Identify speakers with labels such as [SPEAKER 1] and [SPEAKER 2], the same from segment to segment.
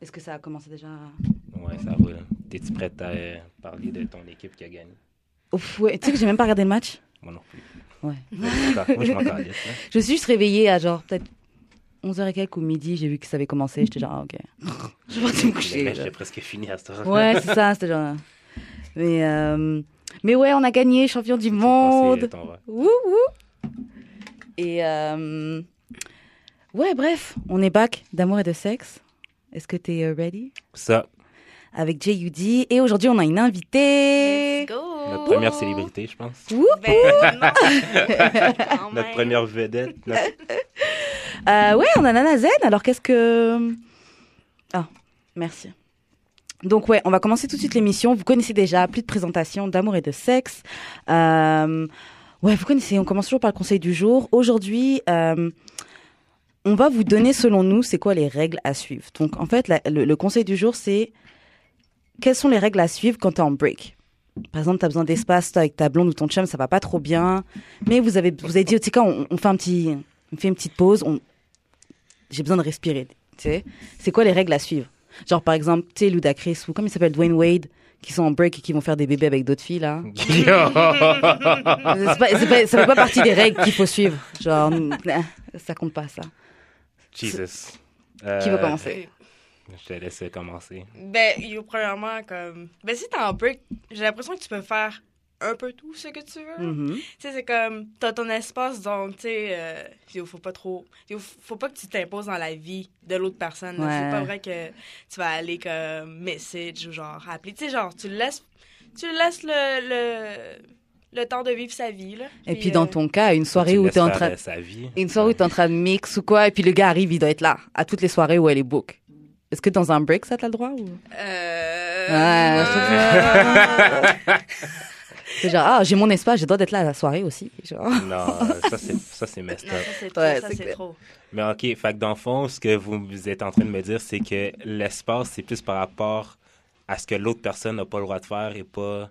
[SPEAKER 1] Est-ce que ça a commencé déjà à-
[SPEAKER 2] Ouais, ça roule. T'es-tu prête à euh, parler de ton équipe qui a gagné?
[SPEAKER 1] Ouf, ouais. Tu sais que j'ai même pas regardé le match.
[SPEAKER 2] Moi non plus.
[SPEAKER 1] Ouais.
[SPEAKER 2] Moi, je m'en- moi, je m'en calisse, là.
[SPEAKER 1] Je suis juste réveillée à genre peut-être 11h et quelques ou midi, j'ai vu que ça avait commencé, j'étais genre ah, OK. je vais partir me
[SPEAKER 2] Le
[SPEAKER 1] coucher.
[SPEAKER 2] match,
[SPEAKER 1] genre.
[SPEAKER 2] J'étais presque fini à cette heure.
[SPEAKER 1] Ouais, c'est ça, c'était genre Mais euh, mais ouais, on a gagné champion du monde. Wouh, wouh. Et euh, ouais, bref, on est back d'amour et de sexe. Est-ce que t'es euh, ready
[SPEAKER 2] Ça,
[SPEAKER 1] avec JUD et aujourd'hui on a une invitée.
[SPEAKER 2] notre
[SPEAKER 1] Oh.
[SPEAKER 2] première célébrité, je pense.
[SPEAKER 1] Wouh.
[SPEAKER 3] Ben,
[SPEAKER 1] Oh,
[SPEAKER 2] Notre première vedette. notre-
[SPEAKER 1] Euh, ouais, on a Nana Zen. Alors qu'est-ce que Ah, merci. Donc ouais, on va commencer tout de suite l'émission. Vous connaissez déjà plus de présentation d'amour et de sexe. Euh, ouais, vous connaissez. On commence toujours par le conseil du jour. Aujourd'hui, euh, on va vous donner selon nous c'est quoi les règles à suivre. Donc en fait, la- le, le conseil du jour c'est quelles sont les règles à suivre quand t'es en break. Par exemple, t'as besoin d'espace, toi avec ta blonde ou ton chum, ça va pas trop bien. Mais vous avez vous avez dit, tu sais quoi, on, on fait un petit, on fait une petite pause. On, j'ai besoin de respirer. Tu sais, c'est quoi les règles à suivre? Genre, par exemple, tu sais, Ludacris ou comme il s'appelle Dwayne Wade, qui sont en break et qui vont faire des bébés avec d'autres filles, là. C'est pas- c'est pas- ça fait pas partie des règles qu'il faut suivre. Genre, nah, ça compte pas, ça.
[SPEAKER 2] Jesus.
[SPEAKER 1] Qui
[SPEAKER 2] Euh,
[SPEAKER 1] veut commencer?
[SPEAKER 2] Je te laisse commencer.
[SPEAKER 3] Ben, yo, premièrement, comme. Ben, si t'es en break, j'ai l'impression que tu peux faire un peu tout ce que tu veux.
[SPEAKER 1] Mhm.
[SPEAKER 3] Tu sais, c'est comme. T'as ton espace, donc, tu sais, euh, yo, faut pas trop. yo, faut pas que tu t'imposes dans la vie de l'autre personne. là.
[SPEAKER 1] Ouais.
[SPEAKER 3] C'est pas vrai que tu vas aller comme message ou genre appeler. Tu sais, genre, tu le laisses. Tu le laisses le. le... le temps de vivre sa vie, là.
[SPEAKER 1] Et puis, dans
[SPEAKER 3] euh,
[SPEAKER 1] ton cas, une soirée
[SPEAKER 2] Tu
[SPEAKER 1] où
[SPEAKER 2] laisses
[SPEAKER 1] t'es en
[SPEAKER 2] faire,
[SPEAKER 1] train.
[SPEAKER 2] euh, sa vie.
[SPEAKER 1] Une soirée où t'es en train de mix ou quoi, et puis le gars arrive, il doit être là, à toutes les soirées où elle est book. Est-ce que dans un break, ça t'as le droit ou...
[SPEAKER 3] Euh...
[SPEAKER 1] Ouais,
[SPEAKER 3] euh,
[SPEAKER 1] C'est genre, ah, j'ai mon espace, j'ai le droit d'être là à la soirée aussi. Genre.
[SPEAKER 2] Non, ça c'est ça c'est messed
[SPEAKER 3] Non,
[SPEAKER 2] up.
[SPEAKER 3] ça, c'est trop.
[SPEAKER 1] Ouais,
[SPEAKER 3] ça,
[SPEAKER 1] c'est
[SPEAKER 3] c'est
[SPEAKER 1] clair.
[SPEAKER 3] trop.
[SPEAKER 2] Mais ok, fait que dans le fond, ce que vous vous êtes en train de me dire, c'est que l'espace, c'est plus par rapport à ce que l'autre personne n'a pas le droit de faire et pas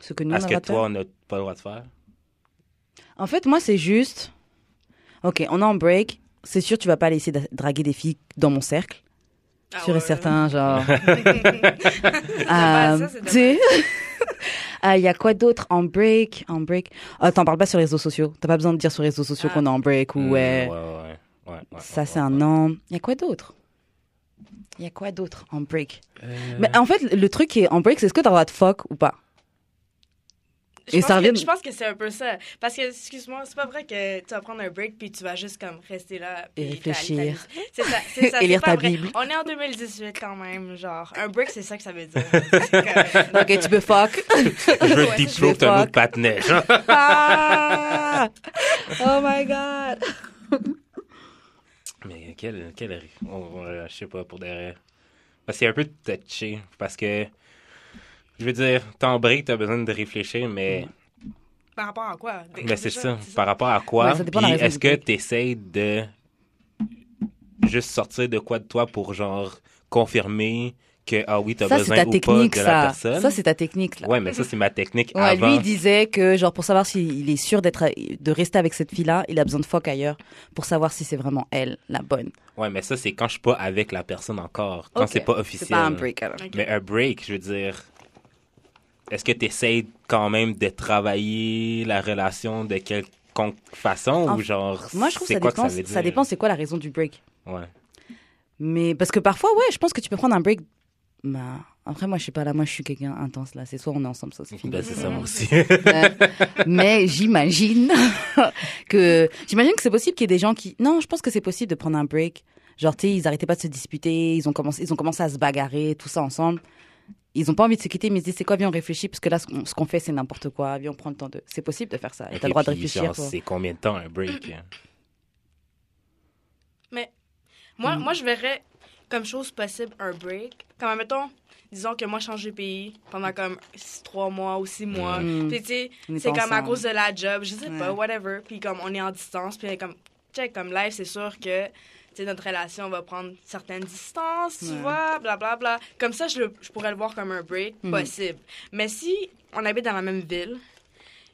[SPEAKER 1] Ce que nous,
[SPEAKER 2] à
[SPEAKER 1] on
[SPEAKER 2] ce
[SPEAKER 1] a
[SPEAKER 2] que
[SPEAKER 1] le droit de
[SPEAKER 2] toi, on n'a pas le droit de faire.
[SPEAKER 1] En fait, moi, c'est juste. Ok, on est en break. C'est sûr, tu vas pas laisser dra- draguer des filles dans mon cercle.
[SPEAKER 3] Ah
[SPEAKER 1] sûr
[SPEAKER 3] ouais.
[SPEAKER 1] et certain, genre. Euh,
[SPEAKER 3] dommage, ça, c'est
[SPEAKER 1] tu sais. Ah, Il y a quoi d'autre en break En break. Ah, t'en parles pas sur les réseaux sociaux. T'as pas besoin de dire sur les réseaux sociaux
[SPEAKER 3] Ah.
[SPEAKER 1] qu'on est en break ou.
[SPEAKER 2] Mm,
[SPEAKER 1] ouais.
[SPEAKER 2] ouais, ouais, ouais, ouais,
[SPEAKER 1] Ça,
[SPEAKER 2] ouais,
[SPEAKER 1] c'est
[SPEAKER 2] ouais,
[SPEAKER 1] un
[SPEAKER 2] ouais.
[SPEAKER 1] an. Il y a quoi d'autre Il y a quoi d'autre en break
[SPEAKER 2] Euh,
[SPEAKER 1] Mais en fait, le truc qui est en break, c'est est-ce que t'as le droit de fuck ou pas
[SPEAKER 3] Je
[SPEAKER 1] Et
[SPEAKER 3] pense
[SPEAKER 1] ça
[SPEAKER 3] que-
[SPEAKER 1] revient-
[SPEAKER 3] Je pense que c'est un peu ça. Parce que, excuse-moi, c'est pas vrai que tu vas prendre un break puis tu vas juste comme rester là.
[SPEAKER 1] Et
[SPEAKER 3] puis
[SPEAKER 1] réfléchir.
[SPEAKER 3] t'as- t'as- C'est ça, c'est ça.
[SPEAKER 1] Et
[SPEAKER 3] c'est
[SPEAKER 1] lire
[SPEAKER 3] pas
[SPEAKER 1] ta
[SPEAKER 3] vrai.
[SPEAKER 1] Bible.
[SPEAKER 3] On est en 2018 quand même, genre. Un break, c'est ça que ça veut dire. C'est comme-
[SPEAKER 1] Ok, tu peux fuck.
[SPEAKER 2] Je veux
[SPEAKER 3] Ouais,
[SPEAKER 2] le
[SPEAKER 3] je
[SPEAKER 2] deep
[SPEAKER 3] vais
[SPEAKER 2] throat
[SPEAKER 1] pas.
[SPEAKER 2] un autre patinet.
[SPEAKER 1] Ah oh my god.
[SPEAKER 2] Mais quel, quel on- euh, je sais pas pour derrière. Parce que c'est un peu touché parce que je veux dire, t'en break, t'as besoin de réfléchir, mais
[SPEAKER 3] Par rapport à quoi? Des-
[SPEAKER 2] Mais Ben, c'est
[SPEAKER 3] déjà,
[SPEAKER 2] ça. Par rapport à quoi?
[SPEAKER 1] Ouais, ça dépend de
[SPEAKER 2] Puis
[SPEAKER 1] la raison
[SPEAKER 2] est-ce
[SPEAKER 1] du
[SPEAKER 2] que
[SPEAKER 1] break.
[SPEAKER 2] tu essaies de juste sortir de quoi de toi pour genre confirmer que ah oui, t'as
[SPEAKER 1] Ça, c'est
[SPEAKER 2] besoin
[SPEAKER 1] ta
[SPEAKER 2] ou
[SPEAKER 1] technique,
[SPEAKER 2] pas de la
[SPEAKER 1] ça.
[SPEAKER 2] personne?
[SPEAKER 1] Ça, c'est ta technique, là.
[SPEAKER 2] ouais, mais ça, c'est ma technique
[SPEAKER 1] Ouais,
[SPEAKER 2] avant.
[SPEAKER 1] lui, il disait que, genre, pour savoir s'il est sûr d'être, de rester avec cette fille-là, il a besoin de fuck ailleurs pour savoir si c'est vraiment elle, la bonne.
[SPEAKER 2] Ouais, mais ça, c'est quand je suis pas avec la personne encore. Quand
[SPEAKER 1] Ok.
[SPEAKER 2] c'est pas officiel.
[SPEAKER 1] C'est pas un break, alors.
[SPEAKER 3] Ok.
[SPEAKER 2] Mais un break, je veux dire. Est-ce que tu essaies quand même de travailler la relation de quelconque façon
[SPEAKER 1] En-
[SPEAKER 2] ou genre.
[SPEAKER 1] Moi, je trouve que
[SPEAKER 2] c'est
[SPEAKER 1] ça
[SPEAKER 2] quoi
[SPEAKER 1] dépend,
[SPEAKER 2] que ça veut dire?
[SPEAKER 1] ça dépend c'est quoi la raison du break.
[SPEAKER 2] Ouais.
[SPEAKER 1] Mais, parce que parfois, ouais, je pense que tu peux prendre un break. Bah, après, moi, je suis pas là. Moi, je suis quelqu'un intense, là. C'est soit on est ensemble, soit c'est fini.
[SPEAKER 2] Ben, c'est ça, moi aussi.
[SPEAKER 1] Mais j'imagine que j'imagine que c'est possible qu'il y ait des gens qui non, je pense que c'est possible de prendre un break. Genre tu sais, ils arrêtaient pas de se disputer, ils ont commencé ils ont commencé à se bagarrer, tout ça ensemble. Ils ont pas envie de se quitter, mais ils se disent c'est quoi, viens on réfléchit parce que là ce qu'on- ce qu'on fait c'est n'importe quoi, viens on prend le temps de. C'est possible de faire ça. Et t'as
[SPEAKER 2] Ok,
[SPEAKER 1] le droit de
[SPEAKER 2] puis,
[SPEAKER 1] réfléchir.
[SPEAKER 2] genre,
[SPEAKER 1] quoi.
[SPEAKER 2] C'est combien de temps un break? hein?
[SPEAKER 1] Mm.
[SPEAKER 3] Moi, moi, je verrais comme chose possible un break. Comme, mettons, disons que moi, je change de pays pendant comme six- trois mois ou six mois.
[SPEAKER 1] Mm.
[SPEAKER 3] Puis, tu sais,
[SPEAKER 1] On est
[SPEAKER 3] c'est
[SPEAKER 1] pas
[SPEAKER 3] comme à
[SPEAKER 1] ensemble.
[SPEAKER 3] cause de la job, je sais
[SPEAKER 1] Ouais.
[SPEAKER 3] pas, whatever. Puis, comme, on est en distance. Puis, comme, check, comme live, c'est sûr que, tu sais, notre relation va prendre certaines distances, tu
[SPEAKER 1] Ouais.
[SPEAKER 3] vois, blablabla. Comme ça, je, le- je pourrais le voir comme un break
[SPEAKER 1] Mhm.
[SPEAKER 3] possible. Mais si on habite dans la même ville,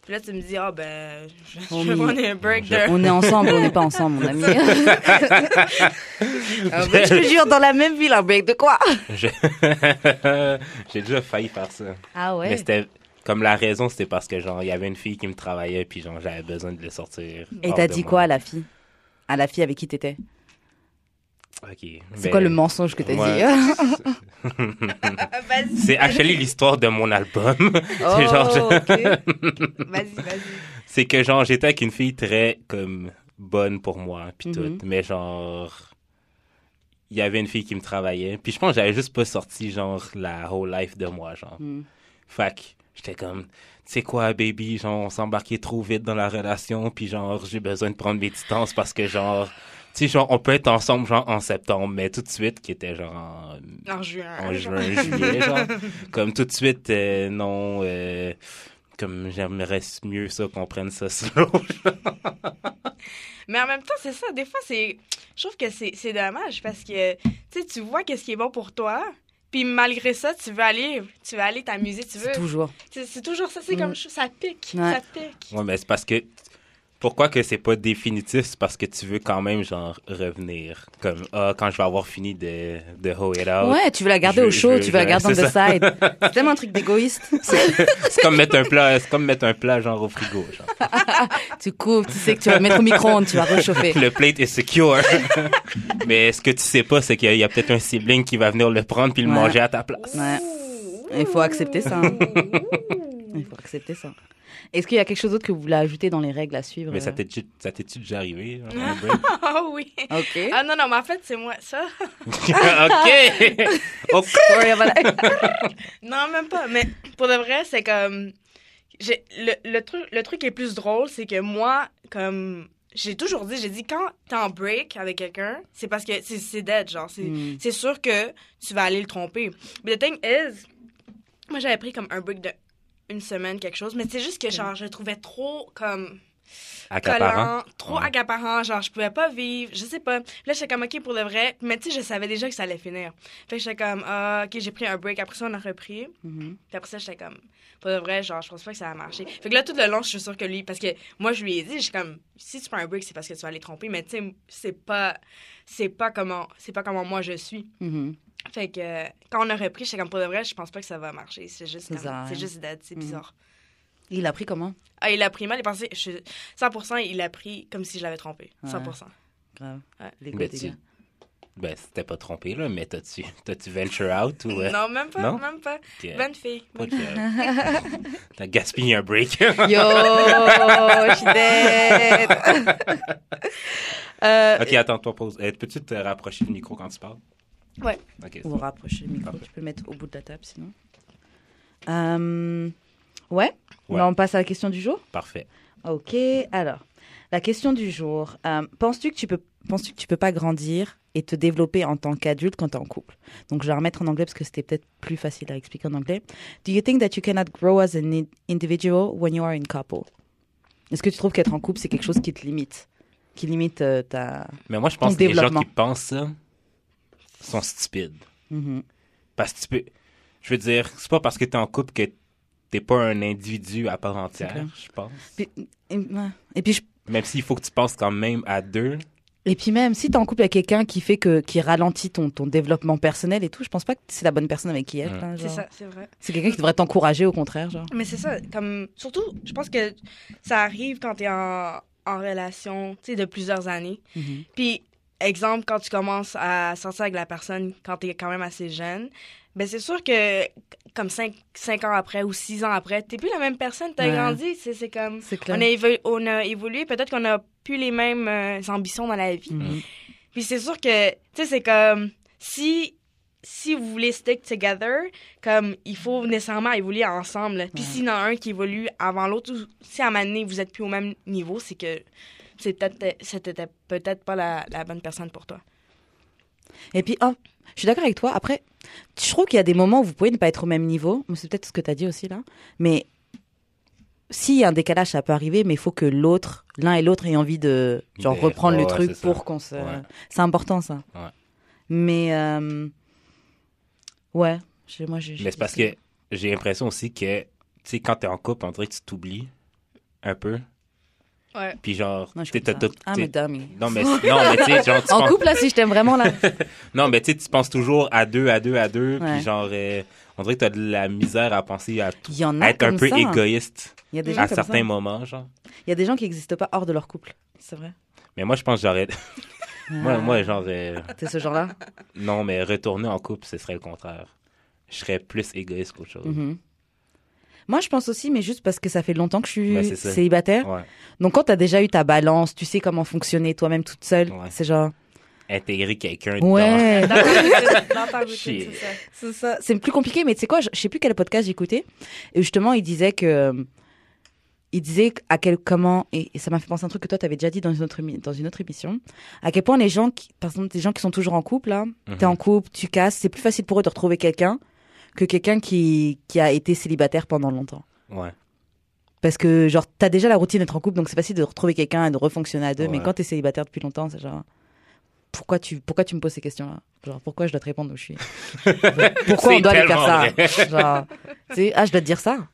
[SPEAKER 3] Puis là, tu me dis, ah, ben, je,
[SPEAKER 1] On
[SPEAKER 3] je vais
[SPEAKER 1] y-
[SPEAKER 3] prendre un break
[SPEAKER 2] Je-
[SPEAKER 3] de.
[SPEAKER 1] On est ensemble, on n'est pas ensemble, mon ami. Ah ouais, je te jure, dans la même ville, un break de quoi
[SPEAKER 2] Je- J'ai déjà failli faire ça.
[SPEAKER 1] Ah
[SPEAKER 2] Mais
[SPEAKER 1] ouais.
[SPEAKER 2] c'était comme la raison, c'était parce que genre il y avait une fille qui me travaillait puis genre j'avais besoin de le sortir.
[SPEAKER 1] Et
[SPEAKER 2] hors
[SPEAKER 1] t'as
[SPEAKER 2] de
[SPEAKER 1] dit
[SPEAKER 2] moi.
[SPEAKER 1] quoi à la fille À la fille avec qui t'étais
[SPEAKER 2] Ok.
[SPEAKER 1] C'est
[SPEAKER 2] ben,
[SPEAKER 1] quoi le mensonge que t'as
[SPEAKER 2] moi-
[SPEAKER 1] dit
[SPEAKER 3] Ah, Vas-y.
[SPEAKER 2] C'est actually l'histoire de mon album.
[SPEAKER 1] Oh,
[SPEAKER 2] C'est genre je-
[SPEAKER 3] ok. Vas-y, vas-y.
[SPEAKER 2] c'est que genre j'étais avec une fille très comme bonne pour moi puis tout,
[SPEAKER 1] Mhm.
[SPEAKER 2] mais genre il y avait une fille qui me travaillait puis je pense que j'avais juste pas sorti genre la whole life de moi genre.
[SPEAKER 1] Hmm.
[SPEAKER 2] Fait que j'étais comme, tu sais quoi, baby, genre, on s'embarquait trop vite dans la relation, puis genre, j'ai besoin de prendre mes distances parce que genre, tu sais, genre, on peut être ensemble, genre, en septembre, mais tout de suite, qui était genre en,
[SPEAKER 3] En juin.
[SPEAKER 2] en juin, juillet, genre, comme tout de suite, euh, non, euh, comme j'aimerais mieux ça qu'on prenne ça slow.
[SPEAKER 3] Mais en même temps, c'est ça. Des fois, c'est. Je trouve que c'est c'est dommage parce que tu sais, tu vois qu'est-ce qui est bon pour toi. Puis malgré ça, tu veux aller, tu veux aller t'amuser, tu veux.
[SPEAKER 1] C'est toujours.
[SPEAKER 3] C'est c'est toujours ça, c'est
[SPEAKER 1] Mm.
[SPEAKER 3] comme je- ça pique,
[SPEAKER 1] Ouais.
[SPEAKER 3] ça pique.
[SPEAKER 2] ouais, mais c'est parce que, pourquoi que c'est pas définitif, c'est parce que tu veux quand même, genre, revenir. Comme, ah, quand je vais avoir fini de, de hoe it out.
[SPEAKER 1] Ouais, tu veux la garder
[SPEAKER 2] Ah Je-
[SPEAKER 1] au chaud,
[SPEAKER 2] je-
[SPEAKER 1] tu veux la
[SPEAKER 2] je-
[SPEAKER 1] garder on
[SPEAKER 2] c'est
[SPEAKER 1] the side. C'est tellement un truc d'égoïste.
[SPEAKER 2] C'est comme mettre un plat, c'est comme mettre un plat genre au frigo. Genre.
[SPEAKER 1] tu coupes, tu sais que tu vas le mettre au micro-ondes, tu vas réchauffer.
[SPEAKER 2] Le plate est secure. Mais ce que tu sais pas, c'est qu'il y a- il y a, peut-être un sibling qui va venir le prendre puis le
[SPEAKER 1] Ouais.
[SPEAKER 2] manger à ta place.
[SPEAKER 1] Ouais.
[SPEAKER 3] Ouh,
[SPEAKER 1] Il faut accepter ça. hein.
[SPEAKER 3] ouh.
[SPEAKER 1] Il faut accepter ça. Est-ce qu'il y a quelque chose d'autre que vous voulez ajouter dans les règles à suivre
[SPEAKER 2] Mais ça
[SPEAKER 1] euh
[SPEAKER 2] t'est-tu ça t'est-tu déjà arrivé? genre, un break?
[SPEAKER 3] Ah oui.
[SPEAKER 1] Euh, Ok.
[SPEAKER 3] Ah non, non, mais en fait, c'est moi, ça.
[SPEAKER 2] ok! Ok.
[SPEAKER 1] Ouais, voilà.
[SPEAKER 3] Non, même pas. Mais pour de vrai, c'est comme. j'ai- Le, le, truc, le truc qui est plus drôle, c'est que moi, comme. J'ai toujours dit, j'ai dit, quand t'es en break avec quelqu'un, c'est parce que c'est- c'est dead, genre. C'est
[SPEAKER 1] Hmm.
[SPEAKER 3] c'est sûr que tu vas aller le tromper. But the thing is, moi, j'avais pris comme un break de une semaine, quelque chose. Mais c'est juste que, genre, je le trouvais trop, comme.
[SPEAKER 2] Accaparant.
[SPEAKER 3] collant, trop
[SPEAKER 2] Ouais.
[SPEAKER 3] accaparant, genre je pouvais pas vivre, je sais pas. Puis Là, j'étais comme OK pour de vrai, mais tu sais, je savais déjà que ça allait finir. Fait que j'étais comme ah, OK, j'ai pris un break, après ça on a repris.
[SPEAKER 1] Mhm.
[SPEAKER 3] Puis après ça, j'étais comme pour de vrai, genre je pense pas que ça a marché. Fait que là tout le long, je suis sûre que lui parce que moi je lui ai dit, j'étais comme si tu prends un break, c'est parce que tu vas les tromper, mais tu sais, c'est pas c'est pas comment c'est pas comment moi je suis.
[SPEAKER 1] Mhm.
[SPEAKER 3] Fait que euh, quand on a repris, j'étais comme pour de vrai, je pense pas que ça va marcher, c'est juste
[SPEAKER 1] Ça
[SPEAKER 3] comme-
[SPEAKER 1] sert à
[SPEAKER 3] c'est
[SPEAKER 1] rien.
[SPEAKER 3] juste dead, c'est
[SPEAKER 1] Mhm.
[SPEAKER 3] bizarre.
[SPEAKER 1] Il a pris comment
[SPEAKER 3] Ah, il a pris mal, il pensait, je suis 100%, il a pris comme si je l'avais trompé. 100%.
[SPEAKER 1] Grave.
[SPEAKER 3] Ouais.
[SPEAKER 1] L'ego
[SPEAKER 2] Mais
[SPEAKER 1] des
[SPEAKER 2] tu-
[SPEAKER 1] gars.
[SPEAKER 2] Ben, c'était pas trompé, là, mais t'as-tu, t'as-tu venture out ou. euh,
[SPEAKER 3] Non, Ben, même pas,
[SPEAKER 2] Non?
[SPEAKER 3] même pas.
[SPEAKER 2] que-
[SPEAKER 3] Bonne fille.
[SPEAKER 2] pas que- T'as gaspillé un break.
[SPEAKER 3] Euh,
[SPEAKER 1] Yo, je suis dead. Euh,
[SPEAKER 2] ok, attends, toi, pause. Euh, peux-tu te rapprocher du micro quand tu parles?
[SPEAKER 3] Ouais.
[SPEAKER 2] Ok, c'est
[SPEAKER 1] Ou
[SPEAKER 2] bon.
[SPEAKER 1] rapprocher le micro, tu peux le mettre au bout de la table sinon. Euh, ouais,
[SPEAKER 2] Ouais.
[SPEAKER 1] Là, on passe à la question du jour.
[SPEAKER 2] Parfait.
[SPEAKER 1] Ok, alors, la question du jour. Euh, penses-tu que tu peux, penses-tu que tu peux pas grandir et te développer en tant qu'adulte quand t'es en couple Donc, je vais la remettre en anglais parce que c'était peut-être plus facile à expliquer en anglais. Do you think that you cannot grow as an in- individual when you are in couple Est-ce que tu trouves qu'être en couple c'est quelque chose qui te limite, qui limite euh, ta
[SPEAKER 2] Mais moi, je pense
[SPEAKER 1] Ton
[SPEAKER 2] que les gens
[SPEAKER 1] développement.
[SPEAKER 2] qui pensent ça sont stupides.
[SPEAKER 1] Mhm.
[SPEAKER 2] Parce que tu peux. Je veux dire, c'est pas parce que t'es en couple que t'es pas un individu à part entière, je pense.
[SPEAKER 1] Puis- et, ouais. Et puis je
[SPEAKER 2] Même s'il faut que tu penses quand même à deux.
[SPEAKER 1] Et puis même, si t'es en couple avec quelqu'un qui fait que qui ralentit ton, ton développement personnel et tout, je pense pas que c'est la bonne personne avec qui être.
[SPEAKER 2] Ouais.
[SPEAKER 1] là,
[SPEAKER 3] C'est
[SPEAKER 1] genre.
[SPEAKER 3] ça, c'est vrai.
[SPEAKER 1] C'est quelqu'un qui devrait t'encourager au contraire, genre.
[SPEAKER 3] Mais c'est ça, comme, surtout, je pense que ça arrive quand t'es en, en relation, tu sais, de plusieurs années.
[SPEAKER 2] Mhm.
[SPEAKER 1] Mhm.
[SPEAKER 3] Puis, exemple, quand tu commences à sortir avec la personne quand t'es quand même assez jeune, ben c'est sûr que, comme 5, cinq ans après ou 6 ans après, t'es plus la même personne, t'as
[SPEAKER 1] Ouais.
[SPEAKER 3] grandi, c'est c'est comme...
[SPEAKER 1] C'est clair.
[SPEAKER 3] On a, évo- on a évolué, peut-être qu'on a plus les mêmes euh, ambitions dans la
[SPEAKER 2] Mm.
[SPEAKER 3] vie.
[SPEAKER 1] Mhm.
[SPEAKER 3] Puis c'est sûr que, tu sais, c'est comme si si vous voulez stick together, comme il faut nécessairement évoluer ensemble. là. Puis
[SPEAKER 1] Ouais.
[SPEAKER 3] s'il y en a un qui évolue avant l'autre, ou si à un moment donné vous êtes plus au même niveau, c'est que c'est peut-être c'était peut-être pas la, la bonne personne pour toi.
[SPEAKER 1] Et puis, oh, je suis d'accord avec toi. Après, je trouve qu'il y a des moments où vous pouvez ne pas être au même niveau. Mais C'est peut-être ce que tu as dit aussi là. Mais s'il y a un décalage, ça peut arriver, mais il faut que l'autre, l'un et l'autre, aient envie de genre,
[SPEAKER 2] Mais-
[SPEAKER 1] reprendre le
[SPEAKER 2] ouais,
[SPEAKER 1] truc
[SPEAKER 2] c'est ça.
[SPEAKER 1] pour qu'on se.
[SPEAKER 2] Ouais.
[SPEAKER 1] C'est important ça.
[SPEAKER 2] Ouais.
[SPEAKER 1] Mais euh, ouais, Je- moi j'ai.
[SPEAKER 2] Mais c'est parce que j'ai l'impression aussi que, tu sais, quand t'es en couple, on dirait que tu t'oublies. un peu.
[SPEAKER 3] Ouais.
[SPEAKER 2] Puis genre,
[SPEAKER 1] Non, je
[SPEAKER 2] t'es-
[SPEAKER 1] suis
[SPEAKER 2] t'as
[SPEAKER 1] comme ça.
[SPEAKER 2] tout.
[SPEAKER 1] I'm a
[SPEAKER 2] t'es-
[SPEAKER 1] dummy.
[SPEAKER 2] Non, mais, non, mais tu sais, genre, tu
[SPEAKER 1] En
[SPEAKER 2] penses-
[SPEAKER 1] couple, là, si je t'aime vraiment, là.
[SPEAKER 2] non, mais tu sais, tu penses toujours à deux, à deux, à deux.
[SPEAKER 1] Ouais.
[SPEAKER 2] Puis genre, euh, on dirait que t'as de la misère à penser à tout.
[SPEAKER 1] Il y en
[SPEAKER 2] à
[SPEAKER 1] a
[SPEAKER 2] être un
[SPEAKER 1] comme
[SPEAKER 2] peu
[SPEAKER 1] ça. hein.
[SPEAKER 2] égoïste
[SPEAKER 1] Il y a des gens
[SPEAKER 2] à
[SPEAKER 1] comme
[SPEAKER 2] certains
[SPEAKER 1] ça.
[SPEAKER 2] moments, genre.
[SPEAKER 1] Il y a des gens qui n'existent pas hors de leur couple. C'est vrai.
[SPEAKER 2] Mais moi, je pense que j'aurais. moi,
[SPEAKER 1] Ah.
[SPEAKER 2] moi, genre, euh,
[SPEAKER 1] T'es ce genre-là.
[SPEAKER 2] non, mais retourner en couple, ce serait le contraire. Je serais plus égoïste qu'autre chose.
[SPEAKER 1] Mhm. Moi, je pense aussi, mais juste parce que ça fait longtemps que je suis
[SPEAKER 2] Ouais, Bah, c'est ça.
[SPEAKER 1] célibataire.
[SPEAKER 2] Ouais.
[SPEAKER 1] Donc, quand t'as déjà eu ta balance, tu sais comment fonctionner toi-même toute seule.
[SPEAKER 2] Ouais.
[SPEAKER 1] C'est genre,
[SPEAKER 2] Intégrer quelqu'un dans.
[SPEAKER 1] ouais.
[SPEAKER 3] Dans ta routine, dans ta routine,
[SPEAKER 2] Shit.
[SPEAKER 3] c'est ça.
[SPEAKER 1] C'est ça. C'est plus compliqué, mais tu sais quoi, je je sais plus quel podcast j'écoutais. Et justement, il disait que. euh, Il disait à quel comment. Et, et ça m'a fait penser à un truc que toi, t'avais déjà dit dans une, autre, émi- dans une autre émission. À quel point les gens qui. Par exemple, des gens qui sont toujours en couple, là. T'es
[SPEAKER 2] Mhm.
[SPEAKER 1] en couple, tu casses. C'est plus facile pour eux de retrouver quelqu'un que quelqu'un qui, qui a été célibataire pendant longtemps.
[SPEAKER 2] Mhm. Ouais.
[SPEAKER 1] Parce que, genre, t'as déjà la routine d'être en couple, donc c'est facile de retrouver quelqu'un et de refonctionner à deux. Mais
[SPEAKER 2] Ouais.
[SPEAKER 1] quand t'es célibataire depuis longtemps, c'est genre. Pourquoi tu, pourquoi tu me poses ces questions-là Genre, pourquoi je dois te répondre où je suis Pourquoi on
[SPEAKER 2] C'est
[SPEAKER 1] doit aller
[SPEAKER 2] tellement
[SPEAKER 1] faire ça
[SPEAKER 2] vrai.
[SPEAKER 1] Genre, tu sais, ah, je dois te dire ça.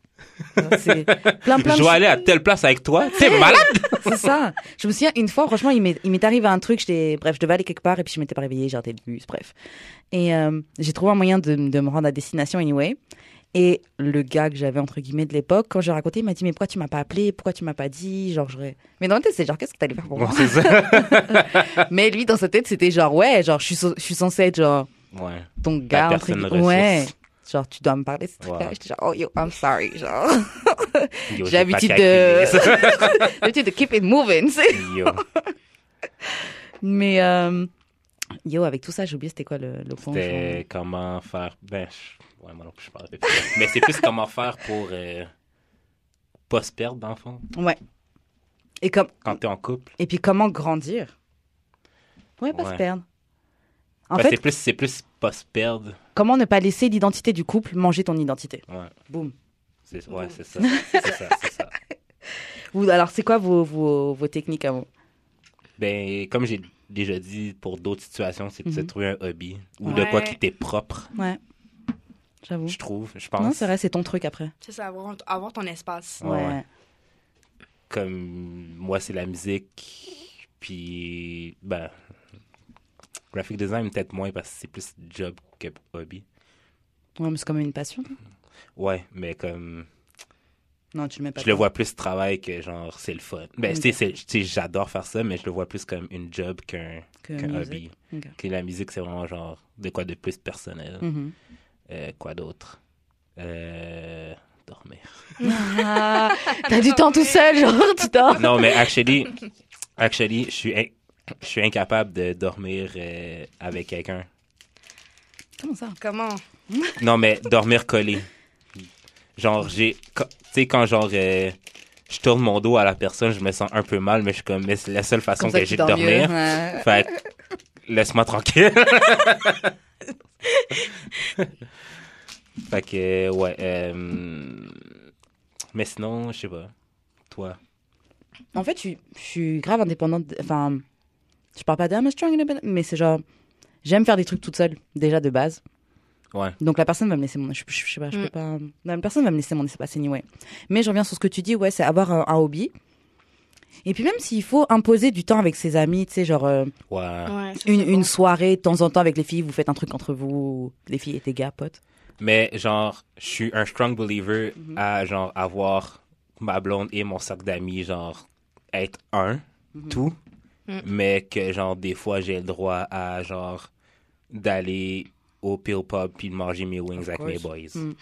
[SPEAKER 1] C'est plein, plein
[SPEAKER 2] Je
[SPEAKER 1] de
[SPEAKER 2] dois
[SPEAKER 1] choses.
[SPEAKER 2] aller à telle place avec toi. T'es malade!
[SPEAKER 1] C'est ça. Je me souviens, une fois, franchement, il m'est il m'est arrivé un truc. j'étais- Bref, je devais aller quelque part et puis je m'étais pas réveillée, j'ai raté le bus, bref. Et euh, j'ai trouvé un moyen de, de me rendre à destination anyway. Et le gars que j'avais, entre guillemets, de l'époque, quand j'ai raconté, il m'a dit Mais pourquoi tu m'as pas appelé Pourquoi tu m'as pas dit Genre, j'aurais. Mais dans ma tête, c'est genre, qu'est-ce que t'allais faire pour
[SPEAKER 2] Bon,
[SPEAKER 1] moi
[SPEAKER 2] c'est ça.
[SPEAKER 1] Mais lui, dans sa tête, c'était genre, ouais, genre, je suis, so- je suis censée être genre
[SPEAKER 2] Ouais.
[SPEAKER 1] ton gars, entre
[SPEAKER 2] personne
[SPEAKER 1] guillemets.
[SPEAKER 2] ressource.
[SPEAKER 1] Ouais. Genre, tu dois me parler de ce truc-là.
[SPEAKER 2] Wow.
[SPEAKER 1] J'étais genre, oh yo, I'm sorry. Genre. J'ai
[SPEAKER 2] Yo, pas
[SPEAKER 1] l'habitude
[SPEAKER 2] calculé
[SPEAKER 1] de-
[SPEAKER 2] ça.
[SPEAKER 1] L'habitude de keep it moving, tu sais.
[SPEAKER 2] Yo.
[SPEAKER 1] Mais euh, yo, avec tout ça, j'ai oublié c'était quoi le, le point. genre. euh,
[SPEAKER 2] C'était comment faire. Ben, je... ouais, moi non plus, je m'en rappelle plus. Mais c'est plus comment faire pour euh, pas se perdre, dans le fond,
[SPEAKER 1] Ouais. Et, comme,
[SPEAKER 2] quand t'es en couple.
[SPEAKER 1] et puis comment grandir Ouais, pas
[SPEAKER 2] Ouais.
[SPEAKER 1] se perdre. En
[SPEAKER 2] Ben,
[SPEAKER 1] fait,
[SPEAKER 2] c'est plus, c'est plus pas se perdre.
[SPEAKER 1] comment ne pas laisser l'identité du couple manger ton identité
[SPEAKER 2] Ouais.
[SPEAKER 1] Boum.
[SPEAKER 2] C'est ouais, c'est ça. C'est ça, c'est ça.
[SPEAKER 1] Ou alors, c'est quoi vos, vos, vos techniques à vous
[SPEAKER 2] Ben, comme j'ai déjà dit, pour d'autres situations, c'est peut-être
[SPEAKER 1] Mhm.
[SPEAKER 2] trouver un hobby ou de
[SPEAKER 3] Ouais.
[SPEAKER 2] quoi qui t'est propre,
[SPEAKER 1] Ouais. J'avoue.
[SPEAKER 2] je trouve, je
[SPEAKER 1] Non,
[SPEAKER 2] pense.
[SPEAKER 1] c'est vrai, c'est ton truc après.
[SPEAKER 3] C'est ça, avoir, avoir ton espace.
[SPEAKER 2] Ouais, ouais. Comme moi, c'est la musique, puis ben, graphic design, peut-être moins parce que c'est plus job que hobby.
[SPEAKER 1] Ouais, mais c'est quand même une passion.
[SPEAKER 2] Ouais, mais comme
[SPEAKER 1] Non, tu le mets pas.
[SPEAKER 2] je le
[SPEAKER 1] dedans.
[SPEAKER 2] vois plus travail que genre c'est le fun. Ben,
[SPEAKER 1] Ok.
[SPEAKER 2] tu sais, c'est- tu sais, j'adore faire ça, mais je le vois plus comme une job qu'un
[SPEAKER 1] Que
[SPEAKER 2] qu'un
[SPEAKER 1] musique.
[SPEAKER 2] hobby.
[SPEAKER 1] Ok.
[SPEAKER 2] Que la musique, c'est vraiment genre de quoi de plus personnel.
[SPEAKER 1] Mhm.
[SPEAKER 2] Euh, quoi d'autre? Euh, dormir.
[SPEAKER 1] Ah, T'as du temps tout seul, genre, tu dors.
[SPEAKER 2] Non, mais actually, actually, je suis, in- je suis incapable de dormir euh, avec quelqu'un.
[SPEAKER 1] Comment ça
[SPEAKER 3] Comment?
[SPEAKER 2] Non, mais dormir collé. Genre, j'ai. quand- Tu sais, quand genre. euh, je tourne mon dos à la personne, je me sens un peu mal, mais je suis comme, mais c'est la seule façon
[SPEAKER 1] Comme ça,
[SPEAKER 2] que
[SPEAKER 1] tu
[SPEAKER 2] j'ai de
[SPEAKER 1] dors mieux.
[SPEAKER 2] dormir.
[SPEAKER 1] Ouais.
[SPEAKER 2] Fait que, laisse-moi tranquille. fait que, ouais. euh, mais sinon, je sais pas. Toi.
[SPEAKER 1] En fait, je, suis- je suis grave indépendante. de- Enfin, je parle pas d'un strong independent, mais c'est genre, j'aime faire des trucs toute seule, déjà de base.
[SPEAKER 2] Ouais.
[SPEAKER 1] Donc la personne va me laisser mon. Je, je- je sais pas, je
[SPEAKER 3] Mm.
[SPEAKER 1] peux pas. La personne va me laisser mon espace anyway. Mais je reviens sur ce que tu dis, ouais, c'est avoir un, un hobby. Et puis même s'il faut imposer du temps avec ses amis, tu sais, genre euh,
[SPEAKER 2] Ouais.
[SPEAKER 3] Ouais,
[SPEAKER 1] une, une soirée de temps en temps avec les filles, vous faites un truc entre vous, les filles et tes gars, potes.
[SPEAKER 2] Mais genre, je suis un strong believer
[SPEAKER 1] Mhm.
[SPEAKER 2] à genre avoir ma blonde et mon cercle d'amis, genre être un,
[SPEAKER 1] Mhm.
[SPEAKER 2] tout.
[SPEAKER 3] Mhm.
[SPEAKER 2] Mais que genre, des fois, j'ai le droit à genre d'aller au pill pub puis de manger mes wings
[SPEAKER 1] Of
[SPEAKER 2] avec mes
[SPEAKER 1] course.
[SPEAKER 2] boys.
[SPEAKER 1] Mhm.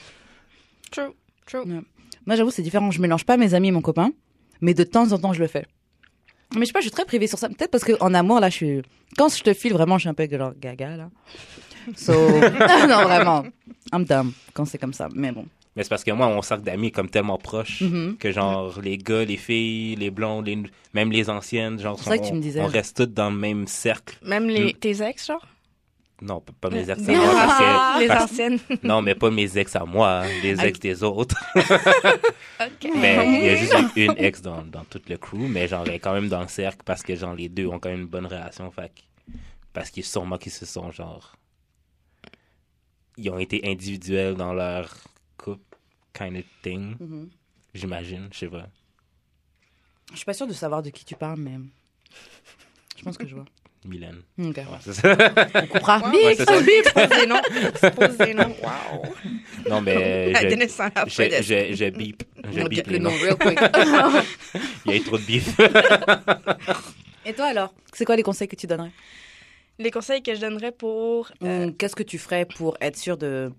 [SPEAKER 3] True, true.
[SPEAKER 1] Moi, j'avoue, c'est différent. Je mélange pas mes amis et mon copain, mais de temps en temps, je le fais. Mais je sais pas, je suis très privée sur ça. Peut-être parce qu'en amour, là, je suis. Quand je te file, vraiment, je suis un peu genre gaga, là. So. non, vraiment. I'm dumb quand c'est comme ça. Mais bon.
[SPEAKER 2] Mais c'est parce que moi, mon cercle d'amis est comme tellement proche
[SPEAKER 1] Mhm.
[SPEAKER 2] que genre les gars, les filles, les blondes, les- même les anciennes, genre,
[SPEAKER 1] C'est ça que
[SPEAKER 2] on-
[SPEAKER 1] tu me disais.
[SPEAKER 2] on reste tous dans le même cercle.
[SPEAKER 3] Même les, tes ex, genre?
[SPEAKER 2] Non, pas- pas mes ex à
[SPEAKER 3] Les-
[SPEAKER 2] moi, parce
[SPEAKER 1] Ah,
[SPEAKER 2] que-
[SPEAKER 3] les
[SPEAKER 2] parce-
[SPEAKER 3] anciennes.
[SPEAKER 2] non, mais pas mes ex à moi, hein, les ex des autres.
[SPEAKER 3] OK.
[SPEAKER 2] Mais il y a juste eu une ex dans, dans tout le crew, mais genre, elle est quand même dans le cercle parce que, genre, les deux ont quand même une bonne relation. Fait que- parce qu'ils sûrement qu'ils se sont, genre. Ils ont été individuels dans leur couple, kind of thing, j'imagine, je sais pas.
[SPEAKER 1] Je suis pas sûre de savoir de qui tu parles, mais je pense que je vois.
[SPEAKER 2] Mylène.
[SPEAKER 1] Ok.
[SPEAKER 2] Ouais, c'est ça.
[SPEAKER 1] On comprend.
[SPEAKER 3] Ouais,
[SPEAKER 2] ouais, c'est ça.
[SPEAKER 3] Pose des noms. Pose des noms. Wow.
[SPEAKER 2] non, mais
[SPEAKER 3] Ah,
[SPEAKER 2] je,
[SPEAKER 3] Dennis sans la
[SPEAKER 2] je,
[SPEAKER 3] feuille.
[SPEAKER 2] je, je bip. Je
[SPEAKER 1] On
[SPEAKER 2] bip
[SPEAKER 1] get le
[SPEAKER 2] les noms.
[SPEAKER 1] nom real quick.
[SPEAKER 2] Il y a eu trop de bif.
[SPEAKER 1] Et toi alors C'est quoi les conseils que tu donnerais
[SPEAKER 3] Les conseils que je donnerais pour. euh,
[SPEAKER 1] Ou Qu'est-ce que tu ferais pour être sûr de,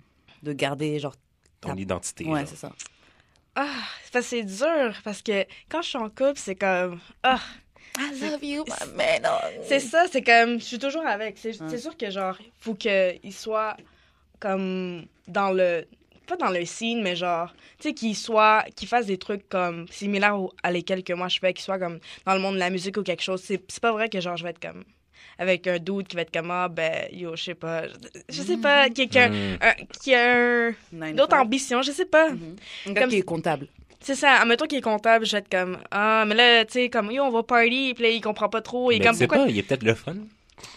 [SPEAKER 1] de garder genre
[SPEAKER 2] Ton identité.
[SPEAKER 1] Ouais,
[SPEAKER 2] genre.
[SPEAKER 1] c'est ça.
[SPEAKER 3] Ah, c'est parce que c'est dur parce que quand je suis en couple, c'est comme ah,
[SPEAKER 1] I love you,
[SPEAKER 3] my
[SPEAKER 1] man.
[SPEAKER 3] c'est ça, c'est comme je suis toujours avec. C'est
[SPEAKER 1] Ouais.
[SPEAKER 3] c'est sûr que genre faut que il soit comme dans le pas dans le signe mais genre tu sais qu'il soit qu'il fasse des trucs comme similaires au- à lesquels que moi je fais qu'il soit comme dans le monde de la musique ou quelque chose c'est c'est pas vrai que genre je vais être comme avec un dude qui va être comme ah ben yo je sais pas je, je sais pas quelqu'un
[SPEAKER 2] Mm.
[SPEAKER 3] un- qui a un- d'autres ambitions je sais pas
[SPEAKER 1] Un gars
[SPEAKER 3] Comme
[SPEAKER 1] qui est comptable.
[SPEAKER 3] C'est ça, admettons qu'il est comptable, je vais être comme Ah, mais là, tu sais, comme Yo, on va party, puis là, il comprend pas trop. Et
[SPEAKER 2] Mais
[SPEAKER 3] comme
[SPEAKER 2] tu sais
[SPEAKER 3] pourquoi.
[SPEAKER 2] pas, il est peut-être le fun.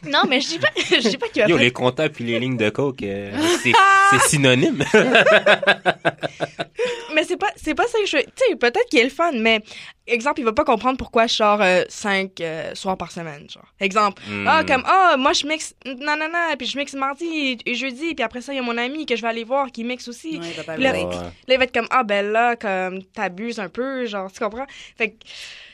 [SPEAKER 3] Non, mais je dis pas, je dis pas qu'il va
[SPEAKER 2] Yo,
[SPEAKER 3] faire-
[SPEAKER 2] les comptables puis les lignes de coke, euh, c'est c'est synonyme.
[SPEAKER 3] Mais c'est pas, c'est pas ça que je. Tu sais, peut-être qu'il est le fun, mais exemple, il va pas comprendre pourquoi je sors 5 soirs par semaine, genre. Exemple. Ah,
[SPEAKER 2] Hmm.
[SPEAKER 3] comme, ah, moi, je mixe, non, non, non, puis je mixe mardi et jeudi, puis après ça, il y a mon ami que je vais aller voir qui mixe aussi.
[SPEAKER 1] Ouais, il va pas
[SPEAKER 3] Le-
[SPEAKER 1] le-
[SPEAKER 3] Là, il va être comme, ah, ben là, comme, t'abuses un peu, genre, tu comprends? Fait que,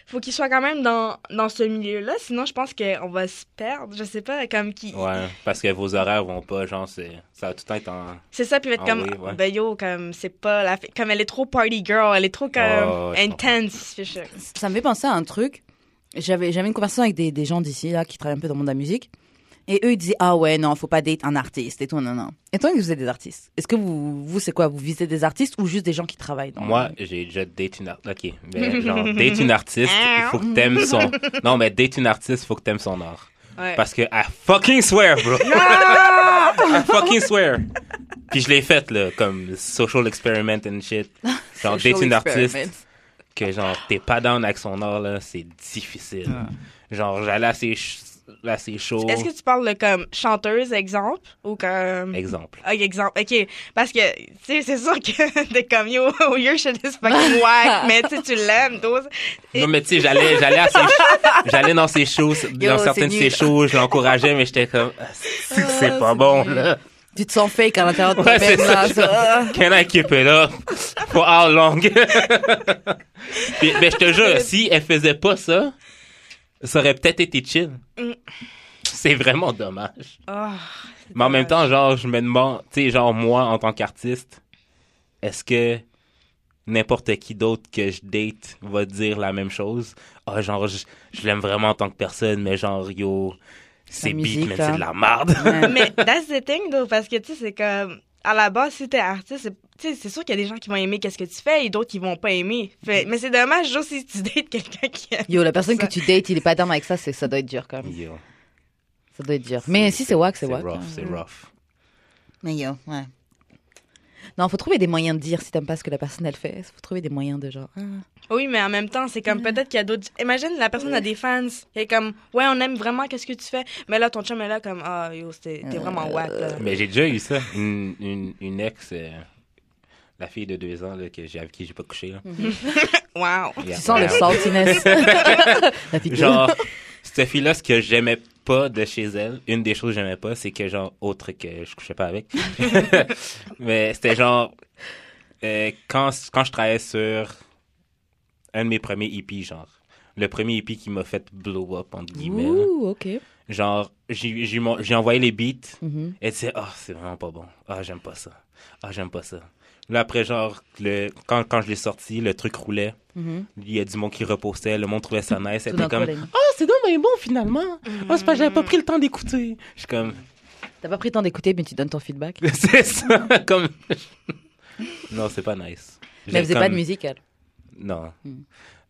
[SPEAKER 3] faut qu'il soit quand même dans, dans ce milieu-là, sinon je pense qu'on va se perdre, je sais pas, comme qui.
[SPEAKER 2] Ouais, parce que vos horaires vont pas, genre, c'est, ça va tout le temps être en...
[SPEAKER 3] C'est ça, puis il va être
[SPEAKER 2] Ah
[SPEAKER 3] comme,
[SPEAKER 2] oui, ouais.
[SPEAKER 3] ben yo, comme, c'est pas la. fi- Comme elle est trop party girl, elle est trop comme
[SPEAKER 2] Ah, Ouais, ouais, je comprends.
[SPEAKER 3] intense, puis je-
[SPEAKER 1] Ça me fait penser à un truc. J'avais j'avais une conversation avec des, des gens d'ici là qui travaillent un peu dans le monde de la musique. Et eux, ils disaient, ah ouais, non, faut pas date un artiste et tout, non, non. Et toi, vous êtes des artistes. Est-ce que vous, vous c'est quoi Vous visez des artistes ou juste des gens qui travaillent dans
[SPEAKER 2] Moi, j'ai déjà date une artiste. OK, mais genre, date une artiste, il faut que t'aimes son... Non, mais date une artiste, il faut que t'aimes son art.
[SPEAKER 3] Ouais.
[SPEAKER 2] Parce que I fucking swear, bro. I fucking swear. Puis je l'ai faite, là, comme social experiment and shit. Genre,
[SPEAKER 1] Social
[SPEAKER 2] date une artiste
[SPEAKER 1] experiment.
[SPEAKER 2] que, genre, t'es pas down avec son art, là, c'est difficile. Genre, j'allais à ses, ch- à ses shows,
[SPEAKER 3] Est-ce que tu parles de comme chanteuse, exemple, ou comme.
[SPEAKER 2] exemple.
[SPEAKER 3] Ok, exemple, ok. Parce que, tu sais, c'est sûr que t'es comme yo, your shit is fucking whack, mais tu sais, tu l'aimes, dose.
[SPEAKER 2] Non, mais tu sais, j'allais, j'allais à ses j'allais dans ses shows, dans
[SPEAKER 1] c'est
[SPEAKER 2] certaines de ses
[SPEAKER 1] nul.
[SPEAKER 2] shows, je l'encourageais, mais j'étais comme, Ah, c'est que c'est
[SPEAKER 1] Ah,
[SPEAKER 2] pas
[SPEAKER 1] c'est
[SPEAKER 2] bon,
[SPEAKER 1] nul.
[SPEAKER 2] là.
[SPEAKER 1] Tu te sens fake à l'intérieur de
[SPEAKER 2] Ouais,
[SPEAKER 1] toi-même,
[SPEAKER 2] c'est
[SPEAKER 1] là.
[SPEAKER 2] ça. Can I keep it up? For how long? Puis, mais je te jure, si elle faisait pas ça, ça aurait peut-être été chill.
[SPEAKER 3] Mm.
[SPEAKER 2] C'est vraiment dommage.
[SPEAKER 3] Oh,
[SPEAKER 2] Mais en même temps, genre, je me demande, tu sais, genre, moi, en tant qu'artiste, est-ce que n'importe qui d'autre que je date va dire la même chose? Ah, genre, je, je l'aime vraiment en tant que personne, mais genre, yo, c'est beat,
[SPEAKER 1] musique, hein.
[SPEAKER 2] mais
[SPEAKER 1] là.
[SPEAKER 2] c'est de la merde.
[SPEAKER 1] Ouais.
[SPEAKER 3] Mais that's the thing, though, parce que, tu sais, c'est comme, à la base, si t'es artiste, c'est- tu sais, c'est sûr qu'il y a des gens qui vont aimer qu'est-ce que tu fais et d'autres qui vont pas aimer. Fait- mais c'est dommage, genre, si tu dates quelqu'un qui aime.
[SPEAKER 1] Yo, la personne
[SPEAKER 3] Ça-
[SPEAKER 1] que tu dates, il est pas down avec ça, c'est ça doit être dur quand même.
[SPEAKER 2] Yo,
[SPEAKER 1] Ça doit être dur. Mais si c'est wack, c'est wack. hein.
[SPEAKER 2] rough, c'est rough.
[SPEAKER 1] Mais yo, ouais. Non, faut trouver des moyens de dire si t'aimes pas ce que la personne elle fait. Faut trouver des moyens de genre. ah.
[SPEAKER 3] Oui, mais en même temps, c'est comme, peut-être qu'il y a d'autres. Imagine, la personne a des fans, qui est comme, ouais, on aime vraiment qu'est-ce que tu fais, mais là, ton chum est là, comme, ah, yo, c'était- t'es vraiment whack, là.
[SPEAKER 2] Mais j'ai déjà eu ça. Une, une, une ex, euh, la fille de deux ans là, que j'ai, avec qui j'ai pas couché. Là.
[SPEAKER 3] Wow.
[SPEAKER 2] Yeah.
[SPEAKER 1] Mhm. Tu sens le
[SPEAKER 2] Ouais.
[SPEAKER 1] saltiness. la figure.
[SPEAKER 2] Genre, cette fille-là, ce que j'aimais pas de chez elle, une des choses que j'aimais pas, c'est que, genre, autre que je couchais pas avec, mais c'était genre, euh, quand, quand je travaillais sur un de mes premiers hippies, genre, le premier hippie qui m'a fait blow up, entre guillemets, là.
[SPEAKER 1] Ouh, ok.
[SPEAKER 2] genre, j'ai j'ai mon- j'ai envoyé les beats,
[SPEAKER 1] Mhm.
[SPEAKER 2] Elle disait, ah, c'est vraiment pas bon. Ah, j'aime pas ça. Ah, j'aime pas ça. Là, après, genre, le, quand, quand je l'ai sorti, le truc roulait.
[SPEAKER 1] Mhm.
[SPEAKER 2] Il y a du monde qui repostait, le monde trouvait ça nice. Elle
[SPEAKER 1] Tout
[SPEAKER 2] était
[SPEAKER 1] d'un coup,
[SPEAKER 2] comme,
[SPEAKER 1] elle a mis.
[SPEAKER 2] ah, c'est donc bien bon finalement. Ah, c'est pas, j'avais pas pris le temps d'écouter. Je suis comme,
[SPEAKER 1] T'as pas pris le temps d'écouter, mais tu donnes ton feedback.
[SPEAKER 2] c'est ça, comme. non, c'est pas nice.
[SPEAKER 1] Mais elle faisait pas de
[SPEAKER 2] Comme-
[SPEAKER 1] musique, elle.
[SPEAKER 2] Non.
[SPEAKER 1] Mm.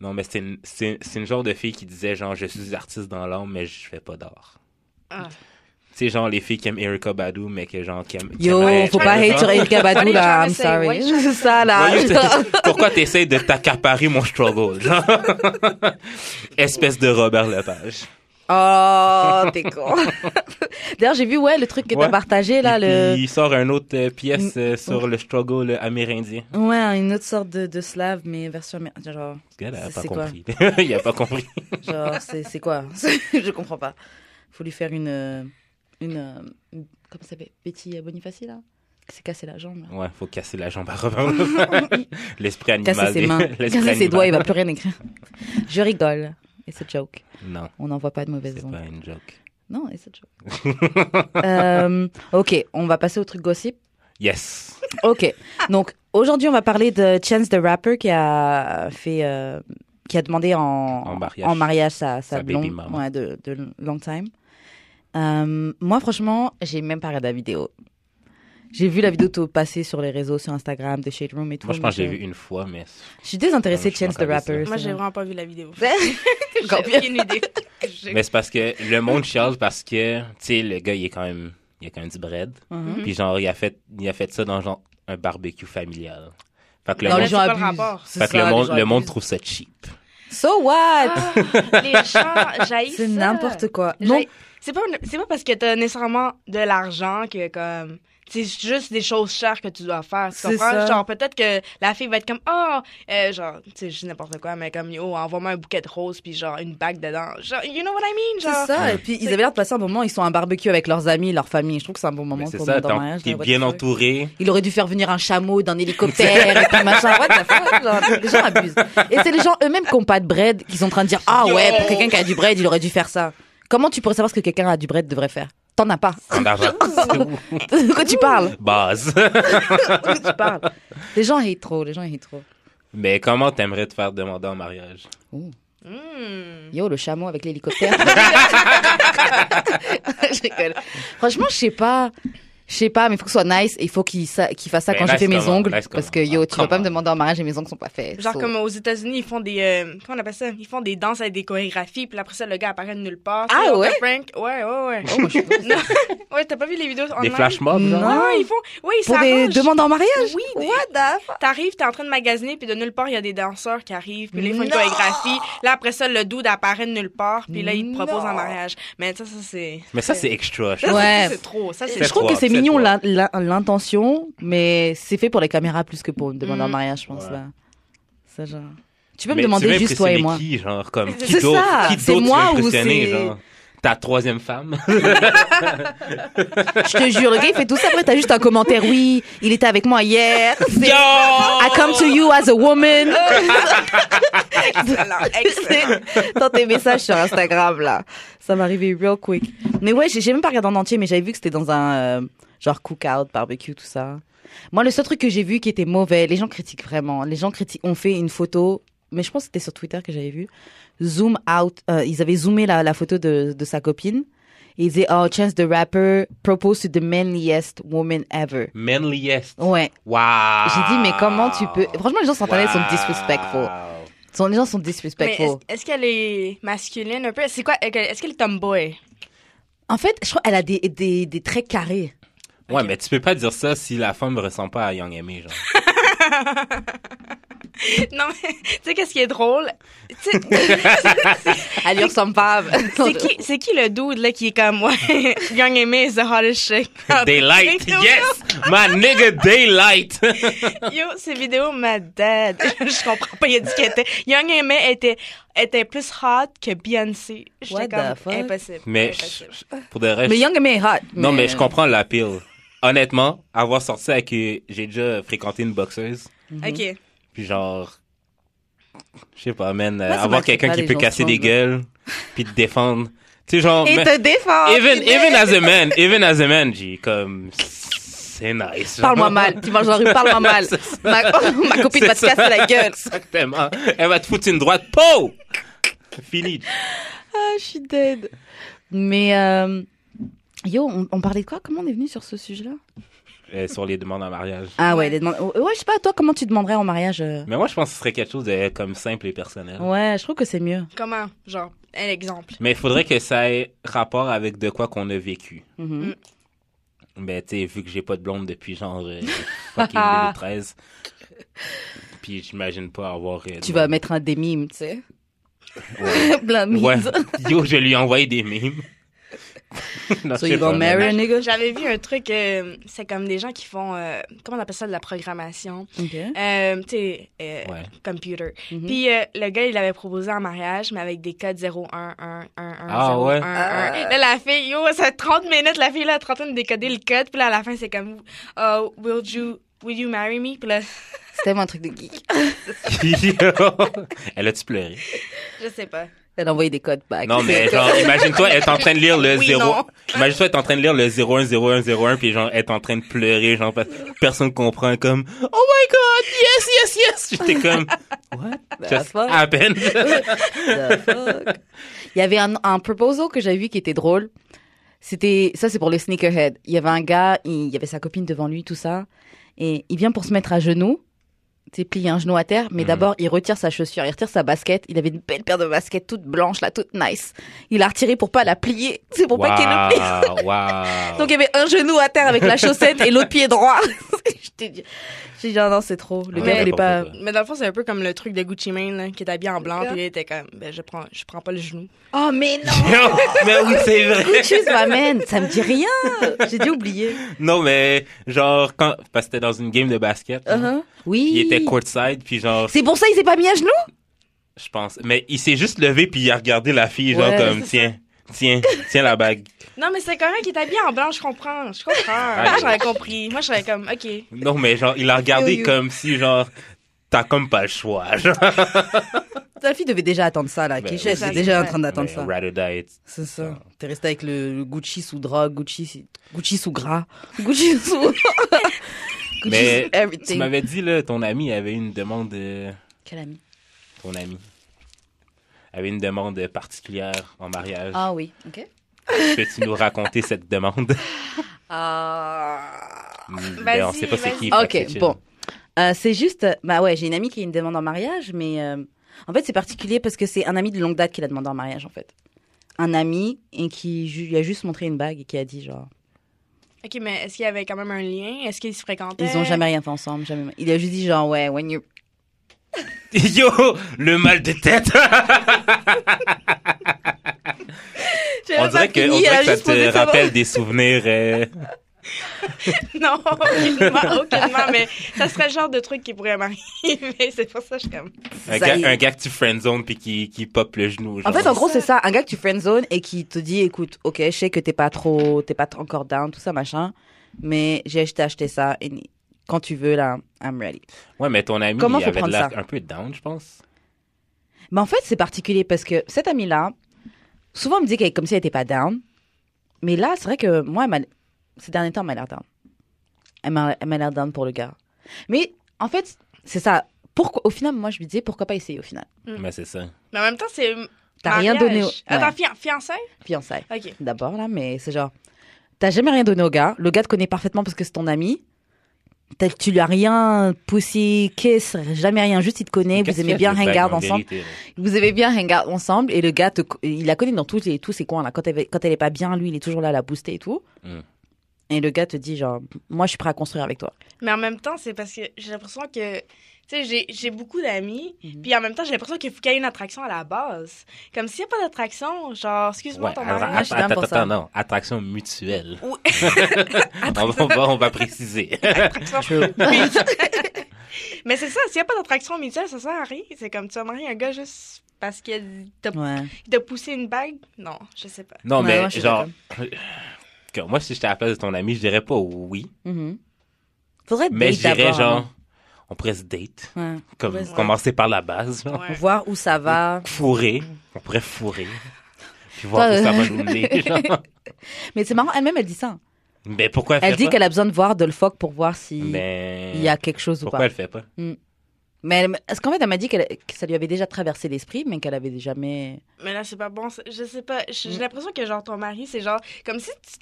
[SPEAKER 2] Non, mais c'est une, c'est- c'est une genre de fille qui disait, genre, je suis artiste dans l'âme, mais je fais pas d'art.
[SPEAKER 3] Ah.
[SPEAKER 2] C'est genre les filles qui aiment Erika Badu, mais que genre, qui aiment. qui
[SPEAKER 1] Yo,
[SPEAKER 2] aimeraient-
[SPEAKER 1] faut
[SPEAKER 2] qui
[SPEAKER 1] pas
[SPEAKER 2] aimeraient
[SPEAKER 1] hate
[SPEAKER 2] genre-
[SPEAKER 1] sur Erika
[SPEAKER 3] What are
[SPEAKER 1] Badu
[SPEAKER 3] you
[SPEAKER 1] là,
[SPEAKER 3] trying
[SPEAKER 1] I'm
[SPEAKER 3] to say? What are
[SPEAKER 1] sorry.
[SPEAKER 3] you trying
[SPEAKER 1] C'est ça là.
[SPEAKER 2] Voyons, c'est- Pourquoi t'essayes de t'accaparer mon struggle, genre? Espèce de Robert Lepage.
[SPEAKER 1] Oh, t'es con. D'ailleurs, j'ai vu, ouais, le truc que
[SPEAKER 2] Ouais.
[SPEAKER 1] t'as partagé, là,
[SPEAKER 2] Et
[SPEAKER 1] le...
[SPEAKER 2] puis, il sort une autre euh, pièce
[SPEAKER 1] Mm.
[SPEAKER 2] euh, sur le struggle amérindien.
[SPEAKER 1] Ouais, une autre sorte de, de slave, mais version... améri- Genre,
[SPEAKER 2] Ce gars-là a
[SPEAKER 1] C'est-
[SPEAKER 2] pas
[SPEAKER 1] c'est quoi?
[SPEAKER 2] compris. il a pas compris.
[SPEAKER 1] genre c'est c'est quoi Je comprends pas. Faut lui faire une... euh, une euh, une- comment ça s'appelle Betty Bonifaci, là Qui s'est cassé la jambe, là.
[SPEAKER 2] Ouais, faut casser la jambe à Robin. L'esprit animal.
[SPEAKER 1] Casser ses
[SPEAKER 2] des-
[SPEAKER 1] mains,
[SPEAKER 2] l'esprit
[SPEAKER 1] casser ses
[SPEAKER 2] animal.
[SPEAKER 1] doigts, il va plus rien écrire. Je rigole. It's a joke.
[SPEAKER 2] Non,
[SPEAKER 1] On n'envoie pas de mauvaises
[SPEAKER 2] c'est
[SPEAKER 1] ondes.
[SPEAKER 2] pas une joke.
[SPEAKER 1] Non, it's a joke. Euh, ok, on va passer au truc gossip.
[SPEAKER 2] Yes.
[SPEAKER 1] Ok, donc aujourd'hui on va parler de Chance the Rapper qui a fait, euh, qui a demandé en,
[SPEAKER 2] En mariage.
[SPEAKER 1] en mariage sa, sa
[SPEAKER 2] Sa baby
[SPEAKER 1] blonde,
[SPEAKER 2] mama.
[SPEAKER 1] ouais, de, de long time. Euh, moi franchement, j'ai même pas regardé la vidéo. J'ai vu la vidéo passer sur les réseaux, sur Instagram, de Shade Room et tout.
[SPEAKER 2] Moi, je pense que
[SPEAKER 1] mais
[SPEAKER 2] j'ai vu une fois, mais
[SPEAKER 1] Je suis désintéressée de
[SPEAKER 2] Je suis
[SPEAKER 1] Chance the
[SPEAKER 2] encore déçue.
[SPEAKER 1] Rapper.
[SPEAKER 3] Moi, j'ai
[SPEAKER 1] c'est-
[SPEAKER 3] vraiment pas vu la vidéo. J'ai
[SPEAKER 1] Encore pire.
[SPEAKER 3] aucune idée. J'ai-
[SPEAKER 2] Mais c'est parce que le monde chiale parce que, tu sais, le gars, il est quand même, il a quand même du bread.
[SPEAKER 1] Mhm.
[SPEAKER 2] Puis genre, il a fait, il a fait ça dans genre un barbecue familial. Fait que le
[SPEAKER 3] Non,
[SPEAKER 2] monde,
[SPEAKER 3] les gens c'est pas le rapport.
[SPEAKER 1] C'est
[SPEAKER 2] fait que
[SPEAKER 1] ça,
[SPEAKER 2] le
[SPEAKER 1] les
[SPEAKER 2] monde,
[SPEAKER 1] gens
[SPEAKER 2] le monde
[SPEAKER 1] abusent.
[SPEAKER 2] trouve ça cheap.
[SPEAKER 1] So what?
[SPEAKER 3] Ah, les gens jaillissent.
[SPEAKER 1] c'est n'importe quoi. Non,
[SPEAKER 3] Non. C'est pas, c'est pas parce que t'as nécessairement de l'argent que, comme. C'est juste des choses chères que tu dois faire. Tu
[SPEAKER 1] C'est
[SPEAKER 3] comprends?
[SPEAKER 1] ça.
[SPEAKER 3] Genre, peut-être que la fille va être comme, oh, euh, genre, tu sais, je dis n'importe quoi, mais comme, yo, envoie-moi un bouquet de roses, puis genre, une bague dedans. Genre, you know what I mean?
[SPEAKER 1] c'est
[SPEAKER 3] Genre,
[SPEAKER 1] ça. Et puis ils avaient l'air de passer un moment, ils sont à un barbecue avec leurs amis, leur famille. Je trouve que c'est un bon
[SPEAKER 2] Mais
[SPEAKER 1] moment
[SPEAKER 2] c'est
[SPEAKER 1] pour
[SPEAKER 2] ça,
[SPEAKER 1] le
[SPEAKER 2] tant-
[SPEAKER 1] mariage.
[SPEAKER 2] t'es
[SPEAKER 1] là,
[SPEAKER 2] bien
[SPEAKER 1] what the fuck.
[SPEAKER 2] entouré.
[SPEAKER 1] Il aurait dû faire venir un chameau d'un hélicoptère et puis machin. What the fuck? Genre, les gens abusent. Et c'est les gens eux-mêmes qui n'ont pas de bread qui sont en train de dire Ah ouais, pour quelqu'un qui a du bread, il aurait dû faire ça. Comment tu pourrais savoir ce que quelqu'un a du bread devrait faire T'en as pas.
[SPEAKER 2] En avant.
[SPEAKER 1] De quoi tu parles
[SPEAKER 2] Base.
[SPEAKER 1] De quoi tu parles Les gens hate trop, les gens hate trop.
[SPEAKER 2] Mais comment t'aimerais te faire demander en mariage?
[SPEAKER 3] hmm.
[SPEAKER 1] Yo, le chameau avec l'hélicoptère. je rigole. Franchement, je sais pas. Je sais pas, mais il faut que ce soit nice et il faut qu'il sa- qu'il fasse ça
[SPEAKER 2] Mais
[SPEAKER 1] quand j'ai
[SPEAKER 2] nice
[SPEAKER 1] fait mes
[SPEAKER 2] comment?
[SPEAKER 1] ongles.
[SPEAKER 2] Nice
[SPEAKER 1] parce que
[SPEAKER 2] comment?
[SPEAKER 1] yo,
[SPEAKER 2] Ah,
[SPEAKER 1] tu vas pas me
[SPEAKER 2] comment?
[SPEAKER 1] demander en mariage, et mes ongles sont pas faits.
[SPEAKER 3] Genre
[SPEAKER 1] So-
[SPEAKER 3] comme aux États-Unis, ils font des euh, comment on appelle ça Ils font des danses avec des chorégraphies, puis après ça le gars apparaît de nulle part.
[SPEAKER 1] Ah
[SPEAKER 3] Tu sais,
[SPEAKER 1] ouais?
[SPEAKER 3] Walter Frank, ouais, ouais, ouais.
[SPEAKER 1] Oh, moi, je suis-
[SPEAKER 3] Non. ouais, t'as pas vu les vidéos en
[SPEAKER 2] Des flash mobs, genre?
[SPEAKER 1] Non.
[SPEAKER 3] Non, ils font. Oui, ils
[SPEAKER 1] Pour des
[SPEAKER 3] s'arrangent.
[SPEAKER 1] demandes en mariage
[SPEAKER 3] Oui, des-
[SPEAKER 1] What the fuck
[SPEAKER 3] T'arrives, t'es en train de magasiner, puis de nulle part, il y a des danseurs qui arrivent, puis là, ils font une
[SPEAKER 1] Non.
[SPEAKER 3] chorégraphie. Là, après ça, le dude apparaît de nulle part, puis là, il te propose
[SPEAKER 1] Non.
[SPEAKER 3] un mariage. Mais ça, ça, c'est.
[SPEAKER 2] Mais ça, c'est extra. je
[SPEAKER 1] Ouais.
[SPEAKER 2] trouve.
[SPEAKER 3] Ça, c'est trop. Ça, c'est
[SPEAKER 1] Je trouve
[SPEAKER 2] toi,
[SPEAKER 1] que c'est
[SPEAKER 2] c'est
[SPEAKER 1] mignon
[SPEAKER 2] toi.
[SPEAKER 1] l'in- l'in- l'intention, mais c'est fait pour les caméras plus que pour une demande en
[SPEAKER 3] Mm.
[SPEAKER 1] mariage, je pense.
[SPEAKER 2] Ouais.
[SPEAKER 1] Là. Ça, genre. Tu peux me
[SPEAKER 2] Mais tu
[SPEAKER 1] demander
[SPEAKER 2] veux
[SPEAKER 1] juste toi et moi.
[SPEAKER 2] impressionner Qui, genre, comme, qui
[SPEAKER 1] C'est
[SPEAKER 2] d'autre-
[SPEAKER 1] ça,
[SPEAKER 2] qui
[SPEAKER 1] c'est
[SPEAKER 2] d'autre tu veux
[SPEAKER 1] moi ou
[SPEAKER 2] impressionner,
[SPEAKER 1] c'est-
[SPEAKER 2] genre? Ta troisième femme?
[SPEAKER 1] Je te jure, le gars, il fait tout ça. Après, t'as juste un commentaire. Oui, il était avec moi hier. C'est- Ah,
[SPEAKER 2] Yo!
[SPEAKER 1] I come to you as a woman.
[SPEAKER 3] excellent. excellent.
[SPEAKER 1] C'est dans tes messages sur Instagram là. Ça m'est arrivé real quick. Mais ouais, j'ai j'ai même pas regardé en entier, mais j'avais vu que c'était dans un euh, genre cookout, barbecue, tout ça. Moi, le seul truc que j'ai vu qui était mauvais, les gens critiquent vraiment. Les gens critiquent. On fait une photo, mais je pense que c'était sur Twitter que j'avais vu. Zoom out. euh, ils avaient zoomé la, la photo de, de sa copine. Et ils disaient, oh, Chance the Rapper propose to the manliest woman ever.
[SPEAKER 2] Manliest.
[SPEAKER 1] Ouais.
[SPEAKER 2] Wow.
[SPEAKER 1] J'ai dit, mais comment tu peux.
[SPEAKER 3] Ah.
[SPEAKER 1] Franchement, les gens sur Internet sont
[SPEAKER 2] Wow.
[SPEAKER 1] disrespectful. Sont- Les gens sont
[SPEAKER 3] Mais
[SPEAKER 1] disrespectful.
[SPEAKER 3] est-ce est-ce qu'elle est masculine un peu C'est quoi Est-ce qu'elle est tomboy
[SPEAKER 1] En fait, je crois qu'elle a des, des, des traits carrés.
[SPEAKER 2] Ouais, mais tu peux pas dire ça si la femme ressemble pas à Young Amy, genre.
[SPEAKER 3] Non, mais tu sais, qu'est-ce qui est drôle? Tu sais,
[SPEAKER 1] Elle lui ressemble pas.
[SPEAKER 3] c'est qui, c'est qui le dude, là, qui est comme, ouais, Young Aimé is the hottest shit.
[SPEAKER 1] Ah,
[SPEAKER 3] out
[SPEAKER 2] Daylight,
[SPEAKER 3] there.
[SPEAKER 2] yes! My nigga, daylight!
[SPEAKER 3] Yo, ces vidéos m'a dead. Je comprends pas, il a dit qu'elle était, Young Aimé était, était plus hot que Beyoncé.
[SPEAKER 1] What
[SPEAKER 3] J'étais
[SPEAKER 1] the
[SPEAKER 3] comme,
[SPEAKER 1] fuck?
[SPEAKER 3] impossible.
[SPEAKER 2] mais
[SPEAKER 3] impossible.
[SPEAKER 2] je- je- pour de vrai,
[SPEAKER 1] Mais
[SPEAKER 2] je-
[SPEAKER 1] Young May est hot.
[SPEAKER 2] non, mais je comprends l'appeal. Honnêtement, avoir sorti avec. euh, J'ai déjà fréquenté une boxeuse.
[SPEAKER 3] Ok.
[SPEAKER 2] Puis genre, je sais pas, man, euh,
[SPEAKER 1] Moi, ça
[SPEAKER 2] avoir
[SPEAKER 1] m'inquiète
[SPEAKER 2] quelqu'un
[SPEAKER 1] pas,
[SPEAKER 2] qui
[SPEAKER 1] les
[SPEAKER 2] peut
[SPEAKER 1] gens
[SPEAKER 2] casser des
[SPEAKER 1] ensemble.
[SPEAKER 2] gueules, puis te défendre. Tu sais, genre,
[SPEAKER 1] Et
[SPEAKER 2] man,
[SPEAKER 1] te défend.
[SPEAKER 2] even, even as a man, even as a man, j'ai comme, c'est nice. genre.
[SPEAKER 1] Parle-moi mal. Tu manges dans la rue, parle-moi mal. Ma, ma copine
[SPEAKER 2] C'est
[SPEAKER 1] va te
[SPEAKER 2] ça.
[SPEAKER 1] casser la gueule.
[SPEAKER 2] Exactement. Elle va te foutre une droite, po! Fini.
[SPEAKER 1] Ah, je suis dead. Mais, euh, yo, on, on parlait de quoi Comment on est venu sur ce sujet-là
[SPEAKER 2] Euh, sur les demandes en mariage.
[SPEAKER 1] Ah ouais,
[SPEAKER 3] Ouais.
[SPEAKER 1] les demandes. oh, Ouais, je sais pas, toi, comment tu demanderais en mariage euh
[SPEAKER 2] Mais moi, je pense que ce serait quelque chose de comme simple et personnel.
[SPEAKER 1] Ouais, je trouve que c'est mieux.
[SPEAKER 3] Comment? Genre, un exemple.
[SPEAKER 2] Mais il faudrait que ça ait rapport avec de quoi qu'on a vécu.
[SPEAKER 1] Mhm.
[SPEAKER 2] Ben, tu sais, vu que j'ai pas de blonde depuis genre euh, fucking 2013. Puis j'imagine pas avoir. euh,
[SPEAKER 1] Tu
[SPEAKER 2] de-
[SPEAKER 1] vas mettre un des mimes, tu sais.
[SPEAKER 2] Ouais.
[SPEAKER 1] Blame
[SPEAKER 2] Ouais. Yo, je lui ai envoyé des mimes. Non,
[SPEAKER 1] So
[SPEAKER 2] je sais
[SPEAKER 1] you gonna
[SPEAKER 2] pas,
[SPEAKER 1] marry a
[SPEAKER 2] man.
[SPEAKER 1] nigga?
[SPEAKER 3] Ah, J'avais vu un truc, euh, c'est comme des gens qui font, euh, comment on appelle ça, de la programmation.
[SPEAKER 1] Ok.
[SPEAKER 3] Euh, tu sais, euh,
[SPEAKER 2] Ouais.
[SPEAKER 3] computer.
[SPEAKER 1] Mhm.
[SPEAKER 3] Puis euh, le gars, il l'avait proposé en mariage, mais avec des codes 0, 1, 1, 1, 1,
[SPEAKER 2] Ah,
[SPEAKER 3] 0,
[SPEAKER 2] ouais.
[SPEAKER 3] 1, 1. Là, la fille, yo, ça fait 30 minutes, la fille, là, est en train de décoder le code. Puis là, à la fin, c'est comme, oh, will you, will you marry me? Puis là,
[SPEAKER 1] C'est tellement un truc de geek.
[SPEAKER 2] Yo. Elle a-tu pleuré?
[SPEAKER 3] je sais pas.
[SPEAKER 1] Elle a envoyé des codes back.
[SPEAKER 2] Non, mais genre, imagine-toi, elle est en train de lire le
[SPEAKER 3] Oui,
[SPEAKER 2] 0.
[SPEAKER 3] non.
[SPEAKER 2] Imagine-toi, elle est en train de lire le 010101, puis genre, elle est en train de pleurer, genre, parce que personne comprend, comme, oh my god, yes, yes, yes! J'étais comme, what?
[SPEAKER 1] That's
[SPEAKER 2] Just
[SPEAKER 1] fun.
[SPEAKER 2] happened?
[SPEAKER 1] The fuck? Il y avait un, un proposal que j'avais vu qui était drôle. C'était ça, c'est pour les sneakerheads. Il y avait un gars, il, il y avait sa copine devant lui, tout ça, et il vient pour se mettre à genoux. C'est plié un genou à terre, mais
[SPEAKER 2] Mhm.
[SPEAKER 1] d'abord il retire sa chaussure, il retire sa basket. Il avait une belle paire de baskets toute blanche, là, toute nice. Il l'a retirée pour pas la plier, c'est pour pas qu'elle le plie.
[SPEAKER 2] Wow, wow.
[SPEAKER 1] Donc il y avait un genou à terre avec la chaussette et l'autre pied droit. J'étais dit- J'ai dit, ah non, c'est trop. Le
[SPEAKER 2] Ouais,
[SPEAKER 1] gars, il est
[SPEAKER 2] n'importe
[SPEAKER 1] pas.
[SPEAKER 2] quoi.
[SPEAKER 3] Mais dans le fond, c'est un peu comme le truc de Gucci Mane, là, qui est habillé en blanc.
[SPEAKER 1] Ouais.
[SPEAKER 3] Puis il était comme, ben, je prends, je prends pas le genou.
[SPEAKER 1] Oh, mais non!
[SPEAKER 2] Yo, mais oui, c'est vrai.
[SPEAKER 1] Excuse ma man, ça me dit rien. J'ai dû oublier.
[SPEAKER 2] Non, mais genre, quand, parce que c'était dans une game de basket,
[SPEAKER 1] Uh-huh. Oui.
[SPEAKER 2] il était courtside, puis genre,
[SPEAKER 1] C'est pour ça il s'est pas mis à genoux
[SPEAKER 2] je pense, mais il s'est juste levé, puis il a regardé la fille, genre,
[SPEAKER 1] Ouais.
[SPEAKER 2] comme, tiens, tiens, tiens la bague.
[SPEAKER 3] Non, mais c'est correct, il est habillé en blanc, je comprends. Je comprends. Moi, j'aurais compris. Moi, je serais comme, OK.
[SPEAKER 2] Non, mais genre, il a regardé
[SPEAKER 1] Yo, yo.
[SPEAKER 2] comme si, genre, t'as comme pas le choix, genre.
[SPEAKER 1] Ta fille devait déjà attendre ça là.
[SPEAKER 2] Ben,
[SPEAKER 1] Kesha,
[SPEAKER 2] oui, Ben
[SPEAKER 1] elle était
[SPEAKER 3] oui.
[SPEAKER 1] déjà en train d'attendre
[SPEAKER 2] Mais
[SPEAKER 1] ça.
[SPEAKER 2] rather die, it's-
[SPEAKER 1] C'est ça. T'es resté avec le, le Gucci sous drogue, Gucci, Gucci sous gras, Gucci sous. Gucci
[SPEAKER 2] Mais
[SPEAKER 1] sous
[SPEAKER 2] Tu
[SPEAKER 1] everything.
[SPEAKER 2] m'avais dit, là, ton ami avait une demande, euh,
[SPEAKER 1] Quel ami
[SPEAKER 2] ton ami avait une demande particulière en mariage.
[SPEAKER 1] Ah oui, ok.
[SPEAKER 2] Peux-tu nous raconter cette demande? Ben, on sait pas c'est
[SPEAKER 3] vas-y.
[SPEAKER 2] qui. fait que
[SPEAKER 1] Ah. Ok,
[SPEAKER 2] c'est
[SPEAKER 1] bon. Euh, c'est juste, euh, bah ouais, j'ai une amie qui a une demande en mariage, mais euh, en fait c'est particulier parce que c'est un ami de longue date qui l'a demandé en mariage en fait. Un ami et qui ju- lui a juste montré une bague et qui a dit genre,
[SPEAKER 3] OK, mais est-ce qu'il y avait quand même un lien? Est-ce qu'ils se fréquentaient?
[SPEAKER 2] Ben.
[SPEAKER 1] ils ont jamais rien fait ensemble, jamais. Il a juste dit genre ouais, when you
[SPEAKER 2] chill. Yo, le mal de tête! on dirait que, on dirait que ça te rappelle des souvenirs. euh,
[SPEAKER 3] Non, aucunement, aucunement, mais ça serait le genre de truc qui pourrait m'arriver. C'est pour ça que je suis comme.
[SPEAKER 2] un,
[SPEAKER 1] Ça
[SPEAKER 2] gars,
[SPEAKER 1] y est.
[SPEAKER 2] un gars que tu friendzone puis qui, qui pop le genou.
[SPEAKER 1] En
[SPEAKER 2] genre.
[SPEAKER 1] fait, en gros, c'est ça. Un gars que tu friendzone et qui te dit, écoute, ok, je sais que t'es pas trop, t'es pas t- encore down, tout ça, machin, mais j'ai acheté, acheté ça et quand tu veux, là, I'm ready.
[SPEAKER 2] Ouais, mais ton ami,
[SPEAKER 1] Comment
[SPEAKER 2] il
[SPEAKER 1] faut
[SPEAKER 2] avait de
[SPEAKER 1] prendre
[SPEAKER 2] l'air
[SPEAKER 1] ça?
[SPEAKER 2] un peu down, je pense.
[SPEAKER 1] Mais en fait, c'est particulier parce que cette amie-là, souvent elle me dit qu'elle est comme si elle était pas down, mais là, c'est vrai que moi, elle m'a- ces derniers temps, elle m'a l'air down. Elle m'a elle m'a l'air down pour le gars. Mais en fait, c'est ça. Pourquoi, au final, moi, je lui disais, pourquoi pas essayer au final
[SPEAKER 2] Mais c'est ça.
[SPEAKER 3] Mais en même temps, c'est.
[SPEAKER 1] T'as rien
[SPEAKER 3] mariage.
[SPEAKER 1] donné au- ouais.
[SPEAKER 3] Attends, fian- fiançailles?
[SPEAKER 1] Fiançailles.
[SPEAKER 3] OK.
[SPEAKER 1] d'abord là, mais c'est genre, t'as jamais rien donné au gars. Le gars te connaît parfaitement parce que c'est ton ami. T'as- Tu lui as rien poussé, kiss, jamais rien, juste il te connaît,
[SPEAKER 2] Qu'est-ce
[SPEAKER 1] vous aimez
[SPEAKER 2] qu'il y a
[SPEAKER 1] bien
[SPEAKER 2] de bague,
[SPEAKER 1] hang out
[SPEAKER 2] en
[SPEAKER 1] ensemble.
[SPEAKER 2] vérité, là?
[SPEAKER 1] Vous aimez bien hang out ensemble et le gars, te co- il la connaît dans tous, les, tous ses coins. Là. Quand, elle, quand elle est pas bien, lui, il est toujours là à la booster et tout.
[SPEAKER 2] Mm.
[SPEAKER 1] Et le gars te dit genre, moi je suis prêt à construire avec toi.
[SPEAKER 3] Mais en même temps, c'est parce que j'ai l'impression que. Tu sais, j'ai- j'ai beaucoup d'amis,
[SPEAKER 1] Mhm.
[SPEAKER 3] puis en même temps, j'ai l'impression qu'il faut qu'il y ait une attraction à la base. Comme s'il n'y a pas d'attraction, genre, excuse-moi,
[SPEAKER 2] Ouais,
[SPEAKER 3] ton
[SPEAKER 2] alors,
[SPEAKER 3] mariage.
[SPEAKER 1] suis
[SPEAKER 2] attends,
[SPEAKER 1] down
[SPEAKER 2] attends,
[SPEAKER 1] pour ça.
[SPEAKER 2] attends, non. Attraction mutuelle.
[SPEAKER 3] Ou-
[SPEAKER 2] on, va, on, va, on va préciser.
[SPEAKER 3] Attraction Mais c'est ça, s'il n'y a pas d'attraction mutuelle, ça sert à rien. C'est comme tu as marié un gars juste parce qu'il t'a
[SPEAKER 1] Ouais.
[SPEAKER 3] t'a poussé une bague. Non, je sais pas.
[SPEAKER 2] Non,
[SPEAKER 1] Ouais,
[SPEAKER 2] mais
[SPEAKER 1] moi, je suis
[SPEAKER 2] genre, que moi, si j'étais à la place de ton ami, je dirais pas oui,
[SPEAKER 1] Mhm. Faudrait
[SPEAKER 2] mais
[SPEAKER 1] date
[SPEAKER 2] je dirais
[SPEAKER 1] d'abord,
[SPEAKER 2] genre,
[SPEAKER 1] hein.
[SPEAKER 2] on pourrait se date,
[SPEAKER 1] Ouais.
[SPEAKER 2] comme
[SPEAKER 1] Ouais.
[SPEAKER 2] commencer par la base, genre.
[SPEAKER 3] Ouais.
[SPEAKER 1] voir où ça va.
[SPEAKER 2] fourrer, on pourrait fourrer, puis voir
[SPEAKER 1] Toi,
[SPEAKER 2] où ça va
[SPEAKER 1] euh,
[SPEAKER 2] nous mener, genre.
[SPEAKER 1] Mais c'est marrant, elle-même elle dit ça.
[SPEAKER 2] Mais pourquoi elle,
[SPEAKER 1] Elle
[SPEAKER 2] fait
[SPEAKER 1] dit
[SPEAKER 2] pas?
[SPEAKER 1] qu'elle a besoin de voir de le fuck pour voir si
[SPEAKER 2] Mais
[SPEAKER 1] il y a quelque chose ou
[SPEAKER 2] pourquoi
[SPEAKER 1] pas.
[SPEAKER 2] elle fait pas?
[SPEAKER 1] Mais elle, est-ce qu'en fait, elle m'a dit qu'elle- que ça lui avait déjà traversé l'esprit, mais qu'elle avait jamais.
[SPEAKER 3] Mais là, c'est pas bon. c'est- Je sais pas. J'ai j'ai
[SPEAKER 1] Mm.
[SPEAKER 3] l'impression que, genre, ton mari, c'est genre. Comme si tu.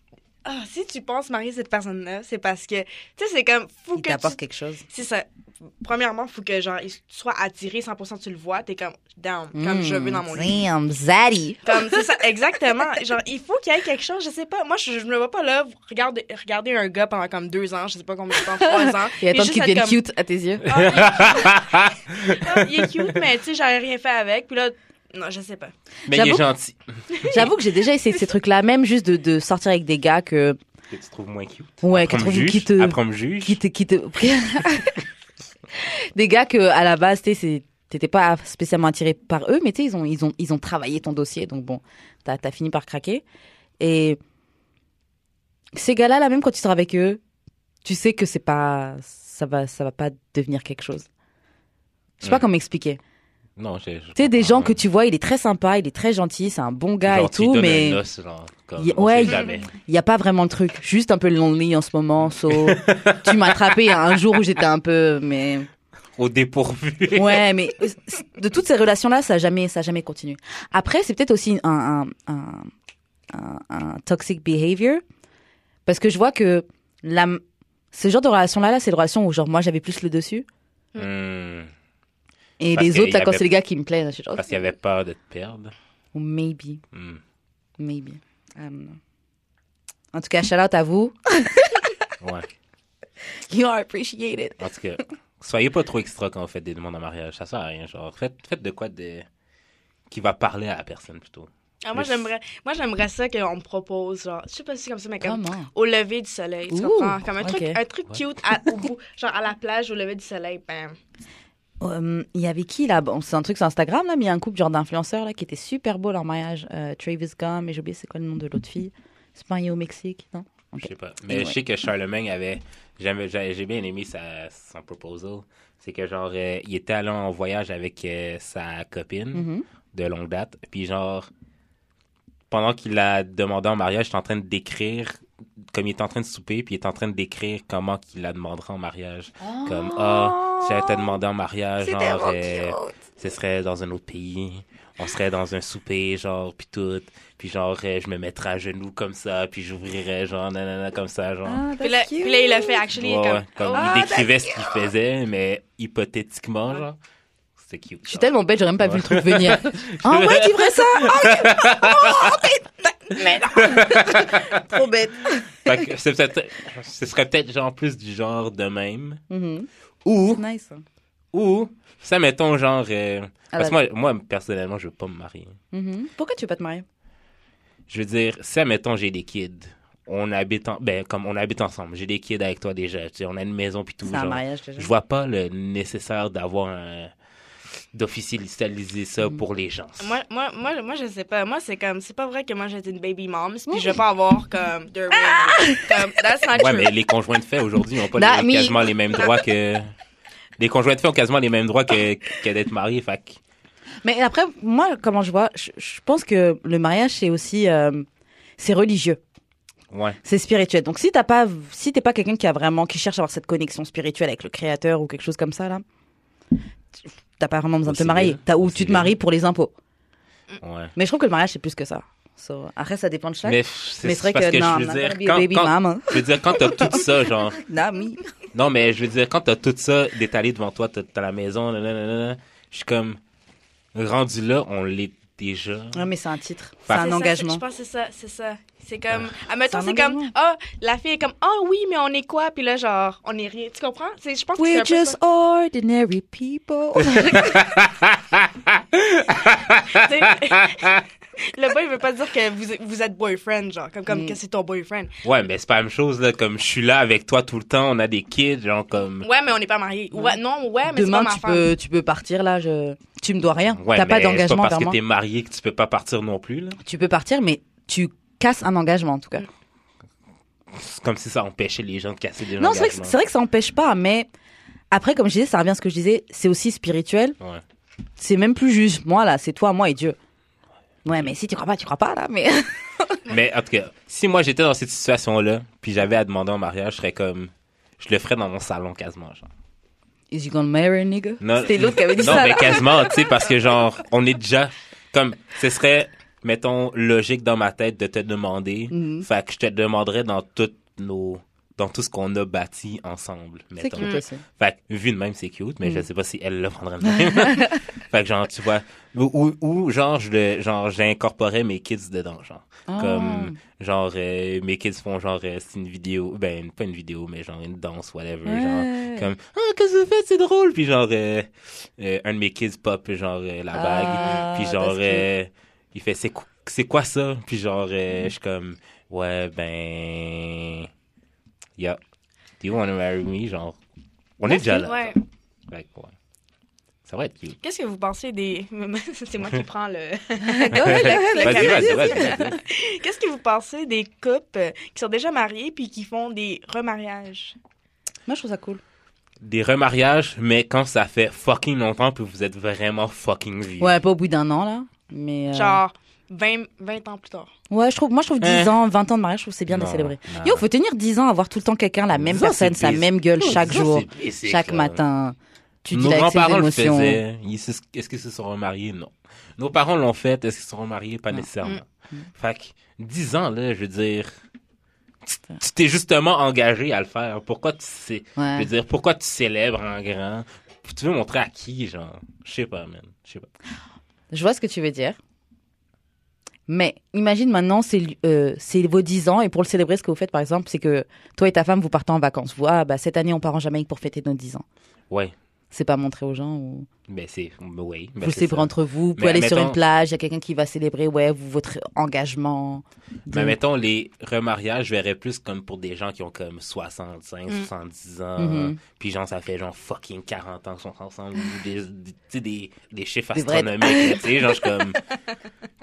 [SPEAKER 3] Ah, si tu penses marier cette personne-là, c'est parce que. Tu sais, c'est comme. Faut
[SPEAKER 1] Il
[SPEAKER 3] que
[SPEAKER 1] t'apporte
[SPEAKER 3] tu.
[SPEAKER 1] quelque chose.
[SPEAKER 3] C'est ça. Premièrement, faut que, genre, il soit attiré 100%, tu le vois, t'es comme. Down. Comme je veux dans
[SPEAKER 1] Mm.
[SPEAKER 3] mon lit.
[SPEAKER 1] Hmm. Damn, Zaddy.
[SPEAKER 3] Comme, c'est ça, exactement. Genre, il faut qu'il y ait quelque chose, je sais pas. Moi, je, je me vois pas là, regarder, regarder un gars pendant comme deux ans, je sais pas combien de temps, trois ans.
[SPEAKER 1] Et
[SPEAKER 3] puis
[SPEAKER 1] attendre
[SPEAKER 3] juste
[SPEAKER 1] qu'il
[SPEAKER 3] être
[SPEAKER 1] devienne
[SPEAKER 3] comme,
[SPEAKER 1] cute à tes yeux.
[SPEAKER 3] Ah, il est cute. Ah, il est cute, mais tu sais, j'aurais rien fait avec. Puis là, Non, je sais pas.
[SPEAKER 2] Mais il est
[SPEAKER 1] J'avoue-
[SPEAKER 2] gentil.
[SPEAKER 1] J'avoue que j'ai déjà essayé ces trucs-là, même juste de, de sortir avec des gars que
[SPEAKER 2] Que tu trouves moins cute.
[SPEAKER 1] ouais, que
[SPEAKER 2] Après, on me
[SPEAKER 1] trouve- qui
[SPEAKER 2] juge.
[SPEAKER 1] te
[SPEAKER 2] Ah, Après, on me juge.
[SPEAKER 1] qui te qui te des gars que à la base tu sais, c'est- t'étais pas spécialement attiré par eux, mais tu sais ils ont ils ont ils ont travaillé ton dossier, donc bon t'as as fini par craquer. Et ces gars-là, là même quand tu sors avec eux, tu sais que c'est pas ça va ça va pas devenir quelque chose. Je sais pas
[SPEAKER 2] Ouais.
[SPEAKER 1] comment expliquer.
[SPEAKER 2] Non, je-
[SPEAKER 1] Tu
[SPEAKER 2] je
[SPEAKER 1] sais, des
[SPEAKER 2] comprends,
[SPEAKER 1] gens que
[SPEAKER 2] ouais.
[SPEAKER 1] tu vois, il est très sympa, il est très gentil, c'est un bon gars
[SPEAKER 2] Genre,
[SPEAKER 1] et
[SPEAKER 2] tu
[SPEAKER 1] tout,
[SPEAKER 2] donnes
[SPEAKER 1] mais
[SPEAKER 2] un os, genre, comme,
[SPEAKER 1] Y-
[SPEAKER 2] on
[SPEAKER 1] ouais,
[SPEAKER 2] sait
[SPEAKER 1] y-
[SPEAKER 2] jamais.
[SPEAKER 1] il n'y a pas vraiment le truc. Juste un peu lonely en ce moment. So, tu m'as attrapé un jour où j'étais un peu, mais
[SPEAKER 2] Au dépourvu.
[SPEAKER 1] ouais, mais euh, de toutes ces relations-là, ça a jamais, ça a jamais continué. Après, c'est peut-être aussi un, un, un, un, un toxic behavior parce que je vois que la, ce genre de relation-là, là, c'est une relation où genre moi j'avais plus le dessus
[SPEAKER 2] Hmm.
[SPEAKER 1] et
[SPEAKER 2] Parce
[SPEAKER 1] les
[SPEAKER 2] qu'il
[SPEAKER 1] autres là
[SPEAKER 2] y
[SPEAKER 1] quand
[SPEAKER 2] avait-
[SPEAKER 1] c'est les gars qui me plaisent, je suis genre
[SPEAKER 2] Parce qu'il avait peur de te perdre.
[SPEAKER 1] ou maybe.
[SPEAKER 2] Hmm.
[SPEAKER 1] Maybe. I don't know. En tout cas, shout out à vous.
[SPEAKER 2] Ouais.
[SPEAKER 1] You are appreciated.
[SPEAKER 2] En tout cas, soyez pas trop extra quand vous faites des demandes en mariage. Ça sert à rien. Genre, faites, faites de quoi de... qui va parler à la personne plutôt.
[SPEAKER 3] Ah, moi,
[SPEAKER 2] Plus.
[SPEAKER 3] j'aimerais moi, j'aimerais ça qu'on me propose, genre, je sais pas si c'est comme ça, mais comme
[SPEAKER 1] Comment?
[SPEAKER 3] au lever du soleil. Tu
[SPEAKER 1] Ouh,
[SPEAKER 3] comprends? Comme un truc,
[SPEAKER 1] ok.
[SPEAKER 3] un truc cute à- au bout, genre à la plage, au lever du soleil, bam.
[SPEAKER 1] Euh, Il y avait qui là bon, C'est un truc sur Instagram là, mais il y a un couple genre d'influenceurs là qui était super beau leur mariage. Euh, Travis Gum et j'ai oublié c'est quoi le nom de l'autre fille. C'est pas marié au Mexique, non Ok.
[SPEAKER 2] Je sais pas. Mais
[SPEAKER 1] Anyway.
[SPEAKER 2] je sais que Charlemagne avait. j'aimais- J'ai j'ai bien aimé sa, son proposal. C'est que, genre, euh, il était allé en voyage avec euh, sa copine
[SPEAKER 3] Mm-hmm.
[SPEAKER 1] Mhm.
[SPEAKER 2] de longue date. Puis, genre, pendant qu'il l'a demandé en mariage, j'étais en train de décrire. Comme il était en train de souper, puis il était en train de décrire comment qu'il la demandera en mariage.
[SPEAKER 1] Mm-hmm.
[SPEAKER 2] Comme,
[SPEAKER 1] Oh!
[SPEAKER 2] ah, si j'avais te demandé en mariage,
[SPEAKER 3] Oh! C'est
[SPEAKER 2] genre,
[SPEAKER 3] tellement
[SPEAKER 2] euh, ce serait dans un autre pays. On serait dans un souper, genre, puis tout. Puis genre, euh, je me mettrais à genoux comme ça, puis j'ouvrirais, genre, nanana, comme ça, genre.
[SPEAKER 1] Ah,
[SPEAKER 3] Puis là,
[SPEAKER 1] that's
[SPEAKER 3] puis
[SPEAKER 1] cute.
[SPEAKER 3] là, il a fait,
[SPEAKER 2] Ouais,
[SPEAKER 3] actually, comme,
[SPEAKER 2] ouais, comme
[SPEAKER 3] oh,
[SPEAKER 1] Ah,
[SPEAKER 2] il décrivait ce qu'il faisait, mais hypothétiquement, genre, c'est cute.
[SPEAKER 1] Je suis tellement bête, j'aurais même pas vu le truc venir. Ah
[SPEAKER 2] Je-
[SPEAKER 1] ouais, tu ferais ça
[SPEAKER 3] mais non!
[SPEAKER 1] Ah, Trop bête.
[SPEAKER 2] Fait que c'est peut-être- ce serait peut-être genre plus du genre de même.
[SPEAKER 1] Mhm.
[SPEAKER 2] Ou,
[SPEAKER 1] C'est nice.
[SPEAKER 2] ou, ça mettons genre, euh,
[SPEAKER 1] Ah,
[SPEAKER 2] parce que
[SPEAKER 1] bah.
[SPEAKER 2] moi, moi, personnellement, je veux pas me marier.
[SPEAKER 1] Mhm. Pourquoi tu veux pas te marier
[SPEAKER 2] Je veux dire, si, mettons j'ai des kids, on habite, en- ben, comme on habite ensemble, j'ai des kids avec toi déjà, tu sais, on a une maison puis tout,
[SPEAKER 1] C'est un
[SPEAKER 2] genre,
[SPEAKER 1] mariage déjà.
[SPEAKER 2] je vois pas le nécessaire d'avoir un, d'officialiser ça
[SPEAKER 1] Mm.
[SPEAKER 2] pour les gens.
[SPEAKER 3] Moi, moi, moi, moi, je sais pas. Moi, c'est comme, c'est pas vrai que moi, j'étais une baby mom, puis je vais pas avoir comme deux
[SPEAKER 1] Ah!
[SPEAKER 3] rings. Comme, that's not
[SPEAKER 2] ouais,
[SPEAKER 3] true.
[SPEAKER 2] mais les conjoints de fait aujourd'hui ont pas
[SPEAKER 1] Not
[SPEAKER 2] les-
[SPEAKER 1] me.
[SPEAKER 2] quasiment les mêmes droits que, les conjoints de fait ont quasiment les mêmes droits que, que d'être mariés, fait que-
[SPEAKER 1] Mais après, moi, comment je vois, je, je pense que le mariage, c'est aussi, euh, c'est religieux,
[SPEAKER 2] ouais.
[SPEAKER 1] c'est spirituel. Donc, si t'as pas, si t'es pas quelqu'un qui a vraiment, qui cherche à avoir cette connexion spirituelle avec le Créateur ou quelque chose comme ça là, t'as pas vraiment besoin de
[SPEAKER 2] Au
[SPEAKER 1] te marier.
[SPEAKER 2] civil.
[SPEAKER 1] T'as
[SPEAKER 2] Au
[SPEAKER 1] ou tu te
[SPEAKER 2] civil.
[SPEAKER 1] maries pour les impôts.
[SPEAKER 2] Ouais.
[SPEAKER 1] Mais je trouve que le mariage c'est plus que ça. So, après, ça dépend de chaque.
[SPEAKER 2] Mais c'est
[SPEAKER 1] Mais c'est vrai
[SPEAKER 2] parce
[SPEAKER 1] que,
[SPEAKER 2] que,
[SPEAKER 1] non, I'm
[SPEAKER 2] je veux
[SPEAKER 1] not gonna
[SPEAKER 2] dire,
[SPEAKER 1] be a
[SPEAKER 2] quand,
[SPEAKER 1] baby
[SPEAKER 2] quand-
[SPEAKER 1] mama.
[SPEAKER 2] je veux dire, quand t'as tout ça, genre,
[SPEAKER 1] Nah, me.
[SPEAKER 2] Non, mais je veux dire, quand t'as tout ça détalé devant toi, t'as t'as la maison, nanana, je suis comme, rendu là, on l'est déjà.
[SPEAKER 1] Ouais, mais c'est un titre, c'est
[SPEAKER 2] Fait-
[SPEAKER 1] un
[SPEAKER 3] Bah, C'est ça, c'est-
[SPEAKER 1] engagement.
[SPEAKER 3] Je pense que c'est ça, c'est ça. C'est comme, admettons,
[SPEAKER 1] c'est un
[SPEAKER 3] c'est comme,
[SPEAKER 1] engagement.
[SPEAKER 3] ah, la fille est comme, ah oui, mais on est quoi? Puis là, genre, on est rien. Tu comprends? C'est, je pense que c'est un
[SPEAKER 1] We're
[SPEAKER 3] peu
[SPEAKER 1] just
[SPEAKER 3] ça.
[SPEAKER 1] ordinary people.
[SPEAKER 3] Tu sais, Le boy, il veut pas dire que vous, vous êtes boyfriend, genre, comme,
[SPEAKER 1] Mm.
[SPEAKER 3] comme que c'est ton boyfriend.
[SPEAKER 2] Ouais, mais c'est pas la même chose, là, comme je suis là avec toi tout le temps, on a des kids, genre, comme.
[SPEAKER 3] Ouais, mais on n'est pas mariés. Ouais, non, ouais, mais
[SPEAKER 1] Demain,
[SPEAKER 3] c'est pas ma
[SPEAKER 1] tu
[SPEAKER 3] femme.
[SPEAKER 1] peux, tu peux partir là. Je, tu me dois rien.
[SPEAKER 2] Ouais,
[SPEAKER 1] t'as pas
[SPEAKER 2] mais c'est
[SPEAKER 1] d'engagement
[SPEAKER 2] pas parce
[SPEAKER 1] vers
[SPEAKER 2] que
[SPEAKER 1] moi.
[SPEAKER 2] t'es marié que tu peux pas partir non plus, là.
[SPEAKER 1] Tu peux partir, mais tu casses un engagement en tout cas.
[SPEAKER 2] C'est comme si ça empêchait les gens de casser des
[SPEAKER 1] Non, c'est vrai, que,
[SPEAKER 2] engagements.
[SPEAKER 1] c'est vrai que ça empêche pas, mais après, comme je disais, ça revient à ce que je disais, c'est aussi spirituel.
[SPEAKER 2] Ouais.
[SPEAKER 1] C'est même plus juste moi là, c'est toi, moi et Dieu. Ouais, mais si tu crois pas, tu crois pas là, mais.
[SPEAKER 2] Mais en tout cas, si moi j'étais dans cette situation-là, puis j'avais à demander en mariage, je serais comme. Je le ferais dans mon salon quasiment, genre.
[SPEAKER 1] Is you gonna marry a nigga?
[SPEAKER 2] Non.
[SPEAKER 1] C'était l'autre qui avait dit
[SPEAKER 2] non,
[SPEAKER 1] ça.
[SPEAKER 2] mais
[SPEAKER 1] là.
[SPEAKER 2] quasiment, tu sais, parce que genre, on est déjà, comme, ce serait, mettons, logique dans ma tête de te demander.
[SPEAKER 1] Mhm.
[SPEAKER 2] Fait que je te demanderais dans toutes nos, dans tout ce qu'on a bâti ensemble,
[SPEAKER 4] C'est
[SPEAKER 2] mettons.
[SPEAKER 4] cute aussi.
[SPEAKER 2] Fait que, vu de même, c'est cute, mais je
[SPEAKER 1] Mm.
[SPEAKER 2] sais pas si elle le prendrait de même. fait que, genre, tu vois, ou, ou, ou, genre, je le- genre, j'incorporais mes kids dedans, genre.
[SPEAKER 1] Ah.
[SPEAKER 2] Comme, genre, euh, mes kids font genre, euh, c'est une vidéo, ben, pas une vidéo, mais genre une danse, whatever, euh, genre. Comme, ah, qu'est-ce que vous faites, c'est drôle! Puis genre, euh, euh, un de mes kids pop, genre, euh, la bague.
[SPEAKER 1] Ah,
[SPEAKER 2] puis genre,
[SPEAKER 1] that's cute.
[SPEAKER 2] euh, il fait, c'est, cou- c'est quoi ça? Puis genre,
[SPEAKER 1] Mm-hmm.
[SPEAKER 2] euh, je suis comme, ouais, ben, yeah. Do you want to marry me? Genre, on est déjà là.
[SPEAKER 3] Ouais.
[SPEAKER 2] genre. Fait que, ouais. Ça va être cute.
[SPEAKER 3] Qu'est-ce que vous pensez des. c'est moi qui prends le.
[SPEAKER 2] Vas-y, vas-y, vas-y, vas-y.
[SPEAKER 3] Qu'est-ce que vous pensez des couples euh, qui sont déjà mariés puis qui font des remariages?
[SPEAKER 1] Moi, je trouve ça cool.
[SPEAKER 2] Des remariages, mais quand ça fait fucking longtemps que vous êtes vraiment fucking vieux.
[SPEAKER 1] Ouais, pas au bout d'un an, là. Mais. euh,
[SPEAKER 3] Genre 20, 20 ans plus tard.
[SPEAKER 1] Ouais, je trouve, moi, je trouve 10
[SPEAKER 2] Euh.
[SPEAKER 1] ans, 20 ans de mariage, je trouve que c'est bien de
[SPEAKER 2] Non,
[SPEAKER 1] les célébrer.
[SPEAKER 2] non.
[SPEAKER 1] Yo, faut tenir 10 ans, avoir tout le temps quelqu'un, la même
[SPEAKER 2] Ça,
[SPEAKER 1] personne,
[SPEAKER 2] c'est
[SPEAKER 1] sa
[SPEAKER 2] basic.
[SPEAKER 1] même gueule
[SPEAKER 2] Oh,
[SPEAKER 1] chaque
[SPEAKER 2] ça,
[SPEAKER 1] jour,
[SPEAKER 2] c'est basic,
[SPEAKER 1] chaque
[SPEAKER 2] là.
[SPEAKER 1] matin. Tu dis
[SPEAKER 2] Nos
[SPEAKER 1] avec ses
[SPEAKER 2] grands-parents le
[SPEAKER 1] émotions.
[SPEAKER 2] faisaient. Ils se- Est-ce qu'ils se sont remariés? Non. Nos parents l'ont fait. Est-ce qu'ils se sont remariés? Pas nécessairement.
[SPEAKER 1] Mm,
[SPEAKER 2] Fait que 10 ans, là, je veux dire... tu- Tu t'es justement engagé à le faire. Pourquoi tu sais... Je veux
[SPEAKER 1] Ouais.
[SPEAKER 2] dire, pourquoi tu célèbres en grand? Puis Tu veux montrer à qui, genre? Je sais pas, man. Je sais pas.
[SPEAKER 1] Je vois ce que tu veux dire. Mais imagine maintenant, c'est lui- euh, c'est vos 10 ans, et pour le célébrer, ce que vous faites, par exemple, c'est que toi et ta femme, vous partez en vacances. Vous, ah, bah, cette année, on part en Jamaïque pour fêter nos 10 ans.
[SPEAKER 2] Ouais.
[SPEAKER 1] C'est pas montré aux gens ou.
[SPEAKER 2] Ben, c'est... Oui.
[SPEAKER 1] vous le célébrez entre vous, vous pouvez
[SPEAKER 2] Mais
[SPEAKER 1] aller sur une
[SPEAKER 2] admettons-
[SPEAKER 1] plage, il y a quelqu'un qui va célébrer, ouais, vous- votre engagement.
[SPEAKER 2] Mais Ben, mettons, les remariages, je verrais plus comme pour des gens qui ont comme 65,
[SPEAKER 3] Mm.
[SPEAKER 2] 70 ans.
[SPEAKER 1] Mhm.
[SPEAKER 2] Puis genre, ça fait genre fucking 40 ans qu'ils sont ensemble. ou des, des- tu sais, des, des chiffres
[SPEAKER 1] Des vrais-
[SPEAKER 2] astronomiques. là, tu sais, genre, je suis comme...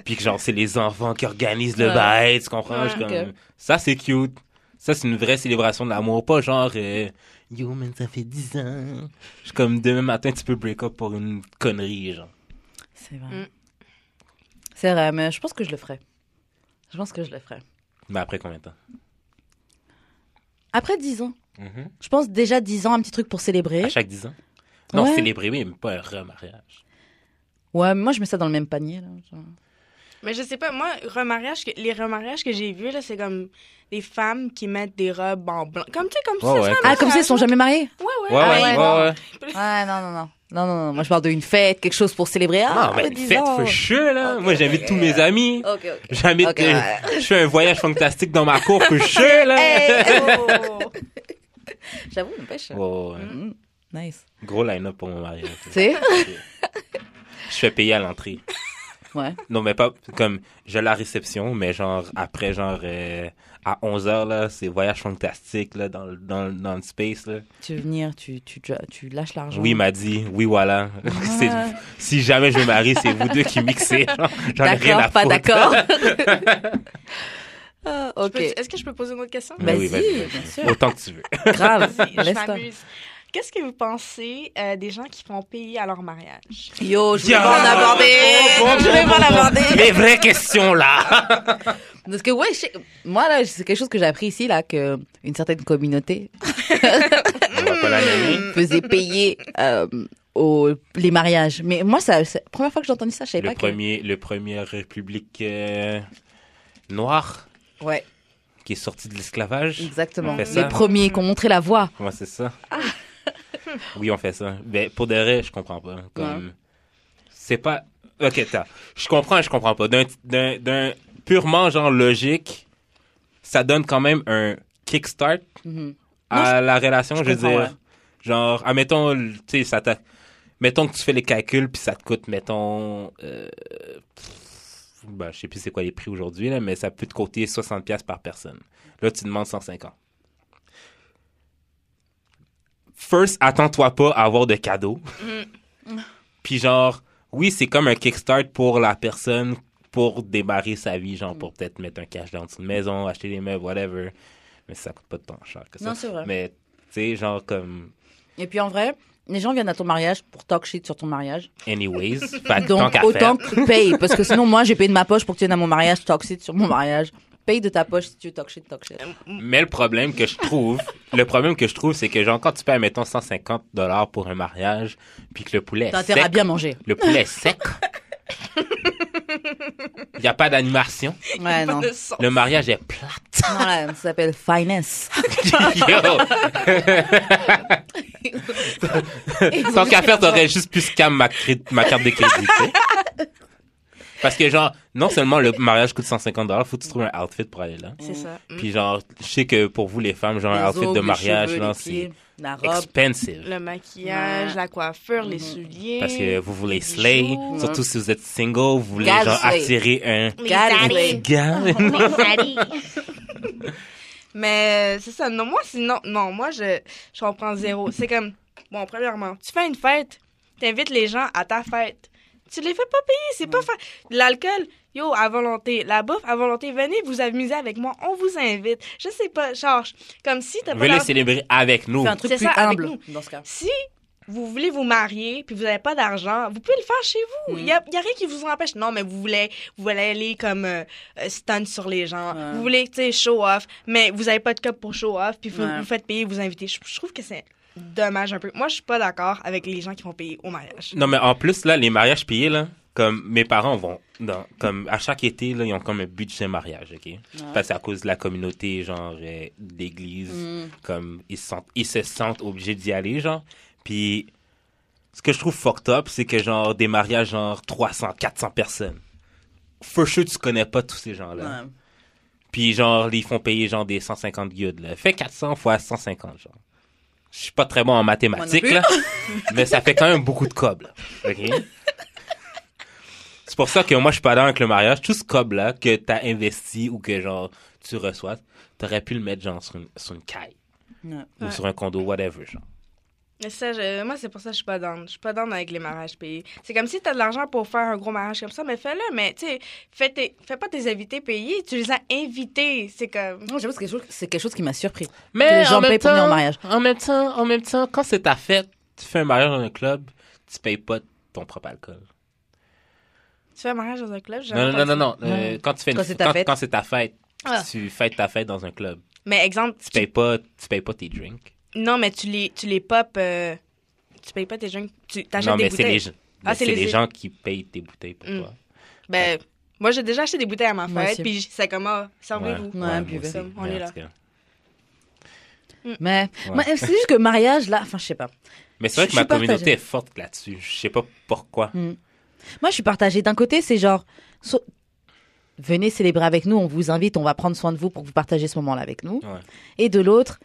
[SPEAKER 2] Puis que genre, c'est les enfants qui organisent le
[SPEAKER 1] Ouais.
[SPEAKER 2] bail, tu comprends? Je suis
[SPEAKER 1] Ouais.
[SPEAKER 2] comme...
[SPEAKER 1] Ok.
[SPEAKER 2] Ça, c'est cute. Ça, c'est une vraie célébration de l'amour. Pas genre... euh, Yo, man, ça fait 10 ans. Je suis comme, demain matin, tu peux break up pour une connerie, genre.
[SPEAKER 1] C'est vrai.
[SPEAKER 3] Mm.
[SPEAKER 1] C'est vrai, mais je pense que je le ferai. Je pense que je le ferai.
[SPEAKER 2] Mais après combien de temps?
[SPEAKER 1] Après 10 ans. Je pense déjà 10 ans, un petit truc pour
[SPEAKER 2] À
[SPEAKER 1] célébrer.
[SPEAKER 2] chaque 10 ans? Non,
[SPEAKER 1] Ouais.
[SPEAKER 2] célébrer, oui, mais pas un remariage.
[SPEAKER 1] Ouais, mais moi je mets ça dans le même panier. Là, genre.
[SPEAKER 3] Mais je sais pas, moi, remariage que- les remariages que j'ai vus, là, c'est comme des femmes qui mettent des robes en blanc. Comme, tu sais, comme si
[SPEAKER 2] Ouais,
[SPEAKER 3] ça
[SPEAKER 2] ouais.
[SPEAKER 3] serait un
[SPEAKER 1] Ah, comme ça, ils sont
[SPEAKER 3] mariage.
[SPEAKER 1] jamais mariés
[SPEAKER 3] Ouais, ouais,
[SPEAKER 2] Ouais,
[SPEAKER 1] Ah
[SPEAKER 2] ouais,
[SPEAKER 1] ouais,
[SPEAKER 2] ouais,
[SPEAKER 1] non.
[SPEAKER 2] ouais.
[SPEAKER 1] Ouais, non, non, non. Non, non, non. Moi je parle d'une fête, quelque chose pour célébrer. Ah,
[SPEAKER 2] Non, mais
[SPEAKER 1] dix
[SPEAKER 2] faites
[SPEAKER 1] ans.
[SPEAKER 2] for sure, là.
[SPEAKER 1] Ok,
[SPEAKER 2] Moi, j'invite
[SPEAKER 1] ok,
[SPEAKER 2] tous mes amis.
[SPEAKER 1] Ok, ok.
[SPEAKER 2] J'invite.
[SPEAKER 1] Ok,
[SPEAKER 2] euh,
[SPEAKER 1] ouais.
[SPEAKER 2] Je fais un voyage fantastique dans ma cour for sure, là.
[SPEAKER 1] Hey,
[SPEAKER 3] Oh.
[SPEAKER 1] J'avoue, une pêche.
[SPEAKER 2] Ouais, ouais, ouais.
[SPEAKER 1] Mm, Nice.
[SPEAKER 2] Gros line-up pour mon mariage.
[SPEAKER 1] Tu sais
[SPEAKER 2] Je fais payer à l'entrée.
[SPEAKER 1] Ouais.
[SPEAKER 2] Non, mais pas comme j'ai la réception, mais genre après, genre euh, à 11h, là, c'est voyage fantastique, là, dans, le- dans, le- dans le space, là.
[SPEAKER 1] Tu veux venir, tu, tu, tu lâches l'argent.
[SPEAKER 2] Oui, il m'a dit, oui, voilà. C'est-
[SPEAKER 1] Ouais.
[SPEAKER 2] Si jamais je me marie, c'est vous deux qui mixez. genre. J'en ai rien à
[SPEAKER 1] D'accord, pas
[SPEAKER 2] foutre.
[SPEAKER 1] d'accord. Ah,
[SPEAKER 3] Je
[SPEAKER 1] ok.
[SPEAKER 3] peux- Est-ce que je peux poser une autre question?
[SPEAKER 2] Mais oui,
[SPEAKER 1] Vas-y,
[SPEAKER 2] vas-y, vas-y.
[SPEAKER 1] bien sûr.
[SPEAKER 2] Autant que tu veux.
[SPEAKER 1] Grave.
[SPEAKER 3] Je
[SPEAKER 1] Laisse-toi.
[SPEAKER 3] m'amuse. Qu'est-ce que vous pensez euh, des gens qui font payer à leur mariage?
[SPEAKER 1] Yo, je vais
[SPEAKER 2] Yeah.
[SPEAKER 1] pas en aborder.
[SPEAKER 2] Oh, Bon, bon,
[SPEAKER 1] je vais
[SPEAKER 2] bon,
[SPEAKER 1] pas
[SPEAKER 2] bon,
[SPEAKER 1] l'aborder.
[SPEAKER 2] Les vraies questions, là.
[SPEAKER 1] Parce que ouais, je sais- moi là, c'est quelque chose que j'ai appris ici là que une certaine communauté
[SPEAKER 2] On va pas la nommer.
[SPEAKER 1] faisait payer euh, aux- les mariages. Mais moi, ça, c'est la première fois que j'ai entendu ça, je savais
[SPEAKER 2] le
[SPEAKER 1] pas
[SPEAKER 2] premier, le premier république euh, noire
[SPEAKER 1] que. Ouais,
[SPEAKER 2] qui est sorti de l'esclavage.
[SPEAKER 1] exactement.
[SPEAKER 2] On fait ça.
[SPEAKER 1] Les premiers qui ont montré la voie.
[SPEAKER 2] Comment c'est ça
[SPEAKER 1] Ah.
[SPEAKER 2] Oui, on fait ça. Mais pour de vrai, je comprends pas. Comme c'est pas. Ok, attends. Je comprends, et je comprends pas. D'un, d'un, d'un purement genre logique, ça donne quand même un kickstart
[SPEAKER 1] Mhm.
[SPEAKER 2] à la relation.
[SPEAKER 1] je
[SPEAKER 2] Je veux dire,
[SPEAKER 1] comprends, ouais.
[SPEAKER 2] genre, admettons, le- tu sais, ça t'a- mettons que tu fais les calculs puis ça te coûte, mettons. Euh, pff, ben, je sais plus c'est quoi les prix aujourd'hui, là, mais ça peut te coûter 60$ piastres par personne. Là, tu demandes 150. First, attends-toi pas à avoir de cadeaux.
[SPEAKER 1] Mm.
[SPEAKER 2] Puis genre, oui, c'est comme un kickstart pour la personne pour démarrer sa vie, genre
[SPEAKER 1] Mm.
[SPEAKER 2] pour peut-être mettre un cash dans une maison, acheter des meubles, whatever. Mais ça coûte pas tant cher que ça.
[SPEAKER 1] Non, c'est vrai.
[SPEAKER 2] Mais tu sais, genre comme
[SPEAKER 1] Et puis en vrai, les gens viennent à ton mariage pour talk shit sur ton mariage.
[SPEAKER 2] anyways, fait que tant
[SPEAKER 1] Donc
[SPEAKER 2] qu'à
[SPEAKER 1] autant
[SPEAKER 2] faire.
[SPEAKER 1] que tu payes, parce que sinon moi, j'ai payé de ma poche pour que tu viennes à mon mariage, talk shit sur mon mariage. Paye de ta poche si tu veux talk shit, talk shit.
[SPEAKER 2] Mais le problème que je trouve, le problème que je trouve, c'est que genre quand tu payes mettons 150 dollars pour un mariage, puis que le poulet
[SPEAKER 1] T'as
[SPEAKER 2] est
[SPEAKER 1] intérêt à
[SPEAKER 2] sec,
[SPEAKER 1] bien manger.
[SPEAKER 2] le poulet est sec. Il n'y a pas d'animation.
[SPEAKER 1] Ouais, non.
[SPEAKER 3] Pas de son.
[SPEAKER 2] Le mariage est plate.
[SPEAKER 1] Non, là, ça s'appelle finance.
[SPEAKER 2] Yo! Tant qu'à faire, t'aurais juste pu scam ma, cré- ma carte de crédit, tu sais. Parce que, genre, non seulement le mariage coûte 150 dollars, faut que tu trouves un outfit pour aller là.
[SPEAKER 3] C'est ça. Mm.
[SPEAKER 2] Puis, genre, je sais que pour vous, les femmes, genre, un
[SPEAKER 1] Les
[SPEAKER 2] outfit
[SPEAKER 1] ongles,
[SPEAKER 2] de
[SPEAKER 1] les
[SPEAKER 2] mariage,
[SPEAKER 1] cheveux,
[SPEAKER 2] là,
[SPEAKER 1] les
[SPEAKER 2] c'est
[SPEAKER 1] pieds, la robe.
[SPEAKER 2] expensive.
[SPEAKER 3] Le maquillage,
[SPEAKER 1] Ouais.
[SPEAKER 3] la coiffure, les
[SPEAKER 1] Mhm.
[SPEAKER 3] souliers.
[SPEAKER 2] Mm. Parce que vous voulez
[SPEAKER 3] les
[SPEAKER 2] slay,
[SPEAKER 3] bijoux.
[SPEAKER 2] surtout si vous êtes single, vous voulez,
[SPEAKER 1] Gaz
[SPEAKER 2] genre,
[SPEAKER 1] slay.
[SPEAKER 2] attirer un
[SPEAKER 3] Les
[SPEAKER 1] Gars,
[SPEAKER 3] daddies.
[SPEAKER 1] les
[SPEAKER 2] petit gars.
[SPEAKER 3] Mais euh, c'est ça. Non, moi, sinon, non, moi, je, je comprends zéro. C'est comme, bon, premièrement, tu fais une fête, t'invites les gens à ta fête. Tu les fais pas payer, c'est pas fa- L'alcool, yo, à volonté. La bouffe, à volonté. Venez vous amuser avec moi, on vous invite. Je sais pas, charge. Comme si t'as pas
[SPEAKER 2] Venez
[SPEAKER 3] d'argent-
[SPEAKER 2] célébrer avec nous.
[SPEAKER 1] Fais un truc
[SPEAKER 3] C'est
[SPEAKER 1] plus
[SPEAKER 3] ça, avec
[SPEAKER 1] humble, dans ce cas.
[SPEAKER 3] Si vous voulez vous marier puis vous n'avez pas d'argent, vous pouvez le faire chez vous. Il n'y a, y a rien qui vous empêche. Non, mais vous voulez, vous voulez aller comme euh, euh, stand sur les gens.
[SPEAKER 1] Ouais.
[SPEAKER 3] Vous voulez, tu sais, show off, mais vous n'avez pas de cup pour show off puis vous,
[SPEAKER 1] Ouais.
[SPEAKER 3] vous faites payer, vous invitez. Je, je trouve que c'est dommage un peu. Moi, je suis pas d'accord avec les gens qui vont payer au mariage.
[SPEAKER 2] Non, mais en plus, là, les mariages payés, là, comme mes parents vont, dans, comme à chaque été, là, ils ont comme un budget mariage, OK? Parce que c'est à cause de la communauté, genre, euh, d'église,
[SPEAKER 1] Mm.
[SPEAKER 2] comme, ils, se sentent, ils se sentent obligés d'y aller, genre. Puis, ce que je trouve fucked up, c'est que, genre, des mariages, genre, 300, 400 personnes. For sure, tu connais pas tous ces gens-là.
[SPEAKER 1] Ouais.
[SPEAKER 2] Puis, genre, ils font payer, genre, des 150 guildes, là. Fais 400 fois 150, genre. Je suis pas très bon en mathématiques,
[SPEAKER 1] plus.
[SPEAKER 2] là. mais ça fait quand même beaucoup de cob, là. OK? C'est pour ça que moi, je suis pas d'accord avec le mariage. Tout ce cob-là que t'as investi ou que, genre, tu reçois, t'aurais pu le mettre, genre, sur une, sur une caille
[SPEAKER 1] Ouais.
[SPEAKER 2] ou
[SPEAKER 3] Ouais.
[SPEAKER 2] sur un condo, whatever, genre.
[SPEAKER 3] Mais ça, je- moi, c'est pour ça que je suis pas down. Je suis pas down avec les mariages payés. C'est comme si tu as de l'argent pour faire un gros mariage comme ça, mais fais-le. Mais tu sais, fais, tes- fais pas tes invités payés. Tu les as invités. C'est comme.
[SPEAKER 1] Non, j'avoue, c'est quelque, chose- c'est quelque chose qui m'a surpris.
[SPEAKER 2] Mais
[SPEAKER 1] les gens
[SPEAKER 2] en même
[SPEAKER 1] payent pour venir
[SPEAKER 2] temps,
[SPEAKER 1] au mariage.
[SPEAKER 2] En même temps, en même temps, quand c'est ta fête, tu fais un mariage dans un club, tu payes pas ton propre alcool.
[SPEAKER 3] Tu fais un mariage dans un club? j'ai
[SPEAKER 2] Non,
[SPEAKER 3] jamais
[SPEAKER 2] non, non,
[SPEAKER 3] entendu
[SPEAKER 2] non,
[SPEAKER 3] ça.
[SPEAKER 2] non. euh, Quand tu fais une-
[SPEAKER 1] Quand c'est ta
[SPEAKER 2] quand-
[SPEAKER 1] fête.
[SPEAKER 2] quand c'est ta fête,
[SPEAKER 3] Ah.
[SPEAKER 2] tu fêtes ta fête dans un club.
[SPEAKER 3] Mais exemple,
[SPEAKER 2] Tu payes pas, tu payes pas tes drinks.
[SPEAKER 3] non, mais tu les, tu les pop, euh, tu payes pas tes jeunes, tu t'achètes
[SPEAKER 2] Non,
[SPEAKER 3] des
[SPEAKER 2] mais c'est
[SPEAKER 3] bouteilles.
[SPEAKER 2] les, gens-
[SPEAKER 3] Ah,
[SPEAKER 2] mais
[SPEAKER 3] c'est
[SPEAKER 2] c'est
[SPEAKER 3] les-
[SPEAKER 2] les gens qui payent tes bouteilles pour
[SPEAKER 3] Mm.
[SPEAKER 2] toi.
[SPEAKER 3] Ben, moi, j'ai déjà acheté des bouteilles à ma
[SPEAKER 1] Moi
[SPEAKER 3] fête,
[SPEAKER 1] aussi.
[SPEAKER 3] puis ça comme, ah, servez-vous.
[SPEAKER 1] Ouais.
[SPEAKER 2] moi
[SPEAKER 1] buvez.
[SPEAKER 2] aussi.
[SPEAKER 3] On
[SPEAKER 2] Ouais,
[SPEAKER 3] est là.
[SPEAKER 2] en tout cas.
[SPEAKER 1] Mais,
[SPEAKER 2] Ouais.
[SPEAKER 1] mais c'est juste que mariage, là, enfin, je sais pas.
[SPEAKER 2] Mais c'est vrai
[SPEAKER 1] Je
[SPEAKER 2] que ma
[SPEAKER 1] suis partagée.
[SPEAKER 2] communauté est forte là-dessus. Je sais pas pourquoi.
[SPEAKER 1] Moi, je suis partagée. D'un côté, c'est genre, so- venez célébrer avec nous, on vous invite, on va prendre soin de vous pour que vous partagez ce moment-là avec nous.
[SPEAKER 2] Ouais.
[SPEAKER 1] Et de l'autre,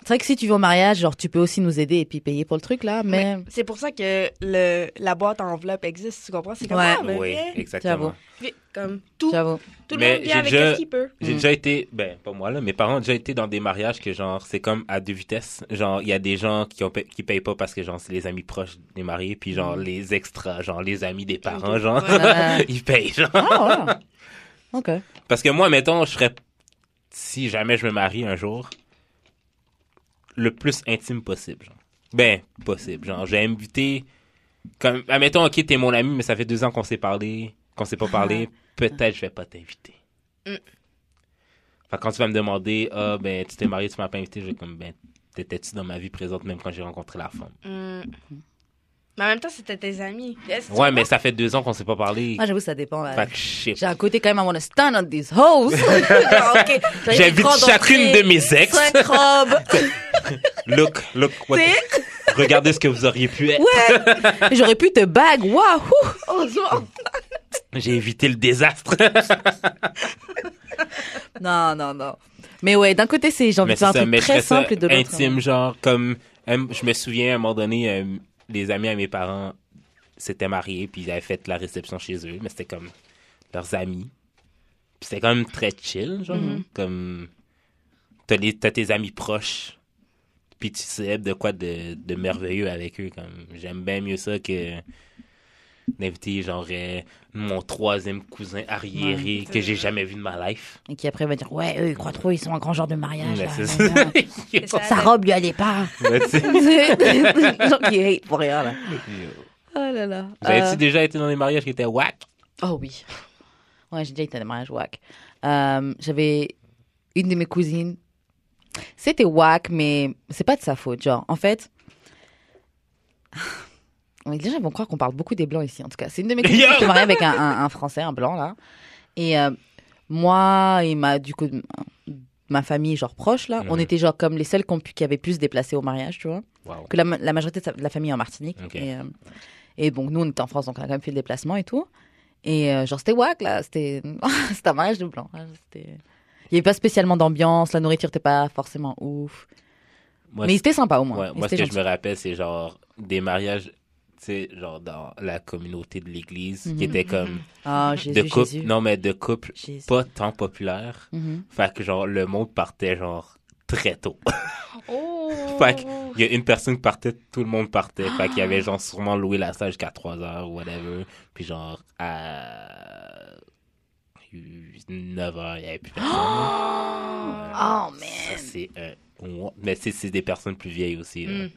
[SPEAKER 1] c'est vrai que si tu vas au mariage, genre, tu peux aussi nous aider et puis payer pour le truc, là, mais.
[SPEAKER 3] Mais C'est pour ça que le, la boîte à enveloppe existe, tu comprends? C'est comme,
[SPEAKER 1] Ouais.
[SPEAKER 3] ah, ben,
[SPEAKER 2] Oui,
[SPEAKER 3] viens,
[SPEAKER 2] exactement.
[SPEAKER 1] J'avoue.
[SPEAKER 3] viens. comme tout,
[SPEAKER 1] J'avoue.
[SPEAKER 3] tout le
[SPEAKER 2] Mais
[SPEAKER 3] monde vient
[SPEAKER 2] j'ai
[SPEAKER 3] avec
[SPEAKER 2] déjà-
[SPEAKER 3] ce qu'il peut.
[SPEAKER 2] J'ai
[SPEAKER 1] Mm.
[SPEAKER 2] déjà été, ben pas moi là, mes parents ont déjà été dans des mariages que genre c'est comme à deux vitesses. Genre il y a des gens qui ont pa- qui payent pas parce que genre c'est les amis proches des mariés, puis genre
[SPEAKER 1] Mm.
[SPEAKER 2] les extras, genre les amis des parents, genre
[SPEAKER 1] Ouais.
[SPEAKER 2] ils payent. Genre.
[SPEAKER 1] Ah, ouais. Ok.
[SPEAKER 2] Parce que moi, mettons, je serais si jamais je me marie un jour, le plus intime possible. Genre. Ben possible, genre j'ai invité comme, admettons, ok t'es mon ami, mais ça fait deux ans qu'on s'est parlé, qu'on s'est pas parlé, peut-être je vais pas t'inviter.
[SPEAKER 3] Mm.
[SPEAKER 2] Fait que quand tu vas me demander, ah ben tu t'es marié, tu m'as pas invité, je vais comme ben t'étais-tu dans ma vie présente même quand j'ai rencontré la femme.
[SPEAKER 3] Hum.
[SPEAKER 1] Mhm.
[SPEAKER 3] Mais en même temps, c'était tes amis. Est-ce que tu
[SPEAKER 2] Ouais, mais ça fait deux ans qu'on s'est pas parlé.
[SPEAKER 1] Moi, Ah, j'avoue, ça dépend. là.
[SPEAKER 2] Fait que shit.
[SPEAKER 1] J'ai un côté quand même, I wanna stand on these hoes. Genre, ok.
[SPEAKER 2] J'invite
[SPEAKER 1] Grande
[SPEAKER 2] chacune
[SPEAKER 1] entrée,
[SPEAKER 2] de mes ex.
[SPEAKER 1] Cinq robes.
[SPEAKER 2] Look, look, what the- regardez ce que vous auriez pu être.
[SPEAKER 1] J'aurais pu te bag. Waouh.
[SPEAKER 3] Heureusement.
[SPEAKER 2] J'ai évité le désastre.
[SPEAKER 1] Non, non, non. Mais ouais, d'un côté, c'est j'ai envie de faire un
[SPEAKER 2] Ah, ça,
[SPEAKER 1] truc
[SPEAKER 2] je ferais
[SPEAKER 1] très
[SPEAKER 2] ça
[SPEAKER 1] simple et de l'autre. hein.
[SPEAKER 2] intime, genre comme euh, je me souviens à un moment donné, euh, les amis à mes parents s'étaient mariés puis ils avaient fait la réception chez eux, mais c'était comme leurs amis. Puis c'était quand même très chill, genre
[SPEAKER 1] Mm-hmm.
[SPEAKER 2] comme t'as les- t'as tes amis proches. Puis tu célèbres de quoi de, de merveilleux avec eux. Comme. J'aime bien mieux ça que d'inviter genre euh, mon troisième cousin arriéré
[SPEAKER 3] Ouais.
[SPEAKER 2] que j'ai jamais vu de ma life.
[SPEAKER 1] Et qui après va dire, ouais, eux, ils croient trop, ils sont un grand genre de mariage.
[SPEAKER 2] Mais
[SPEAKER 1] là,
[SPEAKER 2] c'est
[SPEAKER 1] là, là.
[SPEAKER 3] C'est ça.
[SPEAKER 1] Sa robe lui allait pas.
[SPEAKER 2] Mais tu sais,
[SPEAKER 1] Genre qui hate pour rien, là. Oh là là.
[SPEAKER 2] Vous avez-tu
[SPEAKER 1] Euh,
[SPEAKER 2] déjà été dans des mariages qui étaient whack?
[SPEAKER 1] Oh oui. Ouais, j'ai déjà été à des mariages whack. Euh, J'avais une de mes cousines. C'était whack, mais c'est pas de sa faute. Genre, en fait. Oui, Les gens vont croire qu'on parle beaucoup des blancs ici, en tout cas. C'est une de mes cousines qui s'est mariée avec un, un- un Français, un blanc, là. Et euh, moi, il m'a du coup ma famille, genre proche, là, on
[SPEAKER 2] Mhm.
[SPEAKER 1] était genre comme les seuls qu'on pu- qui avaient pu se déplacer au mariage, tu vois.
[SPEAKER 2] Wow.
[SPEAKER 1] Que la, ma- la majorité de, sa- de la famille est en Martinique.
[SPEAKER 2] Ok.
[SPEAKER 1] Et, euh, et donc, nous, on était en France, donc on a quand même fait le déplacement et tout. Et euh, genre, c'était wack, là. C'était c'était un mariage de blanc. hein, c'était- Il n'y avait pas spécialement d'ambiance, la nourriture n'était pas forcément ouf.
[SPEAKER 2] Moi,
[SPEAKER 1] Mais c'était sympa au moins.
[SPEAKER 2] Ouais,
[SPEAKER 1] Ils
[SPEAKER 2] moi, ce
[SPEAKER 1] étaient
[SPEAKER 2] que je
[SPEAKER 1] gentils.
[SPEAKER 2] me rappelle, c'est genre des mariages, tu sais, genre dans la communauté de l'église,
[SPEAKER 1] Mhm.
[SPEAKER 2] qui étaient comme
[SPEAKER 1] Ah, Jésus,
[SPEAKER 2] de couple,
[SPEAKER 1] Jésus.
[SPEAKER 2] non, mais de couple
[SPEAKER 1] Jésus.
[SPEAKER 2] pas tant populaire.
[SPEAKER 1] Mhm.
[SPEAKER 2] Fait que genre, le monde partait genre très tôt.
[SPEAKER 3] Oh!
[SPEAKER 2] Fait Il y a une personne qui partait, tout le monde partait. Fait qu'il y avait genre sûrement loué la salle jusqu'à 3 heures ou whatever. Puis genre, à 9 heures, il y avait plus personne.
[SPEAKER 3] Ah.
[SPEAKER 1] Oh, man.
[SPEAKER 2] Ça, c'est un... Mais c'est c'est des personnes plus vieilles aussi. là.
[SPEAKER 3] Mm.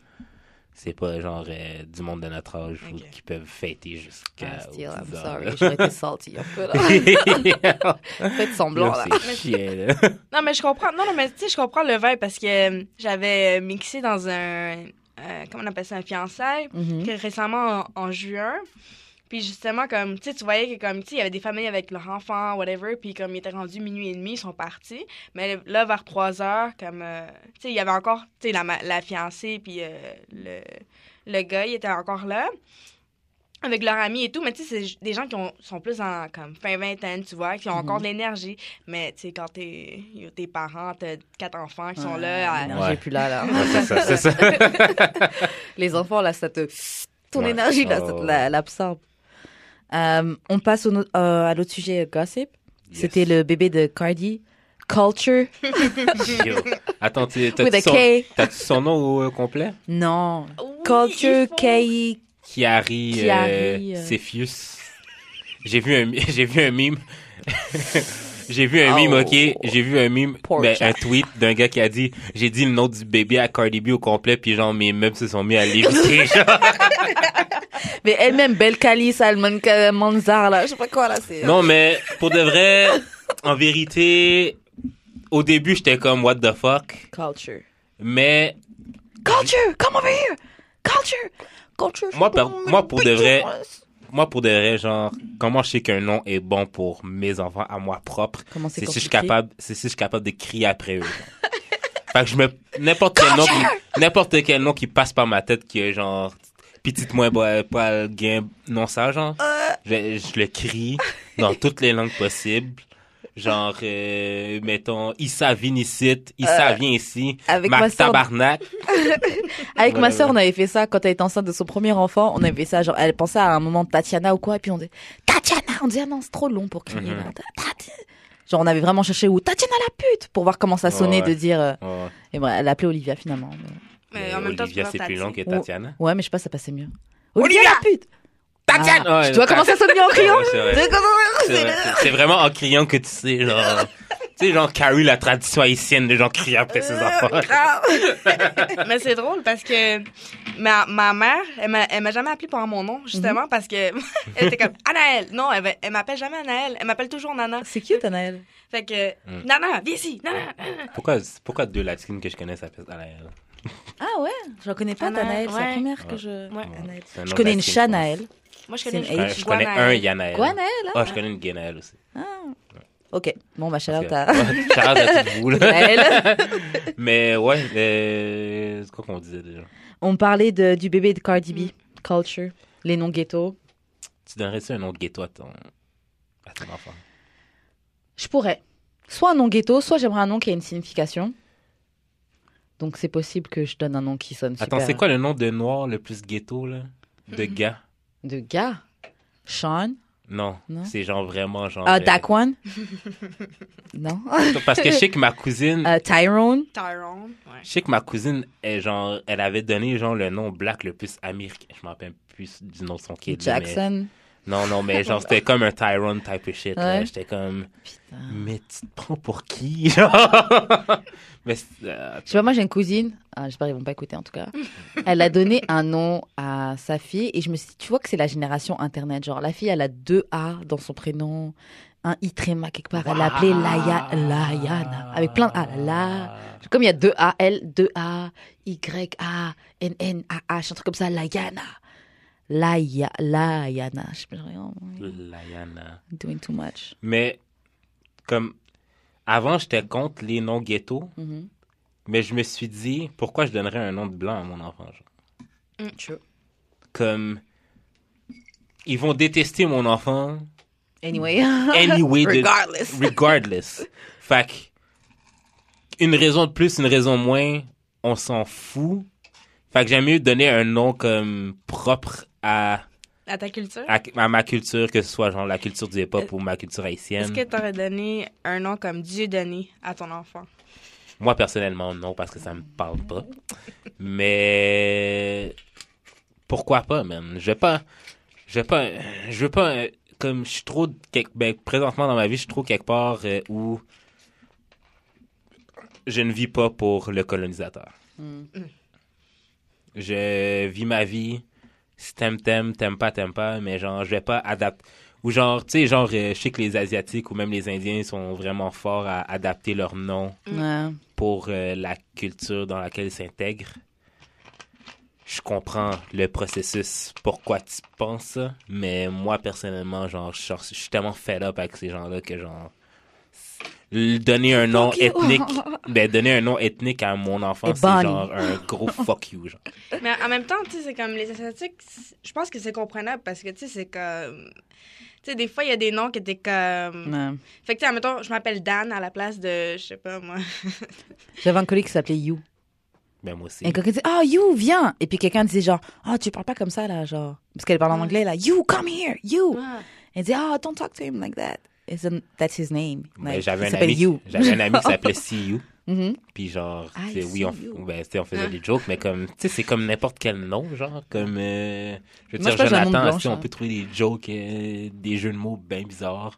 [SPEAKER 2] C'est pas genre euh, du monde de notre âge ou
[SPEAKER 3] Ok.
[SPEAKER 2] qui peuvent fêter jusqu'à.
[SPEAKER 1] Ah, still,
[SPEAKER 2] aux
[SPEAKER 1] I'm
[SPEAKER 2] 10 heures,
[SPEAKER 1] sorry,
[SPEAKER 2] là.
[SPEAKER 1] j'aurais été salty un peu, là. Faites semblant,
[SPEAKER 2] Là,
[SPEAKER 1] là.
[SPEAKER 2] c'est chiant, là.
[SPEAKER 3] Non, mais je comprends. Non, non, mais tu sais, je comprends le verre parce que euh, j'avais euh, mixé dans un. euh, comment on appelle ça? Un fiançailles.
[SPEAKER 1] Mhm.
[SPEAKER 2] Hmm?
[SPEAKER 3] que récemment en, en juin. Puis justement, comme, tu sais, tu voyais que, comme, tu sais, il y avait des familles avec leurs enfants, whatever, puis comme, il était rendu minuit et demi, ils sont partis. Mais là, vers 3 heures, comme, euh, tu sais, il y avait encore, tu sais, la, ma- la fiancée, puis euh, le, le gars, il était encore là, avec leurs amis et tout. Mais tu sais, c'est ju- des gens qui ont- sont plus en, comme, fin vingtaine, tu vois, qui ont
[SPEAKER 2] Hmm.
[SPEAKER 3] encore de l'énergie. Mais, tu sais, quand t'es, yo, tes parents, t'as quatre enfants qui sont là, à-
[SPEAKER 1] Ouais, Ah, L'énergie
[SPEAKER 2] Ouais.
[SPEAKER 1] est plus là, là.
[SPEAKER 2] Ouais, c'est ça, c'est ça.
[SPEAKER 1] Les enfants, là, ça te. Ton
[SPEAKER 2] Ouais.
[SPEAKER 1] énergie, là, ça
[SPEAKER 2] Oh.
[SPEAKER 1] te la- l'absorbe. Euh, on passe au no- euh, à l'autre sujet, euh, gossip.
[SPEAKER 2] Yes.
[SPEAKER 1] C'était le bébé de Cardi. Culture
[SPEAKER 2] Yo. Attends, tu-
[SPEAKER 1] with
[SPEAKER 2] t'as-tu
[SPEAKER 1] a
[SPEAKER 2] son...
[SPEAKER 1] K.
[SPEAKER 2] t'as-tu son nom au euh, complet?
[SPEAKER 1] Non.
[SPEAKER 3] Oui,
[SPEAKER 1] Culture
[SPEAKER 3] il faut-
[SPEAKER 1] K.
[SPEAKER 2] Chiari,
[SPEAKER 1] Chiari,
[SPEAKER 2] euh,
[SPEAKER 1] euh.
[SPEAKER 2] Cepheus. J'ai vu un, j'ai vu un mime. j'ai vu un mime,
[SPEAKER 1] Oh.
[SPEAKER 2] ok. J'ai vu un mime,
[SPEAKER 1] Poor
[SPEAKER 2] ben,
[SPEAKER 1] child.
[SPEAKER 2] un tweet d'un gars qui a dit, j'ai dit le nom du bébé à Cardi B au complet, puis genre mes meubles se sont mis à léviter. genre.
[SPEAKER 1] Mais elle-même, Belle Cali, Salman Ka- Manzar, là, je sais pas quoi, là, c'est.
[SPEAKER 2] non, mais pour de vrai, en vérité, au début j'étais comme what the fuck,
[SPEAKER 1] euh, Culture.
[SPEAKER 2] mais
[SPEAKER 1] Culture, come over here. Culture. Culture.
[SPEAKER 2] Moi, par- moi, pour de vrai, moi pour de vrai, genre comment je sais qu'un nom est bon pour mes enfants à moi propre,
[SPEAKER 1] Comment c'est
[SPEAKER 2] c'est si je suis
[SPEAKER 1] compliqué?
[SPEAKER 2] capable c'est si je suis capable de crier après eux genre. fait que je me n'importe quel nom qui- n'importe quel nom qui passe par ma tête qui est genre petite moins pas gain non ça genre je, je le crie dans toutes les langues possibles genre euh, mettons Issa vient ici Issa vient ici
[SPEAKER 1] Avec
[SPEAKER 2] Marc
[SPEAKER 1] ma sœur,
[SPEAKER 2] Tabarnak
[SPEAKER 1] avec ma
[SPEAKER 2] Voilà,
[SPEAKER 1] sœur, on avait fait ça quand elle était enceinte de son premier enfant. On avait fait ça, genre, elle pensait à un moment Tatiana ou quoi, et puis on dit Tatiana. On dit ah non, c'est trop long pour crier.
[SPEAKER 2] Mhm.
[SPEAKER 1] là. Tati- Genre, on avait vraiment cherché où Tatiana la pute pour voir comment ça sonnait
[SPEAKER 2] Ouais.
[SPEAKER 1] de dire. euh,
[SPEAKER 2] Ouais.
[SPEAKER 1] Et bon, elle appelait Olivia finalement. mais-
[SPEAKER 3] Mais
[SPEAKER 2] Mais
[SPEAKER 3] en même temps,
[SPEAKER 2] Oh, Olivia
[SPEAKER 3] tu peux
[SPEAKER 2] c'est
[SPEAKER 3] leur
[SPEAKER 2] plus long que
[SPEAKER 1] Tati.
[SPEAKER 2] Tatiana
[SPEAKER 1] Ouais, mais je sais pas, ça passait mieux.
[SPEAKER 2] Olivia
[SPEAKER 1] la pute.
[SPEAKER 2] Tatiana!
[SPEAKER 1] Ah,
[SPEAKER 2] Ouais,
[SPEAKER 1] Tu vois comment ça sonne bien en criant
[SPEAKER 2] Ouais, c'est vrai.
[SPEAKER 1] Tu vois comment-
[SPEAKER 2] C'est vrai, c'est- c'est vraiment en criant que tu sais, genre. Tu sais, genre, Carrie, la tradition haïtienne de gens crier après ses
[SPEAKER 1] Euh,
[SPEAKER 2] enfants.
[SPEAKER 3] mais c'est drôle parce que ma, ma mère, elle m'a, elle m'a jamais appelé par mon nom,
[SPEAKER 1] Mhm.
[SPEAKER 3] justement, parce que elle était comme Anaël. Non, elle, va- elle m'appelle jamais Anaël. Elle m'appelle toujours Nana.
[SPEAKER 1] C'est cute, Anaël.
[SPEAKER 3] Fait que,
[SPEAKER 2] Mm.
[SPEAKER 3] Nana, viens ici, Nana.
[SPEAKER 2] Pourquoi, pourquoi deux latines que je connais s'appellent Anaël?
[SPEAKER 1] Ah ouais, je la connais pas,
[SPEAKER 3] Anaël,
[SPEAKER 1] Anaël. C'est la
[SPEAKER 3] ouais.
[SPEAKER 1] première que
[SPEAKER 2] Ouais. bah,
[SPEAKER 1] je.
[SPEAKER 3] Ouais.
[SPEAKER 1] Anaël.
[SPEAKER 2] C'est un
[SPEAKER 1] Je
[SPEAKER 2] nom
[SPEAKER 1] connais une
[SPEAKER 2] latine,
[SPEAKER 1] chat,
[SPEAKER 2] je pense.
[SPEAKER 1] Anaël.
[SPEAKER 3] Moi, je
[SPEAKER 1] C'est
[SPEAKER 3] connais
[SPEAKER 1] une
[SPEAKER 2] Ouais,
[SPEAKER 1] H.
[SPEAKER 2] je connais un
[SPEAKER 3] Guanaël.
[SPEAKER 2] Yanaël.
[SPEAKER 1] Quoi, Anaël hein
[SPEAKER 2] Ah, je connais une Guénaël aussi.
[SPEAKER 1] Ah. Ok, bon, ma
[SPEAKER 2] Parce
[SPEAKER 1] chaleur,
[SPEAKER 2] que-
[SPEAKER 1] t'as.
[SPEAKER 2] Ouais, Charles, à tout vous, là.
[SPEAKER 1] Anaël.
[SPEAKER 2] Mais ouais, euh, c'est quoi qu'on disait déjà?
[SPEAKER 1] On parlait de, du bébé de Cardi B,
[SPEAKER 3] Mm.
[SPEAKER 1] Culture, les noms ghetto.
[SPEAKER 2] Tu donnerais-tu un autre ghetto à ton, à ton enfant?
[SPEAKER 1] Je pourrais. Soit un nom ghetto, soit j'aimerais un nom qui a une signification. Donc c'est possible que je donne un nom qui sonne super.
[SPEAKER 2] Attends, c'est quoi le nom de noir le plus ghetto, là? De gars?
[SPEAKER 1] De gars. Sean.
[SPEAKER 2] Non.
[SPEAKER 1] Non.
[SPEAKER 2] C'est genre vraiment genre.
[SPEAKER 1] Ah,
[SPEAKER 2] euh,
[SPEAKER 1] Daquan. non.
[SPEAKER 2] Parce que je sais que ma cousine,
[SPEAKER 1] Euh, Tyrone.
[SPEAKER 3] Tyrone. Ouais.
[SPEAKER 2] Je sais que ma cousine, elle, genre, elle avait donné genre, le nom black le plus américain. Je m'en rappelle plus du nom de son kid. là, mais-
[SPEAKER 1] Jackson.
[SPEAKER 2] Non, non, mais genre, c'était comme un Tyrone type of shit. là.
[SPEAKER 1] Ouais.
[SPEAKER 2] J'étais comme,
[SPEAKER 1] Putain.
[SPEAKER 2] mais tu te prends pour qui? genre? mais c'est- euh,
[SPEAKER 1] Je sais pas, moi j'ai une cousine, ah, j'espère qu'ils vont pas écouter en tout cas. Elle a donné un nom à sa fille et je me suis dit, tu vois que c'est la génération internet. Genre la fille, elle a deux A dans son prénom, un I tréma quelque part. Elle l'a appelée
[SPEAKER 2] Ah!
[SPEAKER 1] Laya, Layana, avec plein de A. La, comme il y a deux A, L, deux A, Y, A, N, N, A, H, un truc comme ça, Layana. Laya, Layana. Je sais pas, genre, oh,
[SPEAKER 2] Layana.
[SPEAKER 1] doing too much.
[SPEAKER 2] Mais, comme, Avant, j'étais contre les noms ghetto,
[SPEAKER 1] Mhm.
[SPEAKER 2] mais je me suis dit, pourquoi je donnerais un nom de blanc à mon enfant? genre?
[SPEAKER 1] Mm, True.
[SPEAKER 2] Comme, ils vont détester mon enfant
[SPEAKER 1] Anyway.
[SPEAKER 2] anyway. de-
[SPEAKER 1] Regardless.
[SPEAKER 2] regardless. Fait que, une raison de plus, une raison de moins, on s'en fout. Fait que j'aime mieux donner un nom comme propre à,
[SPEAKER 3] À ta culture?
[SPEAKER 2] à, à ma culture, que ce soit genre la culture du hip-hop ou ma culture haïtienne.
[SPEAKER 3] Euh, Est-ce que tu aurais donné un nom comme Dieu donné à ton enfant?
[SPEAKER 2] Moi, personnellement, non, parce que ça me parle pas. Mais pourquoi pas, même? Je vais pas. Je vais pas. Je veux pas. euh, Comme je suis trop. quelque- ben, présentement dans ma vie, je suis trop quelque part euh, où je ne vis pas pour le colonisateur.
[SPEAKER 1] Mm.
[SPEAKER 2] Je vis ma vie. Si t'aimes, t'aimes, t'aimes pas, t'aimes pas, mais genre, je vais pas adapter. Ou genre, tu sais, genre, euh, je sais que les Asiatiques ou même les Indiens sont vraiment forts à adapter leur nom
[SPEAKER 1] Ouais.
[SPEAKER 2] pour euh, la culture dans laquelle ils s'intègrent. Je comprends le processus, pourquoi tu penses ça, mais moi personnellement, genre, je sors- je suis tellement fed up avec ces gens-là que genre l- donner un nom
[SPEAKER 1] Fuck you.
[SPEAKER 2] ethnique, ben, donner un nom ethnique à mon enfant,
[SPEAKER 1] Et
[SPEAKER 2] c'est
[SPEAKER 1] Bonnie.
[SPEAKER 2] genre un gros fuck you, genre.
[SPEAKER 3] Mais en même temps, tu sais, c'est comme les Asiatiques, c'est- je pense que c'est comprenable parce que, tu sais, c'est comme. Tu sais, des fois, il y a des noms qui étaient comme.
[SPEAKER 1] Ouais.
[SPEAKER 3] Fait que, tu sais, admettons, je m'appelle Dan à la place de, je sais pas, moi.
[SPEAKER 1] J'avais un collègue qui s'appelait You.
[SPEAKER 2] Ben moi aussi.
[SPEAKER 1] Et quelqu'un disait, ah, You, viens. Et puis quelqu'un disait, genre, ah, tu parles pas comme ça, là, genre. Parce qu'elle parle en anglais, là. You, come here, You. Elle dit, ah, don't talk to him like that. It's a- that's his name.
[SPEAKER 2] Ben,
[SPEAKER 1] Like,
[SPEAKER 2] j'avais
[SPEAKER 1] il
[SPEAKER 2] un
[SPEAKER 1] s'appelle
[SPEAKER 2] ami,
[SPEAKER 1] You.
[SPEAKER 2] j'avais un ami qui s'appelait CU,
[SPEAKER 1] Mhm.
[SPEAKER 2] puis genre,
[SPEAKER 1] Ah,
[SPEAKER 2] c'est- oui, on,
[SPEAKER 1] see you. Ah.
[SPEAKER 2] ben, tu sais, on faisait des jokes, mais comme, tu sais, c'est comme n'importe quel nom, genre, comme, euh, je veux
[SPEAKER 1] Moi, je
[SPEAKER 2] dire,
[SPEAKER 1] pense que j'ai un nom de
[SPEAKER 2] Jonathan,
[SPEAKER 1] blanche,
[SPEAKER 2] si on
[SPEAKER 1] hein.
[SPEAKER 2] peut trouver des jokes, euh, des jeux de mots bien bizarres,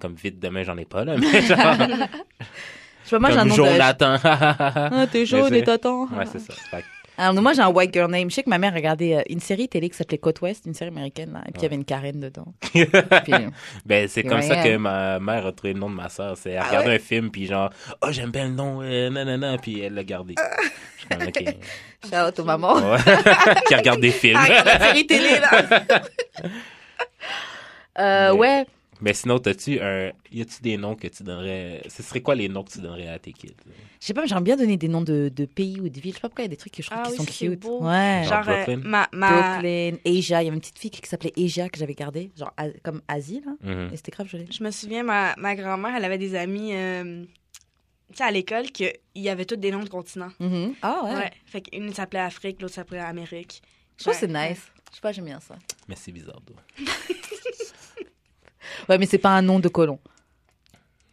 [SPEAKER 2] comme vite, demain, j'en ai pas, là, mais genre,
[SPEAKER 1] Je sais pas, moi, j'ai un
[SPEAKER 2] comme
[SPEAKER 1] nom de.
[SPEAKER 2] Jonathan,
[SPEAKER 1] Ah, t'es jaune
[SPEAKER 2] Mais
[SPEAKER 1] et
[SPEAKER 2] c'est-
[SPEAKER 1] t'attends.
[SPEAKER 2] ouais, c'est ça, Fait que
[SPEAKER 1] Alors, Ah, moi, j'ai un white girl name. Je sais que ma mère regardait euh, une série télé qui s'appelait Côte Ouest, une série américaine, là. Et puis, il y avait une Karen dedans. Puis, euh,
[SPEAKER 2] Ben, c'est comme
[SPEAKER 1] Ouais.
[SPEAKER 2] ça que ma mère a trouvé le nom de ma soeur. C'est, elle
[SPEAKER 1] Ah
[SPEAKER 2] regardait un film, puis genre, oh, j'aime bien le nom, euh, nanana, puis elle l'a gardé. Je suis comme, ok.
[SPEAKER 1] Ah. shout out aux mamans.
[SPEAKER 2] Ouais. Qui regarde des films.
[SPEAKER 3] Ah, la série télé, là!
[SPEAKER 1] Euh,
[SPEAKER 2] Mais-
[SPEAKER 1] ouais.
[SPEAKER 2] Mais sinon, t'as-tu un. Y a-tu des noms que tu donnerais. Ce serait quoi les noms que tu donnerais à tes kids?
[SPEAKER 1] Je sais pas, mais j'aime bien donner des noms de, de pays ou de villes. Je sais pas pourquoi il y a des trucs que je trouve
[SPEAKER 3] Ah
[SPEAKER 1] qui
[SPEAKER 3] oui,
[SPEAKER 1] sont
[SPEAKER 3] ça, c'est
[SPEAKER 1] cute.
[SPEAKER 3] beau.
[SPEAKER 1] Ouais.
[SPEAKER 2] Genre
[SPEAKER 3] Genre, euh,
[SPEAKER 2] Brooklyn.
[SPEAKER 3] ma. ma...
[SPEAKER 1] Brooklyn, Asia. Il y avait une petite fille qui s'appelait Asia que j'avais gardée, genre A- comme Asie, là.
[SPEAKER 2] Mhm.
[SPEAKER 1] Et c'était grave joli.
[SPEAKER 3] Je me souviens, ma, ma grand-mère, elle avait des amis, euh, tu sais, à l'école, qu'il y avait tous des noms de continents.
[SPEAKER 1] Ah ouais.
[SPEAKER 3] Ouais. Fait qu'une s'appelait Afrique, l'autre s'appelait Amérique.
[SPEAKER 1] Je trouve que c'est
[SPEAKER 3] Ouais.
[SPEAKER 1] nice. Je sais pas, j'aime bien ça.
[SPEAKER 2] Mais c'est bizarre, toi.
[SPEAKER 1] Ouais, mais c'est pas un nom de colon.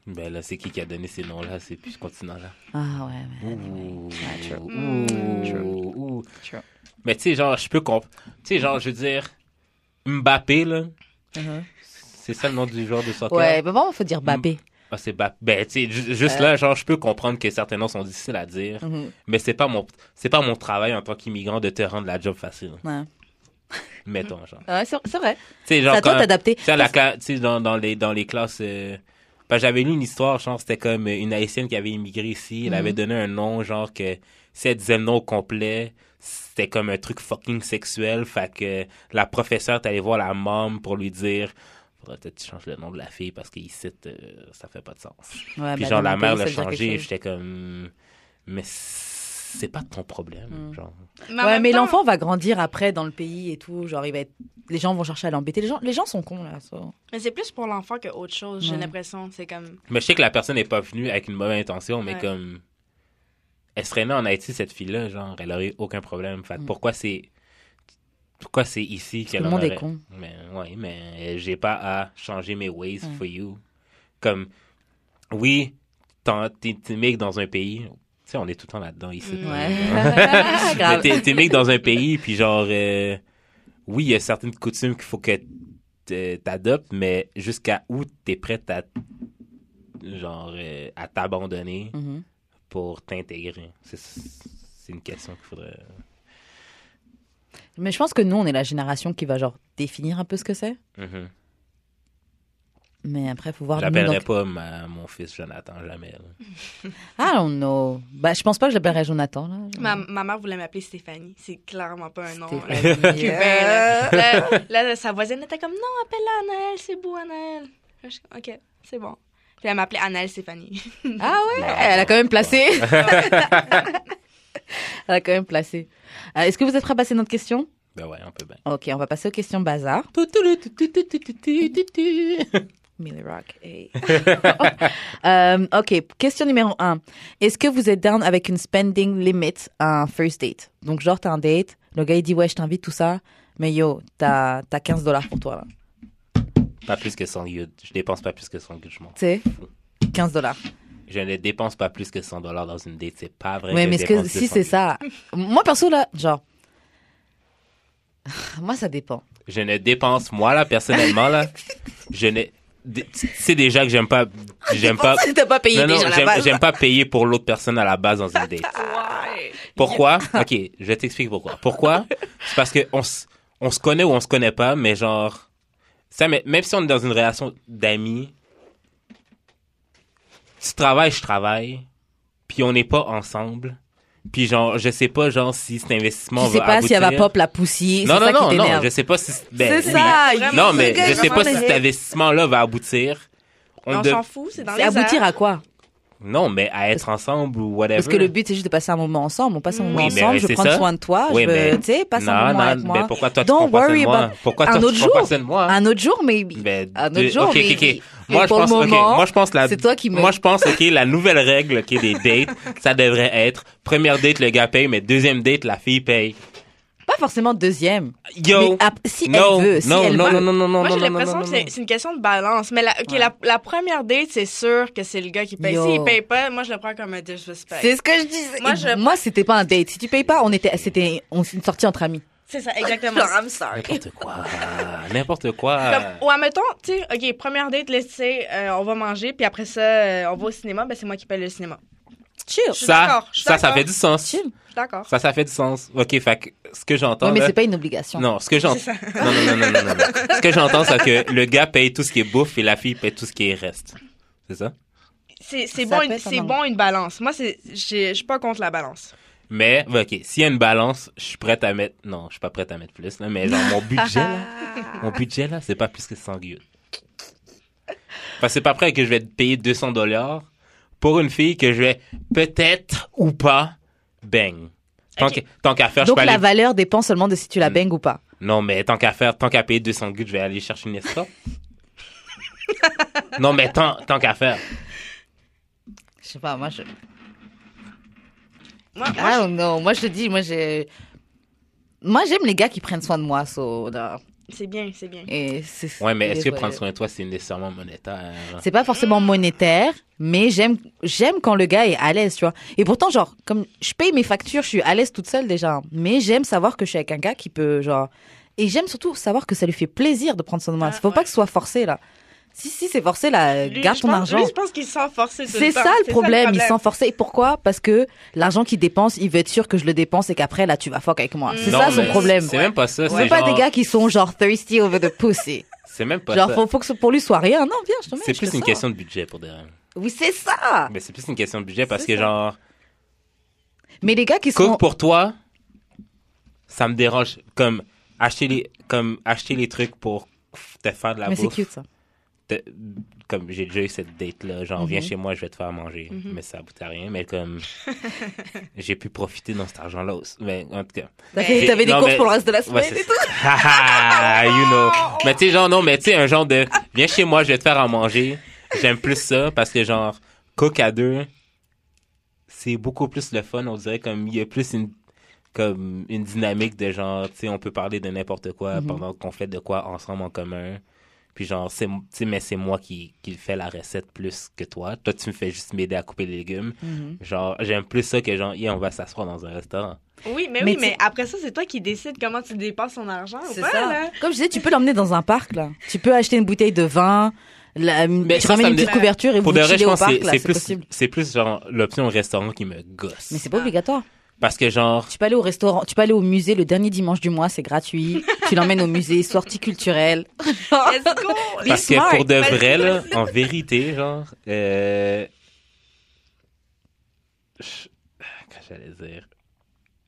[SPEAKER 2] Ben là, c'est qui qui a donné ces noms-là? C'est plus ce continent-là.
[SPEAKER 1] Ah ouais, ouais.
[SPEAKER 2] Ouh.
[SPEAKER 1] true.
[SPEAKER 2] Ouh.
[SPEAKER 3] True.
[SPEAKER 2] Ouh.
[SPEAKER 1] True.
[SPEAKER 2] Mais tu sais, genre, je peux comprendre. Tu sais, genre, je veux dire, Mbappé, là,
[SPEAKER 1] Mhm.
[SPEAKER 2] c'est ça le nom du joueur de soccer?
[SPEAKER 1] Ouais, Euh. bah vraiment, faut dire babé.
[SPEAKER 2] Ah, c'est Mbappé. Ben, tu sais, ju- juste là, genre, je peux comprendre que certains noms sont difficiles à dire,
[SPEAKER 1] Mhm.
[SPEAKER 2] mais c'est pas mon c'est pas mon travail en tant qu'immigrant de te rendre la job facile.
[SPEAKER 1] Ouais,
[SPEAKER 2] Mettons, genre. Tu
[SPEAKER 1] Ah Ouais, c'est c'est vrai.
[SPEAKER 2] sais,
[SPEAKER 1] C'est
[SPEAKER 2] genre,
[SPEAKER 1] à toi
[SPEAKER 2] quand-
[SPEAKER 1] de t'adapter.
[SPEAKER 2] Tu sais, à la cla- tu sais, dans, dans, les, dans les classes. euh, ben, j'avais lu une histoire, genre, c'était comme euh, une haïtienne qui avait immigré ici. Elle
[SPEAKER 1] Mhm.
[SPEAKER 2] avait donné un nom, genre, que si elle disait le nom au complet, c'était comme un truc fucking sexuel. Fait que la professeure est allée voir la mom pour lui dire. Faudrait peut-être que tu changes le nom de la fille parce qu'ici, euh, ça fait pas de sens.
[SPEAKER 1] Ouais,
[SPEAKER 2] Puis,
[SPEAKER 1] bah,
[SPEAKER 2] genre,
[SPEAKER 1] dans
[SPEAKER 2] la
[SPEAKER 1] mon
[SPEAKER 2] mère
[SPEAKER 1] pays, ça
[SPEAKER 2] l'a
[SPEAKER 1] veut dire
[SPEAKER 2] changé.
[SPEAKER 1] quelque
[SPEAKER 2] et
[SPEAKER 1] chose.
[SPEAKER 2] J'étais comme. Mais c'est pas ton problème,
[SPEAKER 1] Mhm.
[SPEAKER 2] genre.
[SPEAKER 3] Mais
[SPEAKER 1] Ouais,
[SPEAKER 3] en même
[SPEAKER 1] mais
[SPEAKER 3] temps-
[SPEAKER 1] l'enfant va grandir après dans le pays et tout. Genre, il va être... les gens vont chercher à l'embêter. Les gens, les gens sont cons là. ça.
[SPEAKER 3] Mais c'est plus pour l'enfant que autre chose, j'ai
[SPEAKER 1] Ouais.
[SPEAKER 3] l'impression. C'est comme.
[SPEAKER 2] Mais je sais que la personne n'est pas venue avec une mauvaise intention, mais
[SPEAKER 3] Ouais.
[SPEAKER 2] comme. Elle serait née en Haïti, cette fille-là, genre, elle aurait eu aucun problème. Fait que
[SPEAKER 1] Mm. pourquoi
[SPEAKER 2] pourquoi c'est. Pourquoi c'est ici qu'elle
[SPEAKER 1] le
[SPEAKER 2] en
[SPEAKER 1] monde est
[SPEAKER 2] aurait-
[SPEAKER 1] con.
[SPEAKER 2] Mais, ouais, mais j'ai pas à changer mes ways
[SPEAKER 1] Ouais.
[SPEAKER 2] for you. Comme. Oui, t'en- t'es timide dans un pays. Tu sais, on est tout le temps là-dedans ici.
[SPEAKER 3] Mm.
[SPEAKER 1] Ouais.
[SPEAKER 2] Mais
[SPEAKER 1] Grave.
[SPEAKER 2] t'es t'es mec dans un pays, puis genre, euh, oui, il y a certaines coutumes qu'il faut que t- euh, t'adoptes, mais jusqu'à où t'es prête à, genre, euh, à t'abandonner
[SPEAKER 1] Mhm.
[SPEAKER 2] pour t'intégrer? C'est- C'est une question qu'il faudrait...
[SPEAKER 1] Mais je pense que nous, on est la génération qui va genre définir un peu ce que c'est.
[SPEAKER 2] Mhm.
[SPEAKER 1] Mais après, faut voir. nous,
[SPEAKER 2] J'appellerai
[SPEAKER 1] donc-
[SPEAKER 2] pas ma- mon fils Jonathan, jamais. là.
[SPEAKER 1] I don't know. Bah, je pense pas que je l'appellerais Jonathan là.
[SPEAKER 3] Ma, ma mère voulait m'appeler Stéphanie. C'est clairement pas un nom. euh,
[SPEAKER 1] Stéphanie.
[SPEAKER 3] cubain, là. là, là, sa voisine était comme Non, appelle-la Anaël, c'est beau, Anaël. Je- Ok, c'est bon. Puis elle m'appelait Annelle Stéphanie.
[SPEAKER 1] Ah ouais Elle a quand même placé. Elle a quand même placé. Euh, Est-ce que vous êtes prêts à passer notre question
[SPEAKER 2] Ben ouais, un peu bien.
[SPEAKER 1] Ok, on va passer aux questions bazar. Millie Rock. hey. Euh, ok, question numéro 1. Est-ce que vous êtes down avec une spending limit à un first date Donc, genre, t'as un date, le gars il dit ouais, je t'invite, tout ça, mais yo, t'as as 15 dollars pour toi là.
[SPEAKER 2] Pas plus que 100 yud. Je dépense pas plus que 100 yud, je m'en
[SPEAKER 1] Tu sais 15 dollars.
[SPEAKER 2] Je ne dépense pas plus que 100 dollars dans une date. C'est pas vrai.
[SPEAKER 1] Ouais,
[SPEAKER 2] que
[SPEAKER 1] mais
[SPEAKER 2] je
[SPEAKER 1] est-ce que
[SPEAKER 2] dépense
[SPEAKER 1] si
[SPEAKER 2] 200
[SPEAKER 1] c'est
[SPEAKER 2] yud.
[SPEAKER 1] ça Moi, perso, là, genre. Moi, ça dépend.
[SPEAKER 2] Je ne dépense, moi là, personnellement là, je ne. dé- Tu sais déjà que j'aime pas. J'aime pas.
[SPEAKER 1] T'as pas payé
[SPEAKER 2] Non, non,
[SPEAKER 1] déjà la
[SPEAKER 2] j'aime-
[SPEAKER 1] base.
[SPEAKER 2] j'aime pas payer pour l'autre personne à la base dans une date. Pourquoi? Ok, je vais t'expliquer pourquoi. Pourquoi? C'est parce que on s- on se connaît ou on se connaît pas, mais genre, ça, mais- même si on est dans une relation d'amis, tu travailles, je travaille, puis on n'est pas ensemble, puis genre, je sais pas, genre, si cet investissement
[SPEAKER 1] Je sais
[SPEAKER 2] va
[SPEAKER 1] pas si elle va
[SPEAKER 2] aboutir.
[SPEAKER 1] pas la poussie.
[SPEAKER 2] Non,
[SPEAKER 1] c'est
[SPEAKER 2] non,
[SPEAKER 1] ça
[SPEAKER 2] non,
[SPEAKER 1] qui
[SPEAKER 2] non,
[SPEAKER 1] t'énerve.
[SPEAKER 2] je sais pas si. ben,
[SPEAKER 1] C'est
[SPEAKER 2] oui.
[SPEAKER 1] ça.
[SPEAKER 3] Vraiment,
[SPEAKER 1] il-
[SPEAKER 2] Non,
[SPEAKER 3] Ce
[SPEAKER 2] mais
[SPEAKER 3] gars,
[SPEAKER 2] je
[SPEAKER 3] il
[SPEAKER 2] sais
[SPEAKER 3] va
[SPEAKER 2] pas
[SPEAKER 3] prendre
[SPEAKER 2] si
[SPEAKER 3] le
[SPEAKER 2] cet investissement-là va aboutir. On
[SPEAKER 3] On
[SPEAKER 2] dev-
[SPEAKER 3] s'en fout, c'est dans
[SPEAKER 1] C'est
[SPEAKER 3] les airs.
[SPEAKER 1] aboutir à quoi
[SPEAKER 2] Non, mais à être ensemble ou whatever.
[SPEAKER 1] Parce que le but, c'est juste de passer un moment ensemble. On passe un
[SPEAKER 3] Mm.
[SPEAKER 1] moment
[SPEAKER 2] Oui, mais
[SPEAKER 1] ensemble, je
[SPEAKER 2] c'est
[SPEAKER 1] prends
[SPEAKER 2] ça.
[SPEAKER 1] soin de toi,
[SPEAKER 2] Oui,
[SPEAKER 1] je veux-
[SPEAKER 2] mais-
[SPEAKER 1] tu sais, passe un
[SPEAKER 2] non,
[SPEAKER 1] moment
[SPEAKER 2] non,
[SPEAKER 1] avec
[SPEAKER 2] mais
[SPEAKER 1] moi.
[SPEAKER 2] pourquoi toi tu
[SPEAKER 1] Don't
[SPEAKER 2] comprends pas
[SPEAKER 1] worry
[SPEAKER 2] de moi?
[SPEAKER 1] about-
[SPEAKER 2] Pourquoi
[SPEAKER 1] Un
[SPEAKER 2] toi
[SPEAKER 1] autre
[SPEAKER 2] tu comprends
[SPEAKER 1] jour.
[SPEAKER 2] pas de moi?
[SPEAKER 1] Un autre jour, maybe.
[SPEAKER 2] Ben,
[SPEAKER 1] un autre
[SPEAKER 2] de-
[SPEAKER 1] jour,
[SPEAKER 2] ok,
[SPEAKER 1] mais-
[SPEAKER 2] ok, ok.
[SPEAKER 1] mais
[SPEAKER 2] Moi, je
[SPEAKER 1] pour le
[SPEAKER 2] pense, ok,
[SPEAKER 1] moment,
[SPEAKER 2] moi, je pense la,
[SPEAKER 1] c'est toi qui me-
[SPEAKER 2] moi, je pense, ok, la nouvelle règle, ok, des dates, ça devrait être, première date, le gars paye, mais deuxième date, la fille paye.
[SPEAKER 1] Pas forcément deuxième.
[SPEAKER 2] Yo!
[SPEAKER 1] Mais ap- si
[SPEAKER 2] non,
[SPEAKER 1] elle veut, si
[SPEAKER 2] non,
[SPEAKER 1] elle
[SPEAKER 2] non,
[SPEAKER 1] veut.
[SPEAKER 2] non, non, non, non,
[SPEAKER 3] Moi,
[SPEAKER 2] non,
[SPEAKER 3] j'ai
[SPEAKER 2] non,
[SPEAKER 3] l'impression
[SPEAKER 2] non,
[SPEAKER 3] que
[SPEAKER 2] non.
[SPEAKER 3] c'est c'est une question de balance. Mais la, ok,
[SPEAKER 1] Ouais.
[SPEAKER 3] la, la première date, c'est sûr que c'est le gars qui paye.
[SPEAKER 1] Yo.
[SPEAKER 3] S'il paye pas, moi, je le prends comme un disrespect.
[SPEAKER 1] C'est ce que je disais.
[SPEAKER 3] Moi, je-
[SPEAKER 1] Moi, c'était pas un date. Si tu payes pas, on était, c'était, on s'est sorti entre amis.
[SPEAKER 3] C'est ça, exactement.
[SPEAKER 1] I'm sorry.
[SPEAKER 2] N'importe quoi. N'importe quoi.
[SPEAKER 3] Comme, ou admettons, tu sais, OK, première date, let's say, euh, on va manger, puis après ça, euh, on va au cinéma, ben c'est moi qui paye le cinéma.
[SPEAKER 1] Chill.
[SPEAKER 3] je suis
[SPEAKER 2] Ça,
[SPEAKER 3] d'accord, je suis
[SPEAKER 2] ça, ça
[SPEAKER 3] d'accord.
[SPEAKER 2] fait du sens.
[SPEAKER 1] Chill.
[SPEAKER 3] Je suis d'accord.
[SPEAKER 2] Ça, ça fait du sens. Ok, fait que ce que j'entends.
[SPEAKER 1] Ouais, mais
[SPEAKER 2] là-
[SPEAKER 1] c'est pas une obligation.
[SPEAKER 2] Non, ce que j'entends. Non, non, non, non, non, non, non. Ce que j'entends, c'est que le gars paye tout ce qui est bouffe et la fille paye tout ce qui est reste. C'est ça?
[SPEAKER 3] C'est c'est
[SPEAKER 1] Ça
[SPEAKER 3] bon,
[SPEAKER 1] peut
[SPEAKER 3] une-
[SPEAKER 1] être un
[SPEAKER 3] c'est
[SPEAKER 1] moment.
[SPEAKER 3] bon une balance. Moi, c'est- j'ai- je suis pas contre la balance.
[SPEAKER 2] Mais, bah, ok, s'il y a une balance, je suis prête à mettre. Non, je suis pas prête à mettre plus, là, mais genre, mon budget, là, mon budget, là, c'est pas plus que 100 guillemets. Enfin, c'est pas prêt que je vais te payer 200 dollars pour une fille que je vais peut-être ou pas bang. Tant
[SPEAKER 3] Ok.
[SPEAKER 2] qu'à- tant qu'à faire, je
[SPEAKER 1] Donc
[SPEAKER 2] peux
[SPEAKER 1] la
[SPEAKER 2] aller.
[SPEAKER 1] valeur dépend seulement de si tu la
[SPEAKER 2] Mm.
[SPEAKER 1] bengues ou pas.
[SPEAKER 2] Non, mais tant qu'à faire, tant qu'à payer 200 guillemets, je vais aller chercher une escorte. non, mais tant, tant qu'à faire.
[SPEAKER 1] Je sais pas, moi je.
[SPEAKER 3] Moi, moi,
[SPEAKER 1] Ah non, moi je te dis, moi j'ai. Moi j'aime les gars qui prennent soin de moi, so. non.
[SPEAKER 3] je- c'est bien, c'est bien.
[SPEAKER 1] Et c'est-
[SPEAKER 2] Ouais, mais est-ce que
[SPEAKER 1] Ouais.
[SPEAKER 2] prendre soin de toi, c'est nécessairement monétaire?
[SPEAKER 1] C'est pas forcément monétaire, mais j'aime j'aime quand le gars est à l'aise, tu vois. Et pourtant, genre, comme je paye mes factures, je suis à l'aise toute seule déjà. hein. Mais j'aime savoir que je suis avec un gars qui peut, genre. Et j'aime surtout savoir que ça lui fait plaisir de prendre soin de moi.
[SPEAKER 3] Ah,
[SPEAKER 1] Faut pas
[SPEAKER 3] ouais.
[SPEAKER 1] que ce soit forcé, là. Si, si, c'est forcé, là,
[SPEAKER 3] Lui,
[SPEAKER 1] garde
[SPEAKER 3] je
[SPEAKER 1] ton
[SPEAKER 3] pense-
[SPEAKER 1] argent.
[SPEAKER 3] lui, je pense qu'il s'en forcer tout
[SPEAKER 1] C'est
[SPEAKER 3] temps.
[SPEAKER 1] ça le problème, il s'en forçait. Et pourquoi Parce que l'argent qu'il dépense, il veut être sûr que je le dépense et qu'après, là, tu vas fuck avec moi. C'est
[SPEAKER 2] Non,
[SPEAKER 1] ça son
[SPEAKER 2] mais
[SPEAKER 1] problème.
[SPEAKER 2] C'est même pas ça.
[SPEAKER 1] C'est
[SPEAKER 2] C'est
[SPEAKER 1] pas
[SPEAKER 2] genre-
[SPEAKER 1] des gars qui sont genre thirsty over the pussy.
[SPEAKER 2] C'est même pas
[SPEAKER 1] Genre,
[SPEAKER 2] ça.
[SPEAKER 1] faut, faut que ce- pour lui soit rien. Non, viens, je te mets.
[SPEAKER 2] C'est
[SPEAKER 1] je
[SPEAKER 2] plus
[SPEAKER 1] te
[SPEAKER 2] une
[SPEAKER 1] sors.
[SPEAKER 2] question de budget pour des rames.
[SPEAKER 1] Oui, c'est ça.
[SPEAKER 2] Mais c'est plus une question de budget parce
[SPEAKER 1] C'est
[SPEAKER 2] que
[SPEAKER 1] ça.
[SPEAKER 2] genre
[SPEAKER 1] Mais les gars qui sont.
[SPEAKER 2] cook pour toi, ça me dérange comme acheter les comme acheter les trucs pour te faire de la
[SPEAKER 1] Mais c'est
[SPEAKER 2] bouffe.
[SPEAKER 1] cute ça.
[SPEAKER 2] te- comme j'ai déjà eu cette date là, genre viens
[SPEAKER 1] Mhm.
[SPEAKER 2] chez moi, je vais te faire à manger, mais ça aboutit à rien. Mais comme j'ai pu profiter dans cet argent là, mais en tout cas.
[SPEAKER 1] T'as
[SPEAKER 3] Mais-
[SPEAKER 1] fait- T'avais des
[SPEAKER 2] Non,
[SPEAKER 1] courses
[SPEAKER 2] mais-
[SPEAKER 1] pour le reste de la
[SPEAKER 2] Ouais,
[SPEAKER 1] semaine
[SPEAKER 2] c'est
[SPEAKER 1] et
[SPEAKER 2] ça. Ah, you know. Mais tu sais, genre, non, mais tu sais, un genre de viens chez moi, je vais te faire à manger. J'aime plus ça parce que, genre, cook à deux, c'est beaucoup plus le fun. On dirait comme il y a plus une, comme une dynamique de genre, tu sais, on peut parler de n'importe quoi
[SPEAKER 1] Mhm.
[SPEAKER 2] pendant qu'on fait de quoi ensemble en commun. Puis genre, c'est, m- tu sais, mais c'est moi qui, qui fais la recette plus que toi. Toi, tu me fais juste m'aider à couper les légumes.
[SPEAKER 1] tout. Mhm.
[SPEAKER 2] Genre, j'aime plus ça que genre, yeah, on va s'asseoir dans un restaurant.
[SPEAKER 3] Oui, mais,
[SPEAKER 1] Mais
[SPEAKER 3] oui,
[SPEAKER 1] tu-
[SPEAKER 3] mais après ça, c'est toi qui décides comment tu dépenses ton
[SPEAKER 2] Ah,
[SPEAKER 3] argent ou
[SPEAKER 1] C'est
[SPEAKER 3] pas,
[SPEAKER 1] ça.
[SPEAKER 3] là.
[SPEAKER 1] Comme je disais, tu peux l'emmener dans un parc là. Tu peux acheter une bouteille de vin, la, tu
[SPEAKER 2] ça, ça
[SPEAKER 1] ramènes une
[SPEAKER 2] me
[SPEAKER 1] petite
[SPEAKER 3] dé-
[SPEAKER 1] couverture et
[SPEAKER 2] Pour
[SPEAKER 1] vous
[SPEAKER 2] de vrai,
[SPEAKER 1] chillez
[SPEAKER 2] je
[SPEAKER 1] au
[SPEAKER 2] pense que
[SPEAKER 1] parc
[SPEAKER 2] c'est-
[SPEAKER 1] là.
[SPEAKER 2] c'est
[SPEAKER 1] C'est
[SPEAKER 2] plus,
[SPEAKER 1] possible.
[SPEAKER 2] c'est plus genre l'option restaurant qui me gosse.
[SPEAKER 1] Mais c'est pas obligatoire.
[SPEAKER 2] Parce que genre,
[SPEAKER 1] Tu peux aller au restaurant, tu peux aller au musée le dernier dimanche du mois, c'est gratuit. tu l'emmènes au musée, sortie culturelle. Ah,
[SPEAKER 3] Let's go!
[SPEAKER 1] Be
[SPEAKER 2] parce
[SPEAKER 1] smart.
[SPEAKER 2] que pour de
[SPEAKER 3] Vas-y,
[SPEAKER 2] vrai, là,
[SPEAKER 3] vas-y.
[SPEAKER 2] en vérité, genre, euh... je- Qu'est-ce que j'allais dire?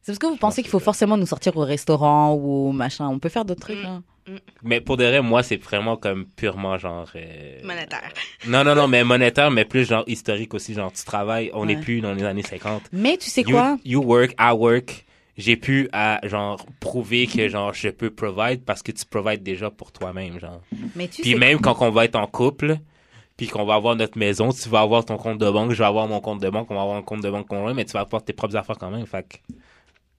[SPEAKER 1] C'est parce que vous pensez qu'il faut forcément nous sortir au restaurant ou au machin. On peut faire d'autres trucs. hein.
[SPEAKER 3] Mm.
[SPEAKER 2] Mais pour de vrai, moi, c'est vraiment comme purement genre. euh,
[SPEAKER 3] monétaire.
[SPEAKER 2] Non, non, non, mais monétaire, mais plus genre historique aussi. Genre, tu travailles, on n'est
[SPEAKER 5] Ouais.
[SPEAKER 2] plus dans les années 50.
[SPEAKER 5] Mais tu sais
[SPEAKER 2] you,
[SPEAKER 5] quoi
[SPEAKER 2] You work, I work. J'ai pu à genre prouver que genre je peux provide parce que tu provides déjà pour toi-même genre.
[SPEAKER 5] Mais tu
[SPEAKER 2] Puis
[SPEAKER 5] sais
[SPEAKER 2] même quand on va être en couple, puis qu'on va avoir notre maison, tu vas avoir ton compte de banque, je vais avoir mon compte de banque, on va avoir un compte de banque commun, mais tu vas avoir tes propres affaires quand même. Fait que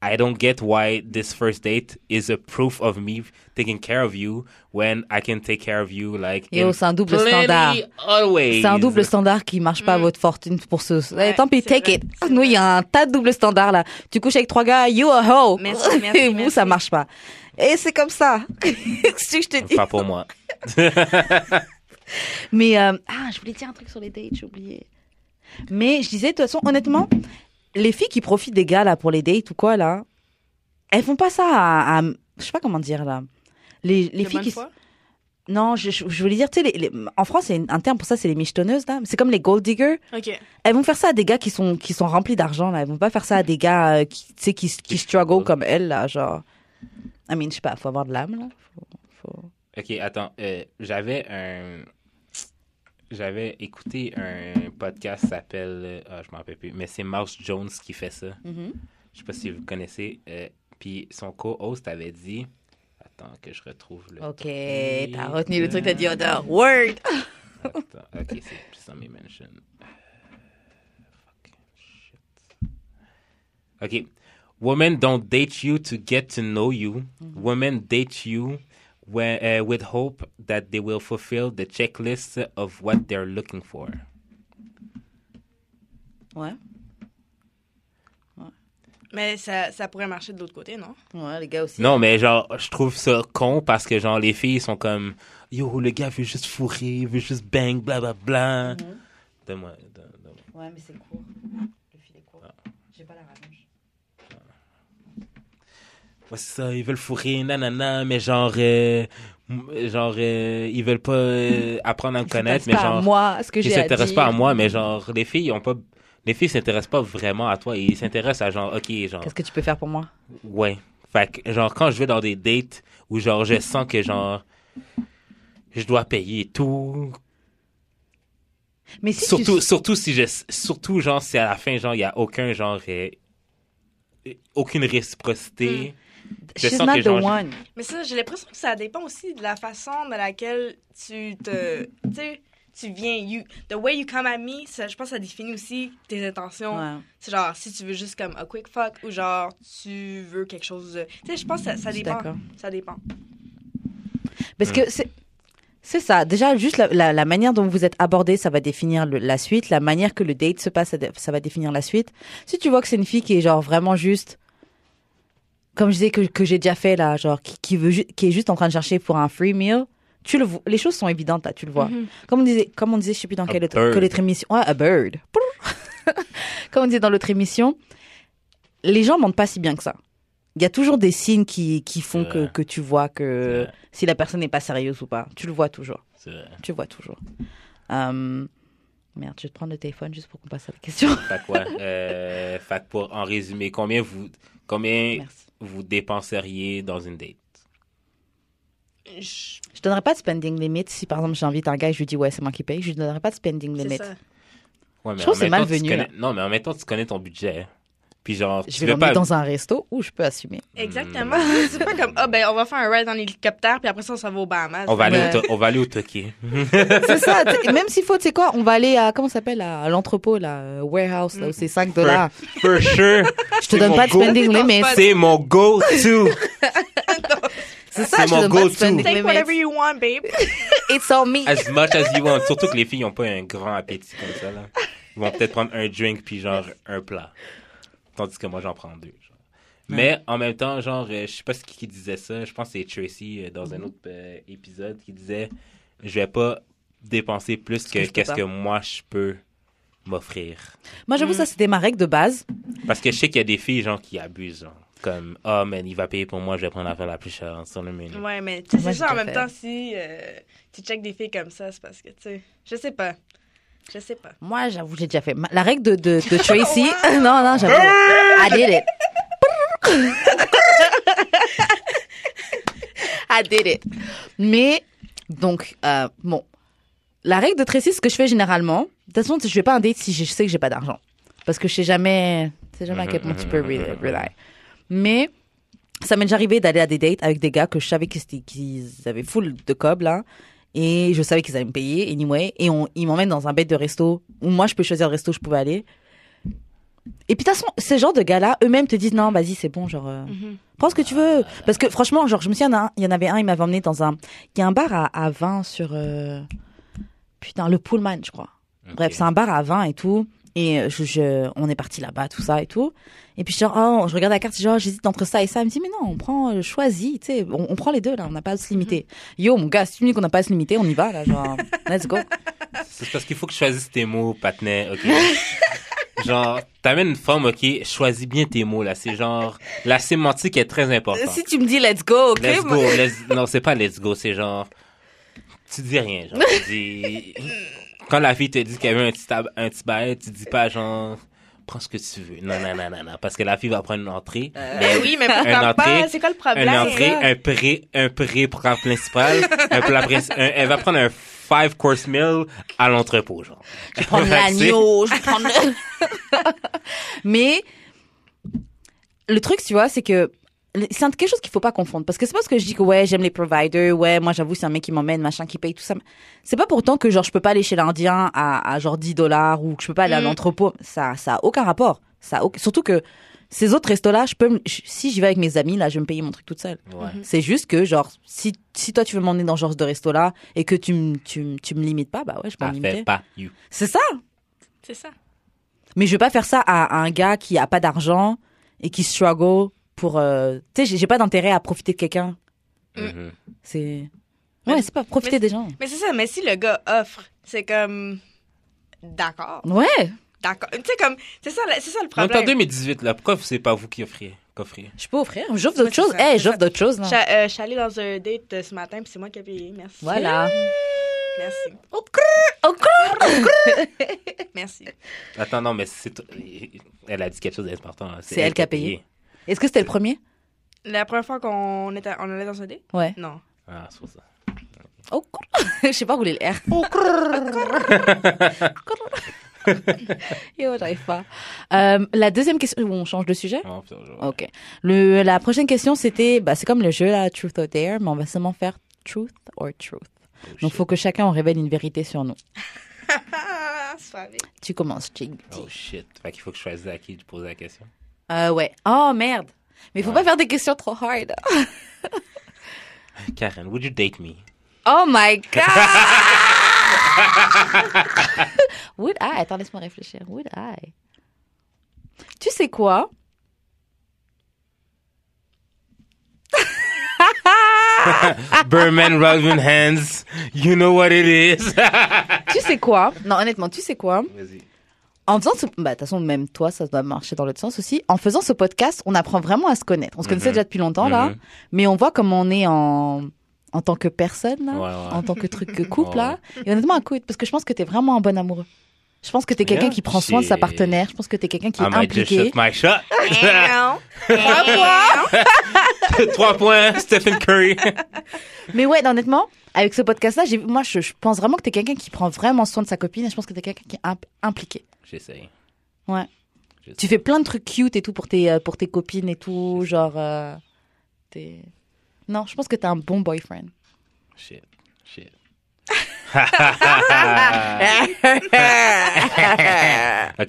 [SPEAKER 2] I don't get why this first date is a proof of me taking care of you when I can take care of you like
[SPEAKER 1] Et oh,
[SPEAKER 2] in
[SPEAKER 1] c'est un double
[SPEAKER 2] plenty
[SPEAKER 1] standard.
[SPEAKER 2] always.
[SPEAKER 1] C'est un double standard qui marche pas à
[SPEAKER 3] Mm.
[SPEAKER 1] votre fortune pour ce.
[SPEAKER 3] Ouais,
[SPEAKER 1] Eh, tant pis,
[SPEAKER 3] c'est
[SPEAKER 1] take
[SPEAKER 3] vrai,
[SPEAKER 1] it.
[SPEAKER 3] c'est
[SPEAKER 1] Nous, il y a un tas de double standards là. Tu couches avec trois gars, you a hoe.
[SPEAKER 3] Merci, merci,
[SPEAKER 1] Et vous, ça marche
[SPEAKER 3] merci.
[SPEAKER 1] pas. Et c'est comme ça. Qu'est-ce que je te dis
[SPEAKER 2] Pas pour moi.
[SPEAKER 1] Mais euh, ah, je voulais dire un truc sur les dates, j'ai oublié. Mais je disais de toute façon, honnêtement, les filles qui profitent des gars là pour les dates ou quoi là, elles font pas ça à, à- je sais pas comment dire là. Les, les
[SPEAKER 3] De
[SPEAKER 1] filles
[SPEAKER 3] bonne
[SPEAKER 1] qui
[SPEAKER 3] foi?
[SPEAKER 1] non, je, je- je voulais dire tu sais les- les- en France, c'est un terme pour ça, c'est les michetonneuses là, c'est comme les gold diggers.
[SPEAKER 3] OK.
[SPEAKER 1] Elles vont faire ça à des gars qui sont qui sont remplis d'argent là, elles vont pas faire ça à des gars euh, qui tu sais qui qui struggle comme elles là, genre I mean, je sais pas, faut avoir de l'âme là, faut, faut...
[SPEAKER 2] Ok, attends. euh, j'avais un. J'avais écouté un podcast qui s'appelle. euh, Ah, je m'en rappelle plus. Mais c'est Mouse Jones qui fait ça. Je sais pas si vous connaissez. euh, Puis son co-host avait dit. Attends que je retrouve le.
[SPEAKER 1] OK,
[SPEAKER 2] truc.
[SPEAKER 1] t'as retenu le truc,
[SPEAKER 2] euh.
[SPEAKER 1] t'as dit, oh, the word.
[SPEAKER 2] Attends, ok, c'est dans mes mentions. Fuck, shit. Ok. Women don't date you to get to know you. Women date you when, uh, with hope that they will fulfill the checklist of what they're looking for.
[SPEAKER 1] Ouais.
[SPEAKER 3] Mais ça, ça pourrait marcher de l'autre côté, non?
[SPEAKER 1] Ouais, les gars aussi.
[SPEAKER 2] Non, mais genre, je trouve ça con parce que genre, les filles sont comme Yo, le gars veut juste fourrer, veut juste bang, bla bla bla. Donne-moi, donne- donne-moi.
[SPEAKER 1] Ouais, mais c'est court. Le filet court. J'ai pas la rallonge.
[SPEAKER 2] Ouais, c'est ça, ils veulent fourrer, nanana, mais genre, euh, m- genre, euh, ils veulent pas euh, apprendre à me connaître, mais
[SPEAKER 1] pas à
[SPEAKER 2] genre,
[SPEAKER 1] moi, ce que
[SPEAKER 2] ils
[SPEAKER 1] j'ai à
[SPEAKER 2] s'intéressent
[SPEAKER 1] dire.
[SPEAKER 2] pas à moi, mais genre, les filles ils ont pas, les filles s'intéressent pas vraiment à toi, ils s'intéressent à genre, ok, genre,
[SPEAKER 1] Qu'est-ce que tu peux faire pour moi
[SPEAKER 2] ouais. Fait que, genre, quand je vais dans des dates où genre, je sens que genre, je dois payer tout,
[SPEAKER 1] Mais si
[SPEAKER 2] surtout,
[SPEAKER 1] tu...
[SPEAKER 2] surtout si je, surtout genre, si à la fin, genre, il y a aucun genre, euh, euh, aucune réciprocité.
[SPEAKER 1] Hmm.
[SPEAKER 2] je
[SPEAKER 1] She's
[SPEAKER 2] sens
[SPEAKER 1] not
[SPEAKER 2] que
[SPEAKER 1] the
[SPEAKER 2] genre, je-
[SPEAKER 1] one.
[SPEAKER 3] Mais ça, j'ai l'impression que ça dépend aussi de la façon dans laquelle tu te. Tu sais, tu viens. You, the way you come at me, ça, je pense que ça définit aussi tes intentions.
[SPEAKER 1] Ouais.
[SPEAKER 3] C'est genre si tu veux juste comme a quick fuck ou genre tu veux quelque chose de. Tu sais, je pense que ça, ça
[SPEAKER 1] Je suis
[SPEAKER 3] dépend.
[SPEAKER 1] d'accord.
[SPEAKER 3] Ça dépend.
[SPEAKER 1] Parce que c'est... C'est ça. Déjà, juste la, la- la manière dont vous êtes abordé, ça va définir le- la suite. La manière que le date se passe, ça, dé- ça va définir la suite. Si tu vois que c'est une fille qui est genre vraiment juste, comme je disais que, que j'ai déjà fait là, genre qui, qui veut ju- qui est juste en train de chercher pour un free meal, tu le vois. Les choses sont évidentes là, tu le vois.
[SPEAKER 3] Mhm.
[SPEAKER 1] Comme on disait, comme on disait, je sais plus dans quelle autre,
[SPEAKER 2] bird.
[SPEAKER 1] quelle autre émission. Ouais, a bird. Pouh. comme on disait dans l'autre émission, les gens mentent pas si bien que ça. Il y a toujours des signes qui, qui font
[SPEAKER 2] C'est
[SPEAKER 1] que,
[SPEAKER 2] vrai.
[SPEAKER 1] que tu vois
[SPEAKER 2] C'est
[SPEAKER 1] que
[SPEAKER 2] vrai.
[SPEAKER 1] si la personne n'est pas sérieuse ou pas. Tu le vois toujours.
[SPEAKER 2] C'est vrai.
[SPEAKER 1] Tu le vois toujours. Euh, Merde, je vais te prendre le téléphone juste pour qu'on passe à la question.
[SPEAKER 2] Fait que ouais, euh, fait que pour en résumer, combien vous combien
[SPEAKER 1] Merci.
[SPEAKER 2] vous dépenseriez dans une date?
[SPEAKER 3] Je-
[SPEAKER 1] Je donnerais pas de spending limit si par exemple j'invite un gars et je lui dis ouais c'est moi qui paye. Je lui donnerais pas de spending
[SPEAKER 3] C'est
[SPEAKER 1] limit.
[SPEAKER 3] ça.
[SPEAKER 2] Ouais, mais
[SPEAKER 1] Je trouve
[SPEAKER 2] en
[SPEAKER 1] que c'est
[SPEAKER 2] même temps,
[SPEAKER 1] malvenu,
[SPEAKER 2] tu connais- Non, mais en même temps, tu connais ton budget. hein. Puis genre,
[SPEAKER 1] Je
[SPEAKER 2] tu
[SPEAKER 1] vais
[SPEAKER 2] veux pas...
[SPEAKER 1] l'emmener
[SPEAKER 2] Hmm.
[SPEAKER 1] dans un resto où je peux assumer.
[SPEAKER 3] Exactement. C'est pas comme ah ben on va faire un ride en hélicoptère puis après ça on s'en va au Bahamas.
[SPEAKER 2] On va, aller
[SPEAKER 1] Ouais.
[SPEAKER 2] au to- on va aller au Tokyo.
[SPEAKER 1] c'est ça. t- Même s'il faut, tu sais quoi, on va aller à comment ça s'appelle à l'entrepôt là, euh, warehouse là où c'est 5 dollars.
[SPEAKER 2] For sure,
[SPEAKER 1] Je te donne pas de spending
[SPEAKER 3] Dépense
[SPEAKER 1] limit.
[SPEAKER 3] pas
[SPEAKER 2] c'est mon go-to.
[SPEAKER 1] C'est ça,
[SPEAKER 2] c'est
[SPEAKER 1] je te
[SPEAKER 2] mon
[SPEAKER 1] donne pas de
[SPEAKER 2] go-to.
[SPEAKER 1] spending
[SPEAKER 3] Take whatever
[SPEAKER 1] limit.
[SPEAKER 3] you want, babe.
[SPEAKER 1] It's on me.
[SPEAKER 2] As much as you want. Surtout que les filles n'ont pas un grand appétit comme ça, là. Ils vont peut-être prendre un drink puis genre un plat. Tandis que moi, j'en prends deux. genre. Mais en même temps, genre, euh, je sais pas ce qui qui disait ça. Je pense que c'est Tracy euh, dans un autre euh, épisode qui disait Je vais pas dépenser plus
[SPEAKER 1] que
[SPEAKER 2] que
[SPEAKER 1] je peux
[SPEAKER 2] qu'est-ce
[SPEAKER 1] pas.
[SPEAKER 2] que moi je peux m'offrir.
[SPEAKER 1] Moi j'avoue ça c'était ma règle de base.
[SPEAKER 2] Parce que je sais qu'il y a des filles, genre, qui abusent. genre. Comme, oh man, il va payer pour moi, je vais prendre l'affaire la plus chère. sur le menu.
[SPEAKER 3] Ouais, mais tu sais,
[SPEAKER 1] Moi, je
[SPEAKER 3] c'est ça en
[SPEAKER 1] te
[SPEAKER 3] même
[SPEAKER 1] fais.
[SPEAKER 3] temps si euh, tu check des filles comme ça, c'est parce que tu sais, je sais pas. Je sais pas.
[SPEAKER 1] Moi, j'avoue, j'ai déjà fait. Ma- La règle de, de, de Tracy. non, non, j'avoue. I did it. I did it. Mais, donc, euh, bon. La règle de Tracy, ce que je fais généralement, de toute façon, je vais pas un date si je sais que j'ai pas d'argent. Parce que je sais jamais, je sais jamais à quel point tu peux re- rely. Mais, ça m'est déjà arrivé d'aller à des dates avec des gars que je savais qu'ils étaient- qu'ils avaient full de cob, là. Et je savais qu'ils allaient me payer, anyway. Et on, ils m'emmènent dans un bête de resto où moi, je peux choisir le resto où je pouvais aller. Et puis, de toute façon, ces genres de gars-là, eux-mêmes te disent non, vas-y, c'est bon, genre. euh,
[SPEAKER 3] Mhm.
[SPEAKER 1] Prends ce que tu veux. Parce que franchement, genre, je me souviens, d'un- il y en avait un, il m'avait emmené dans un. Il y a un bar à, à 20 sur. euh, Putain, le Pullman, je crois. Bref, c'est un bar à 20 et tout. Et euh, je, je- on est parti là-bas, tout ça et tout. Et puis, je suis genre, oh, je regarde la carte, je suis genre, j'hésite entre ça et ça. Il me dit, mais non, on prend, euh, choisis, tu sais, on, on prend les deux, là, on n'a pas à se limiter. Yo, mon gars, si tu me dis qu'on n'a pas à se limiter, on y va, là, genre, let's go.
[SPEAKER 2] C'est parce qu'il faut que tu choisisses tes mots, patinet, ok? genre, t'amènes une forme, ok? Choisis bien tes mots, là. C'est genre, la sémantique est très importante.
[SPEAKER 1] si tu me dis let's go, ok,
[SPEAKER 2] Let's
[SPEAKER 1] moi-
[SPEAKER 2] go, let's- non, c'est pas let's go, c'est genre, tu dis rien, genre, tu dis, quand la fille te dit qu'elle veut un petit, tab- un petit bail, tu dis pas genre, prends ce que tu veux. Non, non, non, non, non, parce que la fille va prendre une entrée,
[SPEAKER 3] Ben oui, mais
[SPEAKER 2] Un
[SPEAKER 3] pourquoi
[SPEAKER 2] entrée,
[SPEAKER 3] pas? C'est quoi le problème?
[SPEAKER 2] une entrée, un pré, un pré pour un principal, un plat princi- un- elle va prendre un five course meal à l'entrepôt, genre.
[SPEAKER 1] Je vais prendre
[SPEAKER 2] Fait que c'est-
[SPEAKER 1] l'agneau, je vais prendre le... Mais le truc, tu vois, c'est que c'est un- quelque chose qu'il faut pas confondre parce que c'est pas parce que je dis que ouais j'aime les providers ouais moi j'avoue c'est un mec qui m'emmène machin qui paye tout ça c'est pas pourtant que genre je peux pas aller chez l'indien à, à genre 10 dollars ou que je peux pas aller à
[SPEAKER 3] Mm.
[SPEAKER 1] l'entrepôt ça ça a aucun rapport ça a au- surtout que ces autres restos là je peux me- je- si j'y vais avec mes amis là je vais me payer mon truc toute seule
[SPEAKER 2] Ouais.
[SPEAKER 1] c'est juste que genre si si toi tu veux m'emmener dans ce genre de resto là et que tu me tu, me- tu me limites pas bah ouais je peux
[SPEAKER 2] Ah,
[SPEAKER 1] me
[SPEAKER 2] fais
[SPEAKER 1] limiter
[SPEAKER 2] pas you.
[SPEAKER 1] c'est ça
[SPEAKER 3] C'est ça.
[SPEAKER 1] mais je vais pas faire ça à un gars qui a pas d'argent et qui struggle pour. euh, Tu sais, j'ai- j'ai pas d'intérêt à profiter de quelqu'un.
[SPEAKER 2] Mhm.
[SPEAKER 1] C'est.
[SPEAKER 3] Mais-
[SPEAKER 1] Ouais, c'est pas profiter
[SPEAKER 3] mais-
[SPEAKER 1] des gens.
[SPEAKER 3] Mais c'est ça, mais si le gars offre, c'est comme. D'accord.
[SPEAKER 1] Ouais.
[SPEAKER 3] D'accord. Tu sais, comme. C'est ça, le- c'est ça le
[SPEAKER 2] En même temps,
[SPEAKER 3] problème.
[SPEAKER 2] 2018, là, pourquoi c'est pas vous qui offriez, qu'offriez?
[SPEAKER 1] Je peux offrir. J'offre d'autres
[SPEAKER 3] Ouais, c'est
[SPEAKER 1] choses. Eh,
[SPEAKER 3] ça, c'est
[SPEAKER 1] j'offre
[SPEAKER 3] ça.
[SPEAKER 1] d'autres choses. là.
[SPEAKER 3] Cha- euh, Je suis allée dans un date euh, ce matin, puis c'est moi qui ai payé. Merci.
[SPEAKER 1] Voilà.
[SPEAKER 3] Merci.
[SPEAKER 1] Oh,
[SPEAKER 3] Merci.
[SPEAKER 2] Attends, non, mais c'est, elle a dit quelque chose d'important. hein.
[SPEAKER 1] C'est elle qui a payé. Est-ce que c'était le premier
[SPEAKER 3] La première fois qu'on était, on allait dans un date?
[SPEAKER 1] Ouais.
[SPEAKER 3] Non.
[SPEAKER 2] Ah, c'est pour ça.
[SPEAKER 1] Oh, Je sais pas où les l'air. Yo, j'arrive pas. Euh, la deuxième question. On change de sujet
[SPEAKER 2] Ah, putain, genre.
[SPEAKER 1] Ok. Le, la prochaine question, c'était, bah, c'est comme le jeu là, Truth or Dare, mais on va seulement faire Truth or Truth.
[SPEAKER 2] oh,
[SPEAKER 1] Donc, faut que chacun en révèle une vérité sur nous.
[SPEAKER 3] Ah, soirée.
[SPEAKER 1] Tu commences, Chig.
[SPEAKER 2] Oh shit. Fait qu'il faut que je choisisse à qui de poser la question.
[SPEAKER 1] Euh, ouais. Oh merde. Mais faut
[SPEAKER 2] Ouais.
[SPEAKER 1] pas faire des questions trop hard.
[SPEAKER 2] Karen, would you date me?
[SPEAKER 1] Oh my god. Would I? Attends, laisse-moi réfléchir. Would I? Tu sais quoi? Ah.
[SPEAKER 2] Burman Robin Hands, you know what it is.
[SPEAKER 1] tu sais quoi? Non, honnêtement, tu sais quoi?
[SPEAKER 2] Vas-y.
[SPEAKER 1] En faisant ce... Bah, de toute façon, même toi, ça doit marcher dans l'autre sens aussi. En faisant ce podcast, on apprend vraiment à se connaître. On se connaissait
[SPEAKER 2] Mhm.
[SPEAKER 1] déjà depuis longtemps, là.
[SPEAKER 2] Mhm.
[SPEAKER 1] Mais on voit comment on est en, en tant que personne, là.
[SPEAKER 2] Ouais, ouais.
[SPEAKER 1] en tant que truc que couple
[SPEAKER 2] Ouais.
[SPEAKER 1] là. Et honnêtement, un coup, parce que je pense que t'es vraiment un bon amoureux. Je pense que t'es quelqu'un
[SPEAKER 2] Yeah.
[SPEAKER 1] qui prend soin de sa
[SPEAKER 2] J'ai-
[SPEAKER 1] partenaire. Je pense que t'es quelqu'un qui est
[SPEAKER 2] I might just
[SPEAKER 1] impliqué.
[SPEAKER 2] shoot my shot.
[SPEAKER 3] Eh Trois
[SPEAKER 2] Eh Trois points, Stephen Curry.
[SPEAKER 1] Mais ouais, honnêtement, avec ce podcast là, j'ai, moi, je, je pense vraiment que t'es quelqu'un qui prend vraiment soin de sa copine. Et je pense que t'es quelqu'un qui est imp- impliqué.
[SPEAKER 2] J'essaye.
[SPEAKER 1] Ouais.
[SPEAKER 2] J'essaye.
[SPEAKER 1] Tu fais plein de trucs cute et tout pour tes euh, pour tes copines et tout, genre. euh, t'es- Non, je pense que t'es un bon boyfriend.
[SPEAKER 2] Shit. Shit. ok,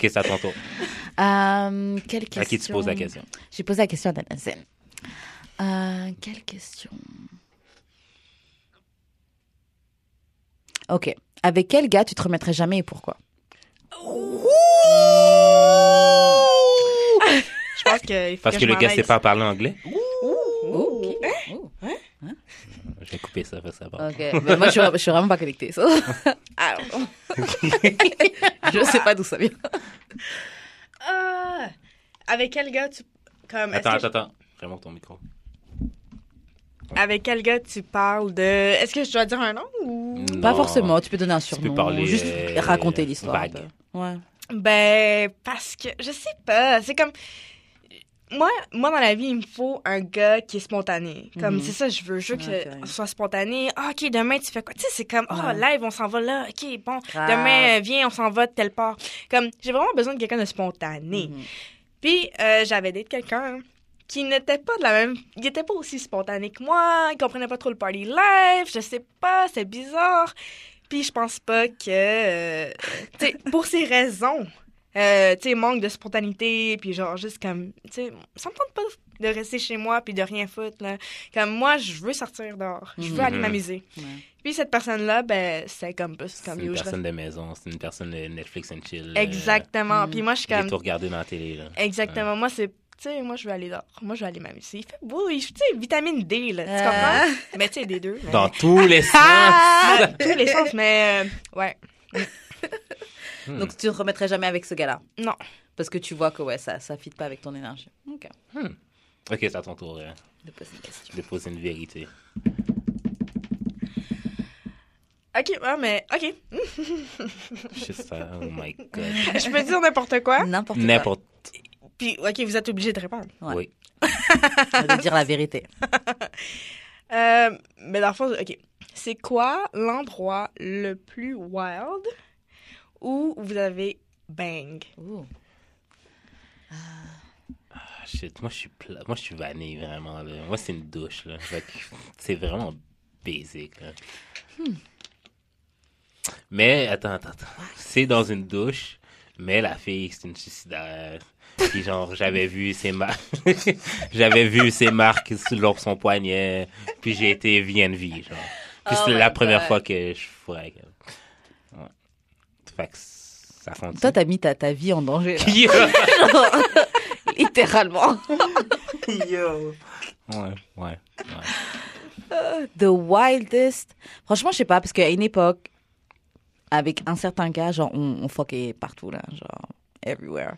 [SPEAKER 2] c'est à ton tour.
[SPEAKER 1] Euh, quelle question
[SPEAKER 2] À qui tu poses la question?
[SPEAKER 1] J'ai posé la question à Danazen. Euh, quelle question Ok. Avec quel gars tu te remettrais jamais et pourquoi
[SPEAKER 3] Je pense que. il faut
[SPEAKER 2] Parce que,
[SPEAKER 3] je
[SPEAKER 2] le
[SPEAKER 3] m'en
[SPEAKER 2] gars
[SPEAKER 3] aille
[SPEAKER 2] sait
[SPEAKER 3] d'ici.
[SPEAKER 2] pas parler anglais.
[SPEAKER 1] Oh, ok. Oh.
[SPEAKER 2] Je vais couper ça, parce que ça va.
[SPEAKER 3] Euh,
[SPEAKER 1] Ok. Mais moi, je suis, je suis vraiment pas connectée. so. Alors. je sais pas d'où ça vient.
[SPEAKER 3] Ah. avec quel gars tu. Comme, est-ce
[SPEAKER 2] Attends,
[SPEAKER 3] que-
[SPEAKER 2] attends, attends. Remonte ton micro.
[SPEAKER 3] Avec quel gars tu parles de. Est-ce que je dois dire un nom ou.
[SPEAKER 1] Pas
[SPEAKER 2] Non.
[SPEAKER 1] forcément. Tu peux donner un
[SPEAKER 2] peux
[SPEAKER 1] surnom.
[SPEAKER 2] parler,
[SPEAKER 1] Juste
[SPEAKER 2] euh,
[SPEAKER 1] raconter l'histoire. un
[SPEAKER 2] vague.
[SPEAKER 1] peu. Ouais.
[SPEAKER 3] Ben, parce que. Je sais pas. C'est comme. moi, moi, dans la vie, il me faut un gars qui est spontané. Comme,
[SPEAKER 5] Mhm.
[SPEAKER 3] c'est ça, je veux. Je veux que
[SPEAKER 5] Ok.
[SPEAKER 3] ce soit spontané. Ah, OK, demain, tu fais quoi? Tu sais, c'est comme, oh,
[SPEAKER 5] Ouais. Ah.
[SPEAKER 3] live, on s'en va là. OK, bon, demain, euh, viens, on s'en va de telle part. Comme, j'ai vraiment besoin de quelqu'un de
[SPEAKER 1] euh,
[SPEAKER 3] spontané.
[SPEAKER 5] Mhm.
[SPEAKER 3] Puis, euh, j'avais d'être quelqu'un qui n'était pas de la même... Il n'était pas aussi spontané que moi. Il comprenait pas trop le party life. Je sais pas, c'est bizarre. Puis, je pense pas que... euh, tu sais, pour ces raisons, euh, tu sais, manque de spontanéité, puis genre, juste comme... Tu sais, ça me tente pas de rester chez moi puis de rien foutre, là. Comme, moi, je veux sortir dehors. Je veux
[SPEAKER 5] Mhm.
[SPEAKER 3] aller m'amuser.
[SPEAKER 5] Ouais.
[SPEAKER 3] Puis, cette personne-là, ben, c'est comme... plus
[SPEAKER 2] C'est
[SPEAKER 3] comme
[SPEAKER 2] une
[SPEAKER 3] yo, je
[SPEAKER 2] personne de maison, c'est une personne de Netflix and chill. euh,
[SPEAKER 3] Exactement.
[SPEAKER 1] Mm.
[SPEAKER 3] Puis moi, je suis
[SPEAKER 2] J'ai
[SPEAKER 3] comme.
[SPEAKER 2] tout regardé dans la télé, là.
[SPEAKER 3] Exactement. Moi, c'est. Tu sais, moi, je veux aller dehors. Moi, je veux aller m'amuser. Il fait beau. il- Tu sais, vitamine D, là. Tu
[SPEAKER 5] Euh.
[SPEAKER 3] comprends? Mais tu sais, des deux. mais-
[SPEAKER 2] Dans tous les sens!
[SPEAKER 3] Ah, tous les sens, mais. euh, ouais.
[SPEAKER 2] Hmm.
[SPEAKER 1] Donc tu ne te remettrais jamais avec ce gars-là
[SPEAKER 3] Non.
[SPEAKER 1] Parce que tu vois que ouais, ça ne fit pas avec ton énergie. Ok.
[SPEAKER 2] Ok, c'est à ton tour euh,
[SPEAKER 1] De poser une question.
[SPEAKER 2] de poser une vérité.
[SPEAKER 3] Ok, ouais, mais. Ok.
[SPEAKER 2] Je sais ça, oh my god.
[SPEAKER 3] Je peux dire n'importe quoi.
[SPEAKER 1] N'importe quoi.
[SPEAKER 2] N'importe
[SPEAKER 3] Puis, ok, vous êtes obligé de répondre.
[SPEAKER 1] Ouais.
[SPEAKER 2] Oui.
[SPEAKER 1] De dire la vérité.
[SPEAKER 3] Euh, mais dans le fond, ok. C'est quoi l'endroit le plus wild où vous avez bang?
[SPEAKER 1] Ouh.
[SPEAKER 2] Ah, shit, moi je suis plat. Moi je suis vanné vraiment, là. Moi c'est une douche, là. Fait que C'est vraiment basic, là. Hmm. Mais attends, attends, attends. C'est dans une douche, mais la fille, c'est une suicidaire. Puis genre, j'avais vu ses marques. j'avais vu ses marques sur son poignet. Puis j'ai été VNV, genre. Puis
[SPEAKER 1] Oh
[SPEAKER 2] c'est
[SPEAKER 1] my
[SPEAKER 2] la première
[SPEAKER 1] God.
[SPEAKER 2] fois que je fourrais avec elle. Ouais. Fait que ça compte.
[SPEAKER 1] Toi, t'as mis ta, ta vie en danger. là.
[SPEAKER 2] Yo!
[SPEAKER 1] Littéralement.
[SPEAKER 2] Ouais, ouais, ouais.
[SPEAKER 1] The wildest. Franchement, je sais pas, parce qu'à une époque, avec un certain gars, genre, on, on fuckait partout, là, genre, everywhere.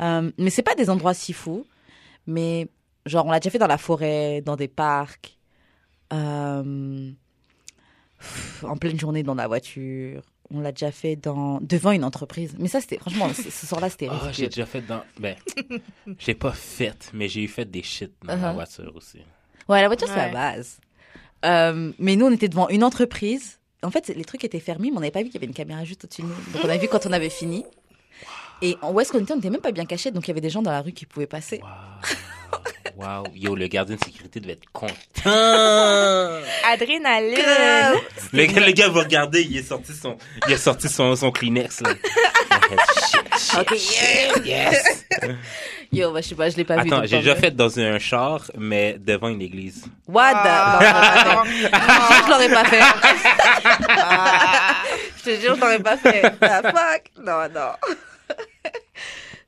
[SPEAKER 1] Euh, mais c'est pas des endroits si fous, mais genre, on l'a déjà fait dans la forêt, dans des parcs, euh, pff, en pleine journée dans la voiture. On l'a déjà fait dans devant une entreprise. Mais ça, c'était franchement, ce ce soir-là, c'était
[SPEAKER 2] Ah, j'ai
[SPEAKER 1] risqué.
[SPEAKER 2] déjà fait dans. Ben, j'ai pas fait, mais j'ai eu fait des shit dans la
[SPEAKER 1] Uh-huh.
[SPEAKER 2] voiture aussi.
[SPEAKER 1] Ouais, la voiture, c'est la
[SPEAKER 3] Ouais.
[SPEAKER 1] base. Euh, mais nous, on était devant une entreprise. En fait, les trucs étaient fermés, mais on n'avait pas vu qu'il y avait une caméra juste au-dessus de nous. Donc, on a vu quand on avait fini. Et en- où est-ce qu'on était On n'était même pas bien cachés, donc il y avait des gens dans la rue qui pouvaient passer.
[SPEAKER 2] Waouh! Waouh! Yo, le gardien de sécurité devait être content! le,
[SPEAKER 3] Adrénaline!
[SPEAKER 2] gars- le gars va regarder, il est sorti son, il a sorti son, son Kleenex, là. Shit, shit,
[SPEAKER 1] Ok,
[SPEAKER 2] shit, yes!
[SPEAKER 1] Yo, bah, je sais pas, je l'ai pas vu.
[SPEAKER 2] Attends,
[SPEAKER 1] donc
[SPEAKER 2] j'ai
[SPEAKER 1] tant
[SPEAKER 2] déjà
[SPEAKER 1] mieux.
[SPEAKER 2] fait dans un char, mais devant une église.
[SPEAKER 1] What the-
[SPEAKER 3] Ah,
[SPEAKER 1] Non, je l'aurais pas fait. Je te jure, je l'aurais pas fait. The fuck Non, non.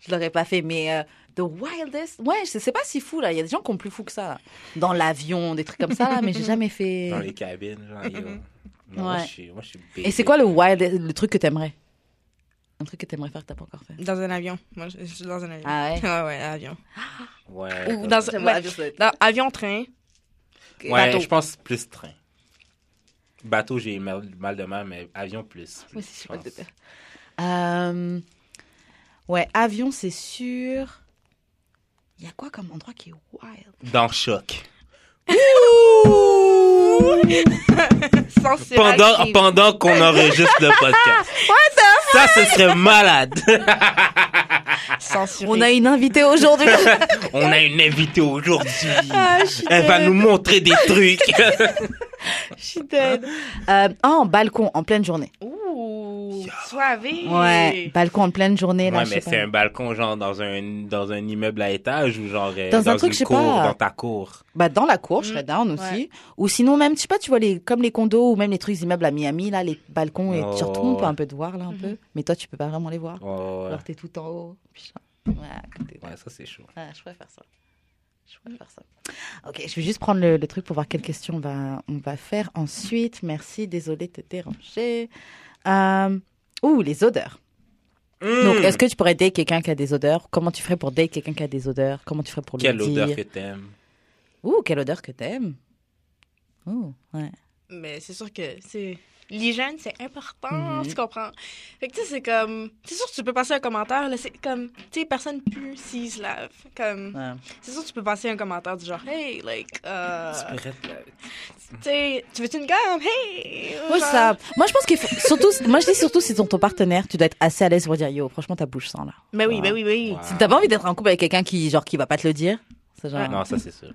[SPEAKER 1] Je l'aurais pas fait, mais euh, The Wildest. Ouais, c'est c'est pas si fou, là. Il y a des gens qui ont plus fou que ça. là. Dans l'avion, des trucs comme ça, là, mais j'ai jamais fait.
[SPEAKER 2] Dans les cabines, genre, yo. Non, Moi,
[SPEAKER 1] Mm-hmm. Ouais.
[SPEAKER 2] je suis, moi, je suis
[SPEAKER 1] Et c'est quoi le wildest, le truc que t'aimerais Un truc que t'aimerais faire que t'as pas encore fait
[SPEAKER 3] Dans un avion. Moi, je je suis dans un avion.
[SPEAKER 1] Ah ouais
[SPEAKER 3] Ah ouais, avion.
[SPEAKER 2] Ouais.
[SPEAKER 3] Ou dans
[SPEAKER 1] J'aimerais
[SPEAKER 3] ouais.
[SPEAKER 1] la vie, ça doit être-
[SPEAKER 3] Dans avion-train.
[SPEAKER 1] Ok.
[SPEAKER 2] Ouais,
[SPEAKER 1] Bateau.
[SPEAKER 2] je pense plus train. Bateau, j'ai mal, mal de mer, mais avion plus.
[SPEAKER 1] Moi aussi, je suis pas
[SPEAKER 2] pense.
[SPEAKER 1] de terre. Euh, Ouais, avion, c'est sûr. Il y a quoi comme endroit qui est wild
[SPEAKER 2] Dans choc.
[SPEAKER 3] Sans c'est
[SPEAKER 2] Pendant,
[SPEAKER 1] arrive.
[SPEAKER 2] pendant qu'on enregistre le podcast. Ça, ce serait malade.
[SPEAKER 3] censuré.
[SPEAKER 1] On a une invitée aujourd'hui.
[SPEAKER 2] On a une invitée aujourd'hui.
[SPEAKER 1] Ah, je suis
[SPEAKER 2] Elle va nous montrer des trucs.
[SPEAKER 1] Je suis dead. Euh, ah, en balcon, en pleine journée.
[SPEAKER 3] Ouh, soivé.
[SPEAKER 1] Ouais, ben- balcon en pleine journée. là,
[SPEAKER 2] ouais,
[SPEAKER 1] je
[SPEAKER 2] mais
[SPEAKER 1] sais
[SPEAKER 2] c'est
[SPEAKER 1] pas.
[SPEAKER 2] un balcon, genre, dans un, dans un immeuble à étage ou genre euh,
[SPEAKER 1] Dans un truc, je
[SPEAKER 2] une
[SPEAKER 1] sais
[SPEAKER 2] cour,
[SPEAKER 1] pas.
[SPEAKER 2] dans ta cour.
[SPEAKER 1] Bah, dans la cour, je serais down aussi.
[SPEAKER 3] ouais.
[SPEAKER 1] Ou sinon, même, tu sais pas, tu vois, les, comme les condos ou même les trucs immeubles à Miami, là, les balcons, et
[SPEAKER 2] Oh,
[SPEAKER 1] genre, tout le monde peut
[SPEAKER 2] ouais.
[SPEAKER 1] un peu te voir, là, un peu. Mais toi, tu peux pas vraiment les voir.
[SPEAKER 2] Ouais,
[SPEAKER 1] Alors, t'es tout en haut. Puis je- Ouais, à côté.
[SPEAKER 2] ouais, ça, c'est chaud.
[SPEAKER 1] Ouais, Ah, je pourrais faire ça. Je pourrais faire ça. Ok, je vais juste prendre le, le truc pour voir quelles questions on va, on va faire ensuite. Merci, désolé de te déranger. Euh, Ouh, les odeurs. Donc,
[SPEAKER 2] Mm.
[SPEAKER 1] est-ce que tu pourrais date quelqu'un qui a des odeurs Comment tu ferais pour date quelqu'un qui a des odeurs Comment tu ferais pour
[SPEAKER 2] Quelle
[SPEAKER 1] le dire
[SPEAKER 2] odeur que t'aimes.
[SPEAKER 1] Ouh, quelle odeur que t'aimes Ouh, ouais.
[SPEAKER 3] Mais c'est sûr que c'est l'hygiène, c'est important,
[SPEAKER 1] Mhm.
[SPEAKER 3] tu comprends? Fait que, tu sais, c'est comme. C'est sûr que tu peux passer un commentaire, là, c'est comme. Tu sais, personne pue s'il se lave. Comme.
[SPEAKER 1] Ouais.
[SPEAKER 3] C'est sûr que tu peux passer un commentaire du genre, hey, like, euh.
[SPEAKER 2] Tu pourrais te-
[SPEAKER 3] Tu sais, tu veux-tu une gomme? Hey!
[SPEAKER 1] Moi,
[SPEAKER 3] genre.
[SPEAKER 1] ça, moi, je pense que surtout, moi, je dis surtout si ton, ton partenaire, tu dois être assez à l'aise pour dire yo, franchement, ta bouche sent là.
[SPEAKER 3] Ben oui, ben oui, ben oui.
[SPEAKER 2] Wow.
[SPEAKER 1] Si t'as pas envie d'être en couple avec quelqu'un qui, genre, qui va pas te le dire, c'est genre,
[SPEAKER 2] Non, ça, c'est sûr.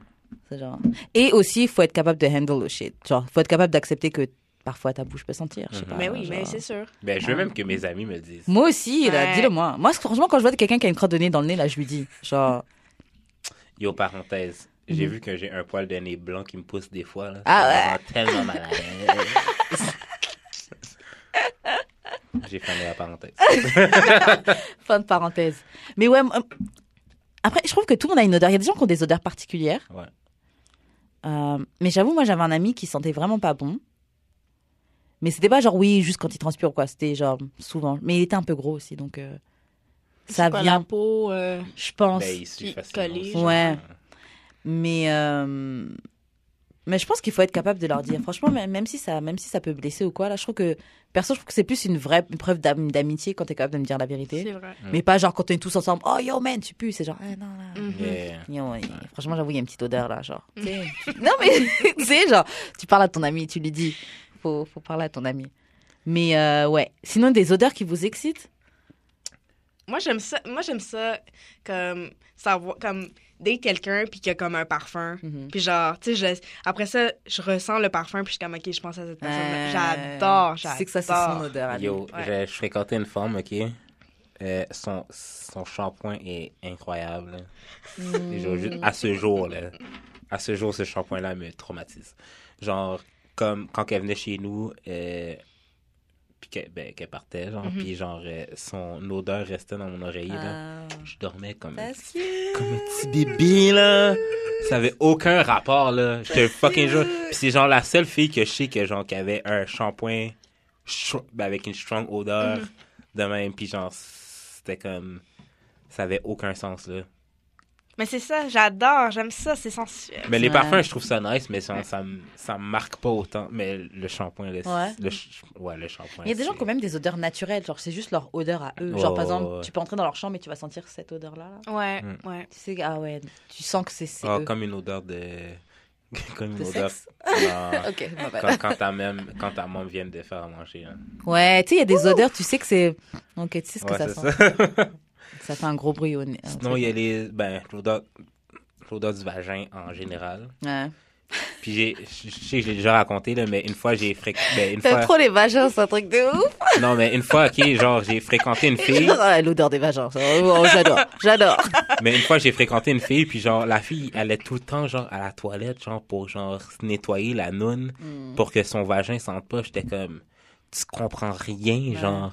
[SPEAKER 1] c'est genre. Et aussi, faut être capable de handle le shit. Genre, faut être capable d'accepter que parfois ta bouche peut sentir. Je sais pas.
[SPEAKER 3] Ben oui,
[SPEAKER 1] genre.
[SPEAKER 3] mais c'est sûr.
[SPEAKER 2] Ben,
[SPEAKER 1] Ah.
[SPEAKER 2] je veux même que mes amis me disent.
[SPEAKER 1] Moi aussi, là,
[SPEAKER 3] Ouais.
[SPEAKER 1] dis-le-moi. Moi, franchement, quand je vois quelqu'un qui a une crotte de nez dans le nez, là, je lui dis, genre,
[SPEAKER 2] Yo, parenthèse, j'ai vu que j'ai un poil de nez blanc qui me pousse des fois. Là.
[SPEAKER 1] Mhm. Ah
[SPEAKER 2] Ça me rend tellement mal à l'aise. J'ai fermé la parenthèse.
[SPEAKER 1] fin de parenthèse. Mais ouais, m- après, je trouve que tout le monde a une odeur. Il y a des gens qui ont des odeurs particulières.
[SPEAKER 2] Ouais.
[SPEAKER 1] Euh, mais j'avoue, moi, j'avais un ami qui sentait vraiment pas bon. Mais c'était pas genre, oui, juste quand il transpire ou quoi. C'était genre, souvent. Mais il était un peu gros aussi, donc euh, ça
[SPEAKER 3] C'est quoi,
[SPEAKER 1] vient,
[SPEAKER 3] La peau, euh,
[SPEAKER 1] je pense.
[SPEAKER 2] Ben, il suit
[SPEAKER 3] Puis
[SPEAKER 2] facilement.
[SPEAKER 3] collé,
[SPEAKER 2] aussi.
[SPEAKER 3] genre.
[SPEAKER 1] Ouais. Mais, euh, mais je pense qu'il faut être capable de leur dire. Franchement, même même si ça, même si ça peut blesser ou quoi, là, je trouve que, perso, je trouve que c'est plus une vraie une preuve d'am- d'amitié quand t'es capable de me dire la
[SPEAKER 3] c'est
[SPEAKER 1] vérité.
[SPEAKER 3] vrai.
[SPEAKER 1] Mais pas genre quand on est tous ensemble, oh yo man, tu pues. C'est genre, ah non, là.
[SPEAKER 3] Mhm.
[SPEAKER 2] Yeah.
[SPEAKER 1] Yo, et- franchement, j'avoue, il y a une petite odeur là,
[SPEAKER 3] Mm.
[SPEAKER 1] genre. Tu sais, tu- non, mais tu sais, genre, tu parles à ton ami, tu lui dis, faut, faut parler à ton ami. Mais euh, ouais, sinon, des odeurs qui vous excitent
[SPEAKER 3] Moi, j'aime ça. Moi, j'aime ça comme savoir comme date quelqu'un puis qu'il y a comme un parfum.
[SPEAKER 1] Mhm.
[SPEAKER 3] Puis genre, tu sais, je- après ça, je ressens le parfum puis je suis comme OK, je pense à cette personne.
[SPEAKER 1] Euh,
[SPEAKER 3] J'adore,
[SPEAKER 1] tu
[SPEAKER 3] j'adore.
[SPEAKER 1] sais que ça, c'est son odeur. à lui.
[SPEAKER 2] Yo,
[SPEAKER 3] Ouais.
[SPEAKER 2] j'ai- je fréquentais une femme, OK? Euh, son son shampoing est incroyable. là. Et je- je-
[SPEAKER 1] Mm.
[SPEAKER 2] à ce jour, là, à ce jour, ce shampoing-là me traumatise. Genre, comme quand elle venait chez nous, euh, puis qu'elle ben, qu'elle partait, genre, puis genre, euh, son odeur restait dans mon oreiller, là.
[SPEAKER 1] Ah,
[SPEAKER 2] Je dormais comme, un-
[SPEAKER 1] that's cute.
[SPEAKER 2] comme un petit bébé, là. Ça avait aucun rapport, là. J'étais fucking jour. Puis c'est genre la seule fille que je sais que, genre, qui avait un shampoing str- ben, avec une strong odeur de même, puis genre, c'était comme. Ça avait aucun sens, là.
[SPEAKER 3] Mais c'est ça, j'adore, j'aime ça, c'est sensuel.
[SPEAKER 2] Mais les
[SPEAKER 1] Ouais.
[SPEAKER 2] parfums, je trouve ça nice, mais ça, ça, me- ça me marque pas autant. Mais le shampoing, le,
[SPEAKER 1] Ouais.
[SPEAKER 2] le ch- ouais, le shampoing.
[SPEAKER 1] Il y a des gens qui
[SPEAKER 2] c'est-
[SPEAKER 1] ont même des odeurs naturelles, genre c'est juste leur odeur à eux.
[SPEAKER 2] Ouais,
[SPEAKER 1] Genre par
[SPEAKER 2] ouais,
[SPEAKER 1] exemple,
[SPEAKER 2] ouais.
[SPEAKER 1] tu peux entrer dans leur chambre et tu vas sentir cette odeur-là. là.
[SPEAKER 3] Ouais,
[SPEAKER 2] Mm.
[SPEAKER 3] ouais.
[SPEAKER 1] Tu sais, ah ouais, tu sens que c'est c'est
[SPEAKER 2] Ah,
[SPEAKER 1] eux.
[SPEAKER 2] comme une odeur de. comme une
[SPEAKER 1] De
[SPEAKER 2] odeur.
[SPEAKER 1] sexe
[SPEAKER 2] Non.
[SPEAKER 1] Ok, bah. ma bad.
[SPEAKER 2] quand, quand ta même, quand ta maman vient de faire à manger. hein.
[SPEAKER 1] Ouais, tu sais, il y a des odeurs, tu sais que c'est. Ok, tu sais ce que
[SPEAKER 2] Ouais,
[SPEAKER 1] ça
[SPEAKER 2] c'est
[SPEAKER 1] sent. Ah,
[SPEAKER 2] ça.
[SPEAKER 1] Ça fait un gros bruit au nez. un
[SPEAKER 2] Sinon,
[SPEAKER 1] truc.
[SPEAKER 2] il y a les. Ben, l'odeur l'odeur du vagin en général.
[SPEAKER 1] Ouais.
[SPEAKER 2] Puis j'ai, je je sais que je l'ai déjà raconté, là, mais une fois, j'ai fréquenté. une
[SPEAKER 1] T'aimes
[SPEAKER 2] fois...
[SPEAKER 1] trop les vagins, c'est un truc de ouf.
[SPEAKER 2] Non, mais une fois, ok, genre, j'ai fréquenté une fille.
[SPEAKER 1] Ah, L'odeur des vagins, ça, oh, j'adore, j'adore.
[SPEAKER 2] Mais une fois, j'ai fréquenté une fille, puis genre, la fille allait tout le temps, genre, à la toilette, genre, pour, genre, se nettoyer la noune,
[SPEAKER 1] Mm.
[SPEAKER 2] pour que son vagin sente pas. J'étais comme, tu comprends rien, genre.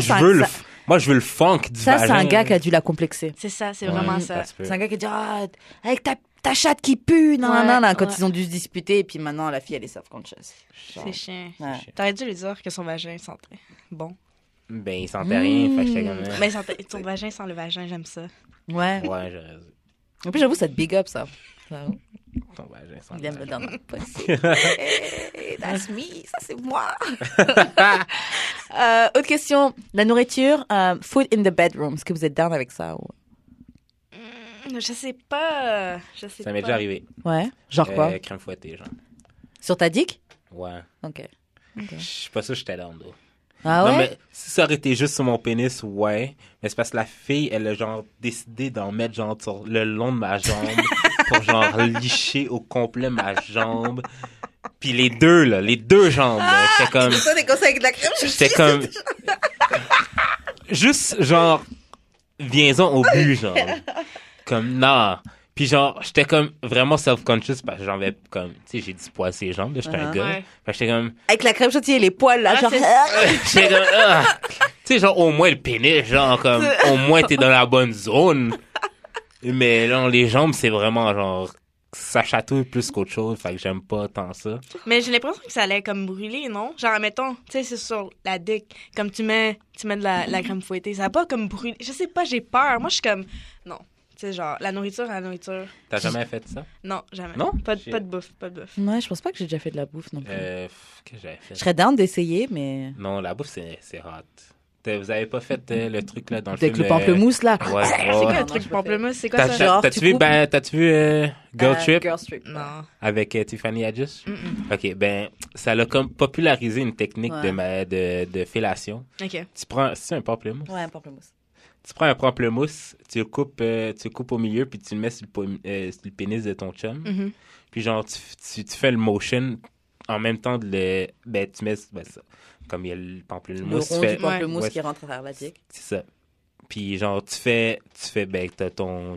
[SPEAKER 1] ça,
[SPEAKER 2] je
[SPEAKER 1] c'est
[SPEAKER 2] veux
[SPEAKER 1] un-
[SPEAKER 2] le,
[SPEAKER 1] ça-
[SPEAKER 2] f- moi, je veux le funk du
[SPEAKER 1] Ça,
[SPEAKER 2] vagin.
[SPEAKER 1] c'est un gars qui a dû la complexer.
[SPEAKER 3] C'est ça, c'est
[SPEAKER 2] Ouais,
[SPEAKER 3] vraiment
[SPEAKER 2] ça
[SPEAKER 3] ça.
[SPEAKER 2] se peut.
[SPEAKER 1] C'est un gars qui a dit ah, avec ta, ta chatte qui pue, non, non, non, là, quand
[SPEAKER 3] ouais.
[SPEAKER 1] ils ont dû se disputer et puis maintenant la fille elle est self conscious.
[SPEAKER 3] C'est chiant.
[SPEAKER 1] Ouais.
[SPEAKER 3] T'aurais dû lui dire que son vagin sentait bon.
[SPEAKER 2] Ben, il sentait rien, fait que j'étais comme, euh,
[SPEAKER 1] Mm.
[SPEAKER 3] Mais sentait- son vagin sent le vagin, j'aime ça.
[SPEAKER 1] Ouais.
[SPEAKER 2] ouais, j'aurais dû.
[SPEAKER 1] En plus j'avoue ça te big up ça. Ça,
[SPEAKER 2] Ton vagin sent
[SPEAKER 1] Il
[SPEAKER 2] le
[SPEAKER 1] aime le
[SPEAKER 2] vagin.
[SPEAKER 1] donner. Hey, Eh, that's me, ça c'est moi. Euh, autre question, la nourriture, euh, food in the bedroom, est-ce que vous êtes down avec ça ou-
[SPEAKER 3] Je sais pas. Je
[SPEAKER 2] Ça
[SPEAKER 3] sais pas.
[SPEAKER 2] m'est déjà arrivé.
[SPEAKER 1] Ouais. Genre quoi
[SPEAKER 2] Euh, crème fouettée, genre.
[SPEAKER 1] Sur ta dick
[SPEAKER 2] Ouais.
[SPEAKER 1] Ok.
[SPEAKER 2] Je suis pas sûr que j'étais dans le dos.
[SPEAKER 1] Ah
[SPEAKER 2] Non,
[SPEAKER 1] ouais
[SPEAKER 2] mais si ça aurait été juste sur mon pénis, ouais. Mais c'est parce que la fille, elle a genre décidé d'en mettre genre sur le long de ma jambe pour genre licher au complet ma jambe. Puis les deux, là, les deux jambes,
[SPEAKER 1] Ah!
[SPEAKER 2] là, j'étais comme...
[SPEAKER 1] Ça des conseils avec de la crème
[SPEAKER 2] J'étais comme... Juste genre, viens-en au but, genre. Comme, non. Puis genre, j'étais comme vraiment self-conscious parce que j'en avais comme... Tu sais, j'ai du poids sur les jambes, là, j'étais un
[SPEAKER 1] Uh-huh.
[SPEAKER 2] gars.
[SPEAKER 3] Ouais.
[SPEAKER 2] Fait que j'étais comme...
[SPEAKER 1] Avec la crème chantilly et les poils là,
[SPEAKER 3] Ah,
[SPEAKER 1] genre.
[SPEAKER 3] c'est-
[SPEAKER 2] J'étais comme, ah. Tu sais, genre, au moins le pénis, genre, comme, au moins t'es dans la bonne zone. Mais là, les jambes, c'est vraiment, genre, ça chatouille plus qu'autre chose, fait que j'aime pas tant ça.
[SPEAKER 3] Mais j'ai l'impression que ça allait comme brûler, non? Genre, mettons, tu sais, c'est sur la dick. Comme tu mets, tu mets de la, la crème fouettée, ça va pas comme brûler. Je sais pas, j'ai peur. Moi, je suis comme, non. Tu Tu sais, genre, la nourriture, la nourriture.
[SPEAKER 2] T'as jamais fait ça?
[SPEAKER 3] Non, jamais.
[SPEAKER 2] Non?
[SPEAKER 3] Pas, de-
[SPEAKER 2] J'ai-
[SPEAKER 3] pas de bouffe, pas de bouffe.
[SPEAKER 1] Ouais, je pense pas que j'ai déjà fait de la bouffe non plus.
[SPEAKER 2] Euh, pff, que j'avais fait?
[SPEAKER 1] Je serais down d'essayer, mais.
[SPEAKER 2] Non, la bouffe, c'est c'est hot. T'as- Vous avez pas fait euh, le truc là dans le
[SPEAKER 1] Avec
[SPEAKER 2] film?
[SPEAKER 1] le
[SPEAKER 2] euh,
[SPEAKER 1] pamplemousse là.
[SPEAKER 2] Ouais, ouais,
[SPEAKER 3] C'est quoi
[SPEAKER 2] Ah ouais.
[SPEAKER 3] le
[SPEAKER 1] non,
[SPEAKER 3] truc
[SPEAKER 1] je peux
[SPEAKER 3] pamplemousse? C'est quoi
[SPEAKER 2] T'as-
[SPEAKER 1] faire.
[SPEAKER 3] ça?
[SPEAKER 1] Genre,
[SPEAKER 2] T'as t'as-tu
[SPEAKER 1] tu
[SPEAKER 2] vu,
[SPEAKER 1] coupes-
[SPEAKER 2] ben, t'as-tu vu euh, Girl
[SPEAKER 1] Euh,
[SPEAKER 2] Trip
[SPEAKER 1] Girl Trip. ouais.
[SPEAKER 3] Non.
[SPEAKER 2] avec euh, Tiffany Haddish?
[SPEAKER 3] Mm-mm.
[SPEAKER 2] OK, ben, ça l'a comme popularisé une technique de,
[SPEAKER 1] Ouais.
[SPEAKER 2] ma- de, de fellation.
[SPEAKER 3] OK.
[SPEAKER 2] Tu prends, c'est un pamplemousse?
[SPEAKER 1] Ouais, un pamplemousse.
[SPEAKER 2] Tu prends un pamplemousse, tu le coupes, euh, tu le coupes au milieu, puis tu le mets sur le, pom- euh, sur le pénis de ton chum.
[SPEAKER 3] Mhm.
[SPEAKER 2] Puis genre, tu, tu, tu fais le motion en même temps de le... Ben, tu mets... ben, ça, comme il y a le
[SPEAKER 1] Le
[SPEAKER 2] pamplemousse, tu
[SPEAKER 1] rond
[SPEAKER 2] fais...
[SPEAKER 1] du pamplemousse
[SPEAKER 2] Ouais.
[SPEAKER 1] qui rentre à travers la dick.
[SPEAKER 2] C'est ça. Puis genre, tu fais... Tu fais, ben, t'as ton...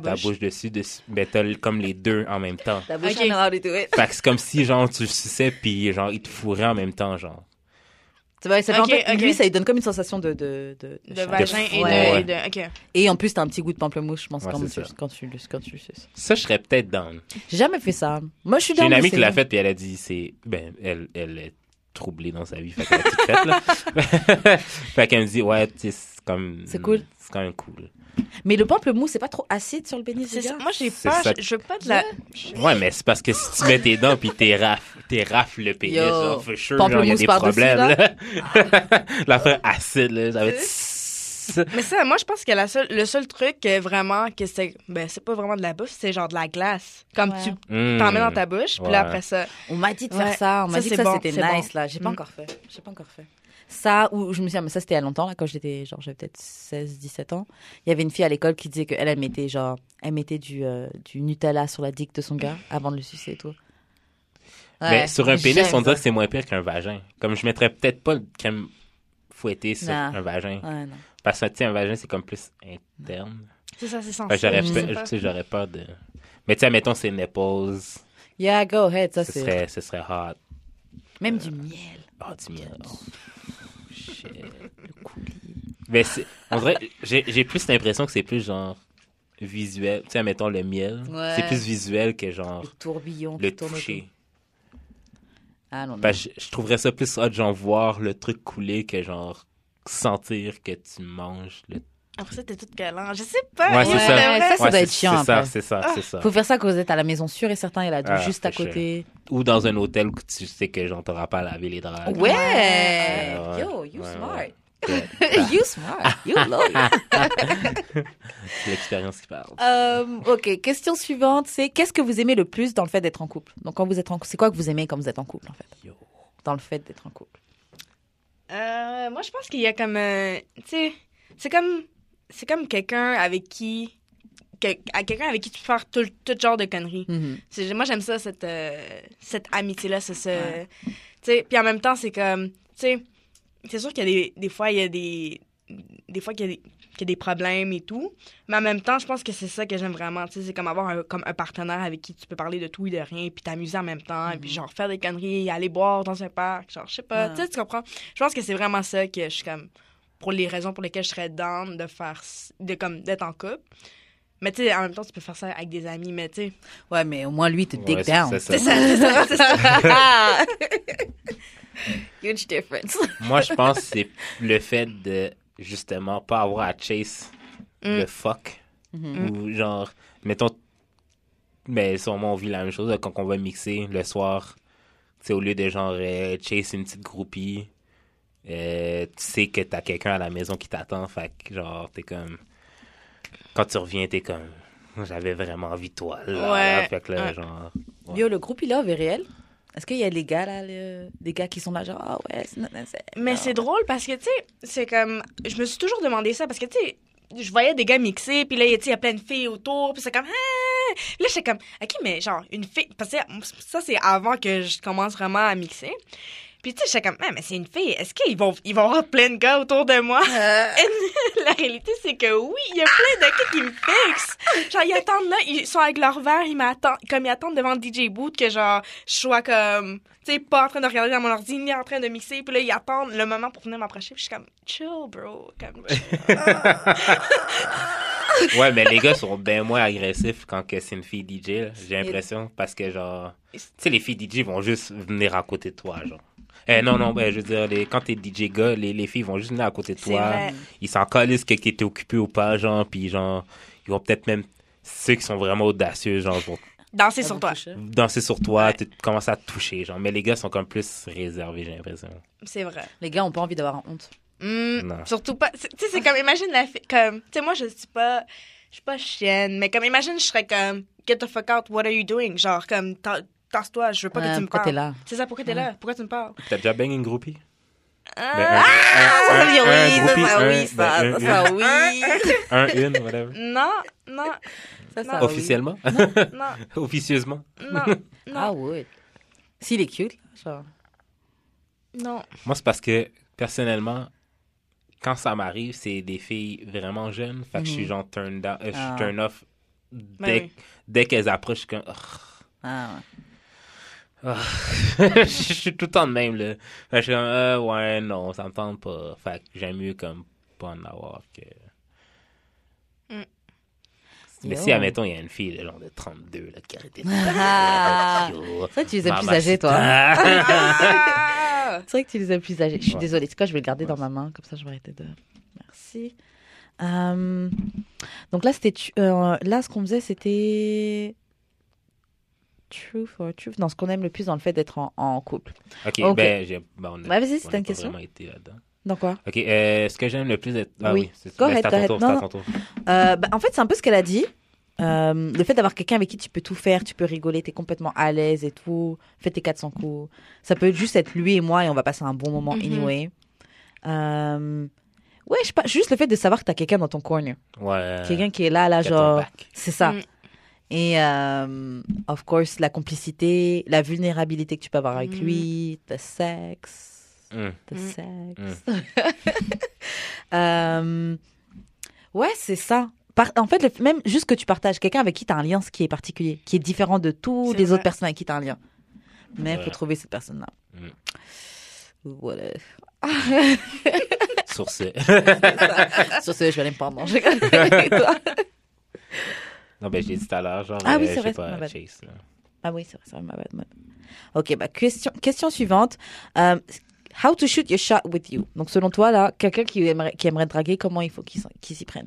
[SPEAKER 2] t'as ta
[SPEAKER 3] bouche.
[SPEAKER 2] bouche dessus, dessus. Ben, t'as le- comme les deux en même temps.
[SPEAKER 1] La bouche,
[SPEAKER 3] Ok.
[SPEAKER 1] on a l'air de tout.
[SPEAKER 2] Fait que c'est comme si, genre, tu le suçais, puis genre, il te fourrait en même temps, genre.
[SPEAKER 1] Tu vois, ça fait en
[SPEAKER 3] Ok,
[SPEAKER 1] fait,
[SPEAKER 3] ok.
[SPEAKER 1] lui, ça lui donne comme une sensation de. De, de, de
[SPEAKER 3] De
[SPEAKER 1] chaleur.
[SPEAKER 3] vagin et de-
[SPEAKER 2] Ouais.
[SPEAKER 3] et de. OK.
[SPEAKER 1] Et en plus, t'as un petit goût de pamplemousse, je pense,
[SPEAKER 2] Ouais,
[SPEAKER 1] quand,
[SPEAKER 2] c'est
[SPEAKER 1] tu,
[SPEAKER 2] ça.
[SPEAKER 1] quand tu le quand tu le suces.
[SPEAKER 2] Ça, je serais peut-être down.
[SPEAKER 1] J'ai jamais fait ça. Moi, je suis
[SPEAKER 2] J'ai
[SPEAKER 1] dans
[SPEAKER 2] une
[SPEAKER 1] le
[SPEAKER 2] amie qui l'a
[SPEAKER 1] lycée.
[SPEAKER 2] faite, puis elle a dit, c'est... Ben, elle, elle est troublée dans sa vie, fait qu'elle a tout fait, là. fait qu'elle me dit, ouais, tu sais, c'est comme...
[SPEAKER 1] C'est cool.
[SPEAKER 2] C'est quand même cool.
[SPEAKER 1] Mais le pamplemousse, c'est pas trop acide sur le pénis,
[SPEAKER 3] C'est
[SPEAKER 1] les
[SPEAKER 3] ça.
[SPEAKER 1] gars
[SPEAKER 3] Moi, j'ai
[SPEAKER 2] C'est
[SPEAKER 3] peur.
[SPEAKER 2] ça.
[SPEAKER 3] Je je veux pas de la.
[SPEAKER 2] Ouais, mais c'est parce que si tu mets tes dents puis t'es raf, t'es raf le pénis,
[SPEAKER 1] Yo.
[SPEAKER 2] là, for sure, genre, il y a
[SPEAKER 1] Pamplemousse
[SPEAKER 2] des
[SPEAKER 1] par-dessus,
[SPEAKER 2] problèmes,
[SPEAKER 1] là.
[SPEAKER 2] là. L'affaire acide, là, ça va être... tss.
[SPEAKER 3] Mais ça, moi, je pense que la seule, le seul truc que vraiment, que c'est, ben, c'est pas vraiment de la bouffe, c'est genre de la glace. Comme
[SPEAKER 1] Ouais.
[SPEAKER 3] tu
[SPEAKER 2] Mm.
[SPEAKER 3] t'en mets dans ta bouche, puis
[SPEAKER 2] Ouais.
[SPEAKER 3] là, après ça.
[SPEAKER 1] On m'a dit de faire
[SPEAKER 3] Ouais.
[SPEAKER 1] ça, on m'a
[SPEAKER 3] Ça,
[SPEAKER 1] dit que
[SPEAKER 3] c'est
[SPEAKER 1] ça
[SPEAKER 3] bon,
[SPEAKER 1] c'était
[SPEAKER 3] c'est bon.
[SPEAKER 1] nice là, j'ai pas
[SPEAKER 3] Mm.
[SPEAKER 1] encore fait. J'ai pas encore fait. Ça ou je me souviens mais ça c'était il y a longtemps là quand j'étais genre j'avais peut-être 16 17 ans. Il y avait une fille à l'école qui disait que elle, elle mettait genre elle mettait du euh, du Nutella sur la dick de son gars avant de le sucer et tout.
[SPEAKER 2] Mm. Mais
[SPEAKER 1] Ouais,
[SPEAKER 2] sur un pénis,
[SPEAKER 1] j'aime
[SPEAKER 2] on
[SPEAKER 1] ça.
[SPEAKER 2] dirait que c'est moins pire qu'un vagin. Comme je mettrais peut-être pas de crème fouettée sur
[SPEAKER 1] Non.
[SPEAKER 2] un vagin.
[SPEAKER 1] Ouais, non.
[SPEAKER 2] Parce que, tu sais, un vagin, c'est comme plus interne.
[SPEAKER 3] C'est ça,
[SPEAKER 2] Fait que
[SPEAKER 3] c'est sensible.
[SPEAKER 2] Ben, j'aurais,
[SPEAKER 3] je
[SPEAKER 2] peur-
[SPEAKER 3] sais
[SPEAKER 2] tu
[SPEAKER 3] pas.
[SPEAKER 2] sais, j'aurais peur de... Mais tu sais, mettons, c'est nipples.
[SPEAKER 1] Yeah, go ahead, ça
[SPEAKER 2] ce,
[SPEAKER 1] c'est
[SPEAKER 2] serait, euh, ce serait hot.
[SPEAKER 1] même du miel.
[SPEAKER 2] Oh, du miel. Oh, shit. Mais c'est- on dirait, j'ai, j'ai plus l'impression que c'est plus genre visuel. Tu sais, mettons le miel.
[SPEAKER 1] Ouais.
[SPEAKER 2] C'est plus visuel que genre
[SPEAKER 1] Le tourbillon
[SPEAKER 2] le
[SPEAKER 1] qui tourne
[SPEAKER 2] toucher.
[SPEAKER 1] autour. Ah non. non.
[SPEAKER 2] Parce que je, je trouverais ça plus hot, genre voir le truc couler que genre sentir que tu manges le
[SPEAKER 3] Après ça, t'es toute galant. Je sais pas.
[SPEAKER 2] Ouais, c'est
[SPEAKER 3] moi,
[SPEAKER 2] ça.
[SPEAKER 1] Ça,
[SPEAKER 3] vrai.
[SPEAKER 1] doit
[SPEAKER 2] c'est-
[SPEAKER 1] être chiant,
[SPEAKER 2] C'est ça,
[SPEAKER 1] après. Ah.
[SPEAKER 2] c'est ça, c'est ça.
[SPEAKER 1] Faut faire ça quand vous êtes à la maison sûre et certain, il la douche
[SPEAKER 2] Ah,
[SPEAKER 1] juste à
[SPEAKER 2] for sure.
[SPEAKER 1] côté.
[SPEAKER 2] Ou dans un hôtel où tu sais que genre t'auras pas à laver les draps.
[SPEAKER 1] Ouais.
[SPEAKER 2] Ouais,
[SPEAKER 1] Yo,
[SPEAKER 2] ouais,
[SPEAKER 1] you
[SPEAKER 2] ouais,
[SPEAKER 1] smart.
[SPEAKER 2] ouais. Ouais.
[SPEAKER 1] you smart. You love.
[SPEAKER 2] C'est l'expérience qui parle.
[SPEAKER 1] Euh, ok, question suivante, c'est qu'est-ce que vous aimez le plus dans le fait d'être en couple Donc quand vous êtes en couple, c'est quoi que vous aimez quand vous êtes en couple en fait
[SPEAKER 2] Yo.
[SPEAKER 1] Dans le fait d'être en couple.
[SPEAKER 3] Euh, moi, je pense qu'il y a comme. euh, tu sais, c'est comme. C'est comme quelqu'un avec qui. que- à quelqu'un avec qui tu peux faire tout, tout genre de conneries.
[SPEAKER 1] Mm-hmm.
[SPEAKER 3] C'est- moi, j'aime ça, cette, euh, cette amitié-là. c'est ce-
[SPEAKER 1] Ouais.
[SPEAKER 3] tu sais, Puis en même temps, c'est comme. tu sais, C'est sûr qu'il y a des, des fois, il y a des. Des fois, qu'il y, a des- qu'il y a des problèmes et tout. Mais en même temps, je pense que c'est ça que j'aime vraiment. tu sais, C'est comme avoir un, comme un partenaire avec qui tu peux parler de tout et de rien, puis t'amuser en même temps, et puis genre faire des conneries, aller boire dans un parc, genre, je sais pas.
[SPEAKER 1] Mhm. Ouais.
[SPEAKER 3] Tu sais, tu comprends? Je pense que c'est vraiment ça que je suis comme. Pour les raisons pour lesquelles je serais down de faire. s- de comme d'être en couple. Mais tu sais, en même temps, tu peux faire ça avec des amis, mais tu sais.
[SPEAKER 1] Ouais, mais au moins lui te
[SPEAKER 2] Ouais,
[SPEAKER 1] dig
[SPEAKER 2] c'est-
[SPEAKER 1] down.
[SPEAKER 2] c'est ça. C'est
[SPEAKER 3] ça, c'est ça.
[SPEAKER 1] Huge difference.
[SPEAKER 2] Moi, je pense que c'est le fait de justement pas avoir à chase le fuck.
[SPEAKER 1] Mhm.
[SPEAKER 2] Ou genre, mettons, mais sûrement on vit la même chose là, quand on va mixer le soir. Tu sais, au lieu de genre euh, chase une petite groupie, euh, tu sais que t'as quelqu'un à la maison qui t'attend. Fait que genre, t'es comme. Quand tu reviens, t'es comme. J'avais vraiment envie de toi. Là, là.
[SPEAKER 3] Ouais,
[SPEAKER 2] Fait que là,
[SPEAKER 3] ouais.
[SPEAKER 2] genre. Ouais.
[SPEAKER 1] Yo, le groupe love est réel Est-ce qu'il y a des gars là, le- des gars qui sont là genre ah ouais, c'est- c'est-
[SPEAKER 3] Mais
[SPEAKER 1] non.
[SPEAKER 3] c'est drôle parce que, tu sais, c'est comme. Je me suis toujours demandé ça parce que, tu sais, je voyais des gars mixés, puis là, tu sais, il y a plein de filles autour, puis c'est comme. Ah! Là, j'étais comme. OK, mais genre, une fille. Parce que ça, c'est avant que je commence vraiment à mixer. Puis, tu sais, j'étais comme. Ah, mais c'est une fille. Est-ce qu'ils vont, ils vont avoir plein de gars autour de moi?
[SPEAKER 1] Euh,
[SPEAKER 3] Et la réalité, c'est que oui, il y a plein de gars qui me fixent. Genre, ils attendent là, ils sont avec leur verre, ils m'attendent, comme ils attendent devant DJ Boot que genre, je sois comme, tu sais, pas en train de regarder dans mon ordi, ni en train de mixer, puis là, ils attendent le moment pour venir m'approcher, puis je suis comme, chill, bro, comme, chill.
[SPEAKER 2] Ouais, mais les gars sont bien moins agressifs quand que c'est une fille DJ, là, j'ai l'impression. Parce que, genre, tu sais, les filles DJ vont juste venir à côté de toi, genre. Eh, non, non, ben, je veux dire, les, quand t'es DJ gars, les, les filles vont juste venir à côté de
[SPEAKER 3] C'est
[SPEAKER 2] toi.
[SPEAKER 3] vrai.
[SPEAKER 2] Ils s'en calissent que t'es occupé ou pas, genre, puis genre, ils vont peut-être même, ceux qui sont vraiment audacieux, genre, vont
[SPEAKER 3] Danser sur toi.
[SPEAKER 2] danser sur toi,
[SPEAKER 3] Ouais.
[SPEAKER 2] tu commences à te toucher, genre. Mais les gars sont comme plus réservés, j'ai l'impression.
[SPEAKER 3] C'est vrai.
[SPEAKER 1] Les gars ont pas envie d'avoir honte.
[SPEAKER 3] Hmm,
[SPEAKER 2] Non.
[SPEAKER 3] surtout pas. c'est- Tu sais, c'est comme, imagine la fille. Comme, tu sais, moi, je suis pas. Je suis pas chienne, mais comme, imagine, je serais comme, get the fuck out, what are you doing? Genre, comme, t'en- tasse-toi, je veux pas
[SPEAKER 1] Ouais,
[SPEAKER 3] que tu me
[SPEAKER 1] pourquoi
[SPEAKER 3] parles.
[SPEAKER 1] Euh, t'es là
[SPEAKER 3] C'est ça, pourquoi t'es là? Pourquoi tu me parles?
[SPEAKER 2] T'as déjà bang une groupie?
[SPEAKER 3] Ah,
[SPEAKER 2] Ben, un- un-
[SPEAKER 3] ça,
[SPEAKER 2] un-
[SPEAKER 3] Ah, oui,
[SPEAKER 2] un groupie,
[SPEAKER 3] ça,
[SPEAKER 2] un-
[SPEAKER 3] oui, ça,
[SPEAKER 2] ben, un-
[SPEAKER 1] Ça, oui.
[SPEAKER 2] Un, une, whatever.
[SPEAKER 3] Non, non,
[SPEAKER 1] Ça,
[SPEAKER 3] Non.
[SPEAKER 1] ça, oui.
[SPEAKER 2] Officiellement?
[SPEAKER 3] non,
[SPEAKER 2] Officieusement?
[SPEAKER 3] non,
[SPEAKER 1] Ah
[SPEAKER 3] non,
[SPEAKER 1] ouais. S'il est cute, là, genre.
[SPEAKER 3] non.
[SPEAKER 2] Moi, c'est parce que, personnellement, quand ça m'arrive, c'est des filles vraiment jeunes. Fait que je suis genre turned, down- euh, je suis
[SPEAKER 1] Mhm. Ah. Ben
[SPEAKER 2] turn off. Dès,
[SPEAKER 3] oui.
[SPEAKER 2] dès qu'elles approchent, je suis comme... oh. Urgh.
[SPEAKER 1] Ah,
[SPEAKER 2] je suis tout le temps de même, là. Fait que je suis comme, euh, ouais, non, ça me tente pas. Fait que j'aime mieux comme pas en avoir que.
[SPEAKER 3] Mm.
[SPEAKER 2] Mais
[SPEAKER 1] Yo.
[SPEAKER 2] si, admettons, il y a une fille, là, genre de 32, là, qui arrête de.
[SPEAKER 1] Ah.
[SPEAKER 2] Yo.
[SPEAKER 1] C'est vrai que tu les as
[SPEAKER 2] Maman,
[SPEAKER 1] plus âgés, toi.
[SPEAKER 2] bah, c'est-
[SPEAKER 3] Ah!
[SPEAKER 1] C'est vrai que tu les as plus âgés. Je suis
[SPEAKER 2] Ouais.
[SPEAKER 1] désolée. C'est quoi, je vais le garder dans ma main, comme ça je vais arrêter de. Merci. Euh, donc là, c'était tu- euh, là ce qu'on faisait, c'était truth or truth. Non, ce qu'on aime le plus dans le fait d'être en, en couple.
[SPEAKER 2] Ok,
[SPEAKER 1] hein? Ok.
[SPEAKER 2] ben, j'ai. ben, on a-
[SPEAKER 1] Ouais, vas-y,
[SPEAKER 2] on
[SPEAKER 1] c'est
[SPEAKER 2] a
[SPEAKER 1] une
[SPEAKER 2] pas
[SPEAKER 1] question.
[SPEAKER 2] vraiment été là-dedans.
[SPEAKER 1] Dans quoi
[SPEAKER 2] Ok, euh, ce que j'aime le plus d'être. Ah
[SPEAKER 1] Oui.
[SPEAKER 2] oui, c'est
[SPEAKER 1] Go
[SPEAKER 2] ben,
[SPEAKER 1] ahead,
[SPEAKER 2] c'est
[SPEAKER 1] go
[SPEAKER 2] à ton
[SPEAKER 1] ahead.
[SPEAKER 2] tour, c'est
[SPEAKER 1] Non,
[SPEAKER 2] à
[SPEAKER 1] non.
[SPEAKER 2] ton tour.
[SPEAKER 1] Euh, bah, en fait, c'est un peu ce qu'elle a dit. Euh, le fait d'avoir quelqu'un avec qui tu peux tout faire, tu peux rigoler, t'es complètement à l'aise et tout, fais tes 400 coups. Ça peut juste être lui et moi et on va passer un bon moment
[SPEAKER 3] Mhm.
[SPEAKER 1] anyway. Euh, ouais, je sais pas, juste le fait de savoir que t'as quelqu'un dans ton corner,
[SPEAKER 2] Ouais.
[SPEAKER 1] quelqu'un qui est là, là,
[SPEAKER 2] qui a ton
[SPEAKER 1] genre,
[SPEAKER 2] back.
[SPEAKER 1] c'est ça.
[SPEAKER 3] Mm.
[SPEAKER 1] Et euh, of course, la complicité, la vulnérabilité que tu peux avoir avec
[SPEAKER 3] Mhm.
[SPEAKER 1] lui, le sexe,
[SPEAKER 2] Mm.
[SPEAKER 1] le
[SPEAKER 3] Mm.
[SPEAKER 1] sexe. Euh, ouais, c'est ça. Par- en fait, le- même juste que tu partages quelqu'un avec qui tu as un lien, ce qui est particulier, qui est différent de tous
[SPEAKER 3] C'est
[SPEAKER 1] les
[SPEAKER 3] vrai.
[SPEAKER 1] autres personnes avec qui tu as un lien. Mais il faut
[SPEAKER 2] Voilà.
[SPEAKER 1] trouver cette personne-là.
[SPEAKER 2] Mm.
[SPEAKER 1] Voilà.
[SPEAKER 2] Sur ce.
[SPEAKER 1] Sur ce, Ah, je vais aller me prendre manger. Et toi
[SPEAKER 2] non, ben, j'ai dit tout à l'heure, genre.
[SPEAKER 1] Ah oui,
[SPEAKER 2] euh,
[SPEAKER 1] c'est
[SPEAKER 2] je
[SPEAKER 1] vrai,
[SPEAKER 2] sais
[SPEAKER 1] c'est ma
[SPEAKER 2] Pas,
[SPEAKER 1] bad.
[SPEAKER 2] Chase, là.
[SPEAKER 1] ah oui, c'est vrai, c'est vrai, ma bad, ma bad. Ok, bah, question, question suivante. Euh, how to shoot your shot with you. Donc, selon toi, là, quelqu'un qui aimerait, qui aimerait draguer, comment il faut qu'il s'en- qu'il s'y prenne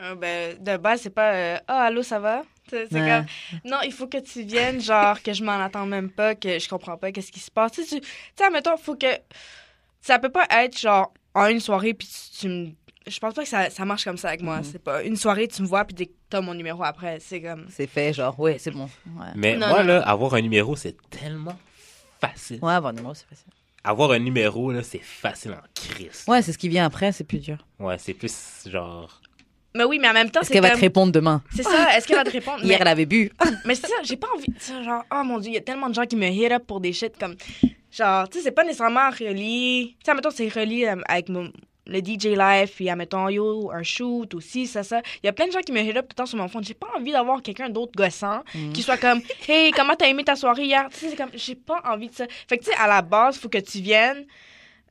[SPEAKER 3] Euh, ben, de base, c'est pas euh, Ah, allô, ça va? C'est c'est
[SPEAKER 1] Ouais.
[SPEAKER 3] comme Non, il faut que tu viennes, genre, que je m'en attends même pas, que je comprends pas qu'est-ce qui se passe. Tu sais, tu- tu sais, admettons, faut que. Ça peut pas être, genre, en une soirée, puis tu, tu me. Je pense pas que ça, ça marche comme ça avec moi.
[SPEAKER 1] Mhm.
[SPEAKER 3] C'est pas une soirée, tu me vois, puis dès que t'as mon numéro après, c'est comme.
[SPEAKER 1] C'est fait, genre, ouais, c'est bon. Ouais,
[SPEAKER 2] Mais
[SPEAKER 3] Non,
[SPEAKER 2] moi,
[SPEAKER 3] non,
[SPEAKER 2] là, avoir un numéro, c'est tellement facile.
[SPEAKER 3] Mm.
[SPEAKER 1] ouais avoir un numéro, c'est facile.
[SPEAKER 2] Avoir un numéro, là, c'est facile en crise.
[SPEAKER 1] Ouais, c'est ce qui vient après, c'est plus dur.
[SPEAKER 2] Ouais, c'est plus genre.
[SPEAKER 3] Mais oui, mais en même temps,
[SPEAKER 1] Est-ce
[SPEAKER 3] c'est
[SPEAKER 1] qu'elle
[SPEAKER 3] comme.
[SPEAKER 1] va te répondre demain
[SPEAKER 3] C'est ça, est-ce qu'elle va te répondre?
[SPEAKER 1] Hier,
[SPEAKER 3] mais
[SPEAKER 1] elle avait bu.
[SPEAKER 3] mais c'est ça, j'ai pas envie. tu sais, genre, oh mon dieu, il y a tellement de gens qui me hit up pour des shit comme. Genre, tu sais, c'est pas nécessairement relié. Tu sais, admettons, c'est relié euh, avec mon- le DJ live, puis admettons, yo, un shoot aussi, ça, ça. Il y a plein de gens qui me hit up tout le temps sur mon phone. J'ai pas envie d'avoir quelqu'un d'autre gossant qui
[SPEAKER 1] Mm.
[SPEAKER 3] soit comme, hey, comment t'as aimé ta soirée hier? Tu sais, c'est comme, j'ai pas envie de ça. Fait que, tu sais, à la base, faut que tu viennes.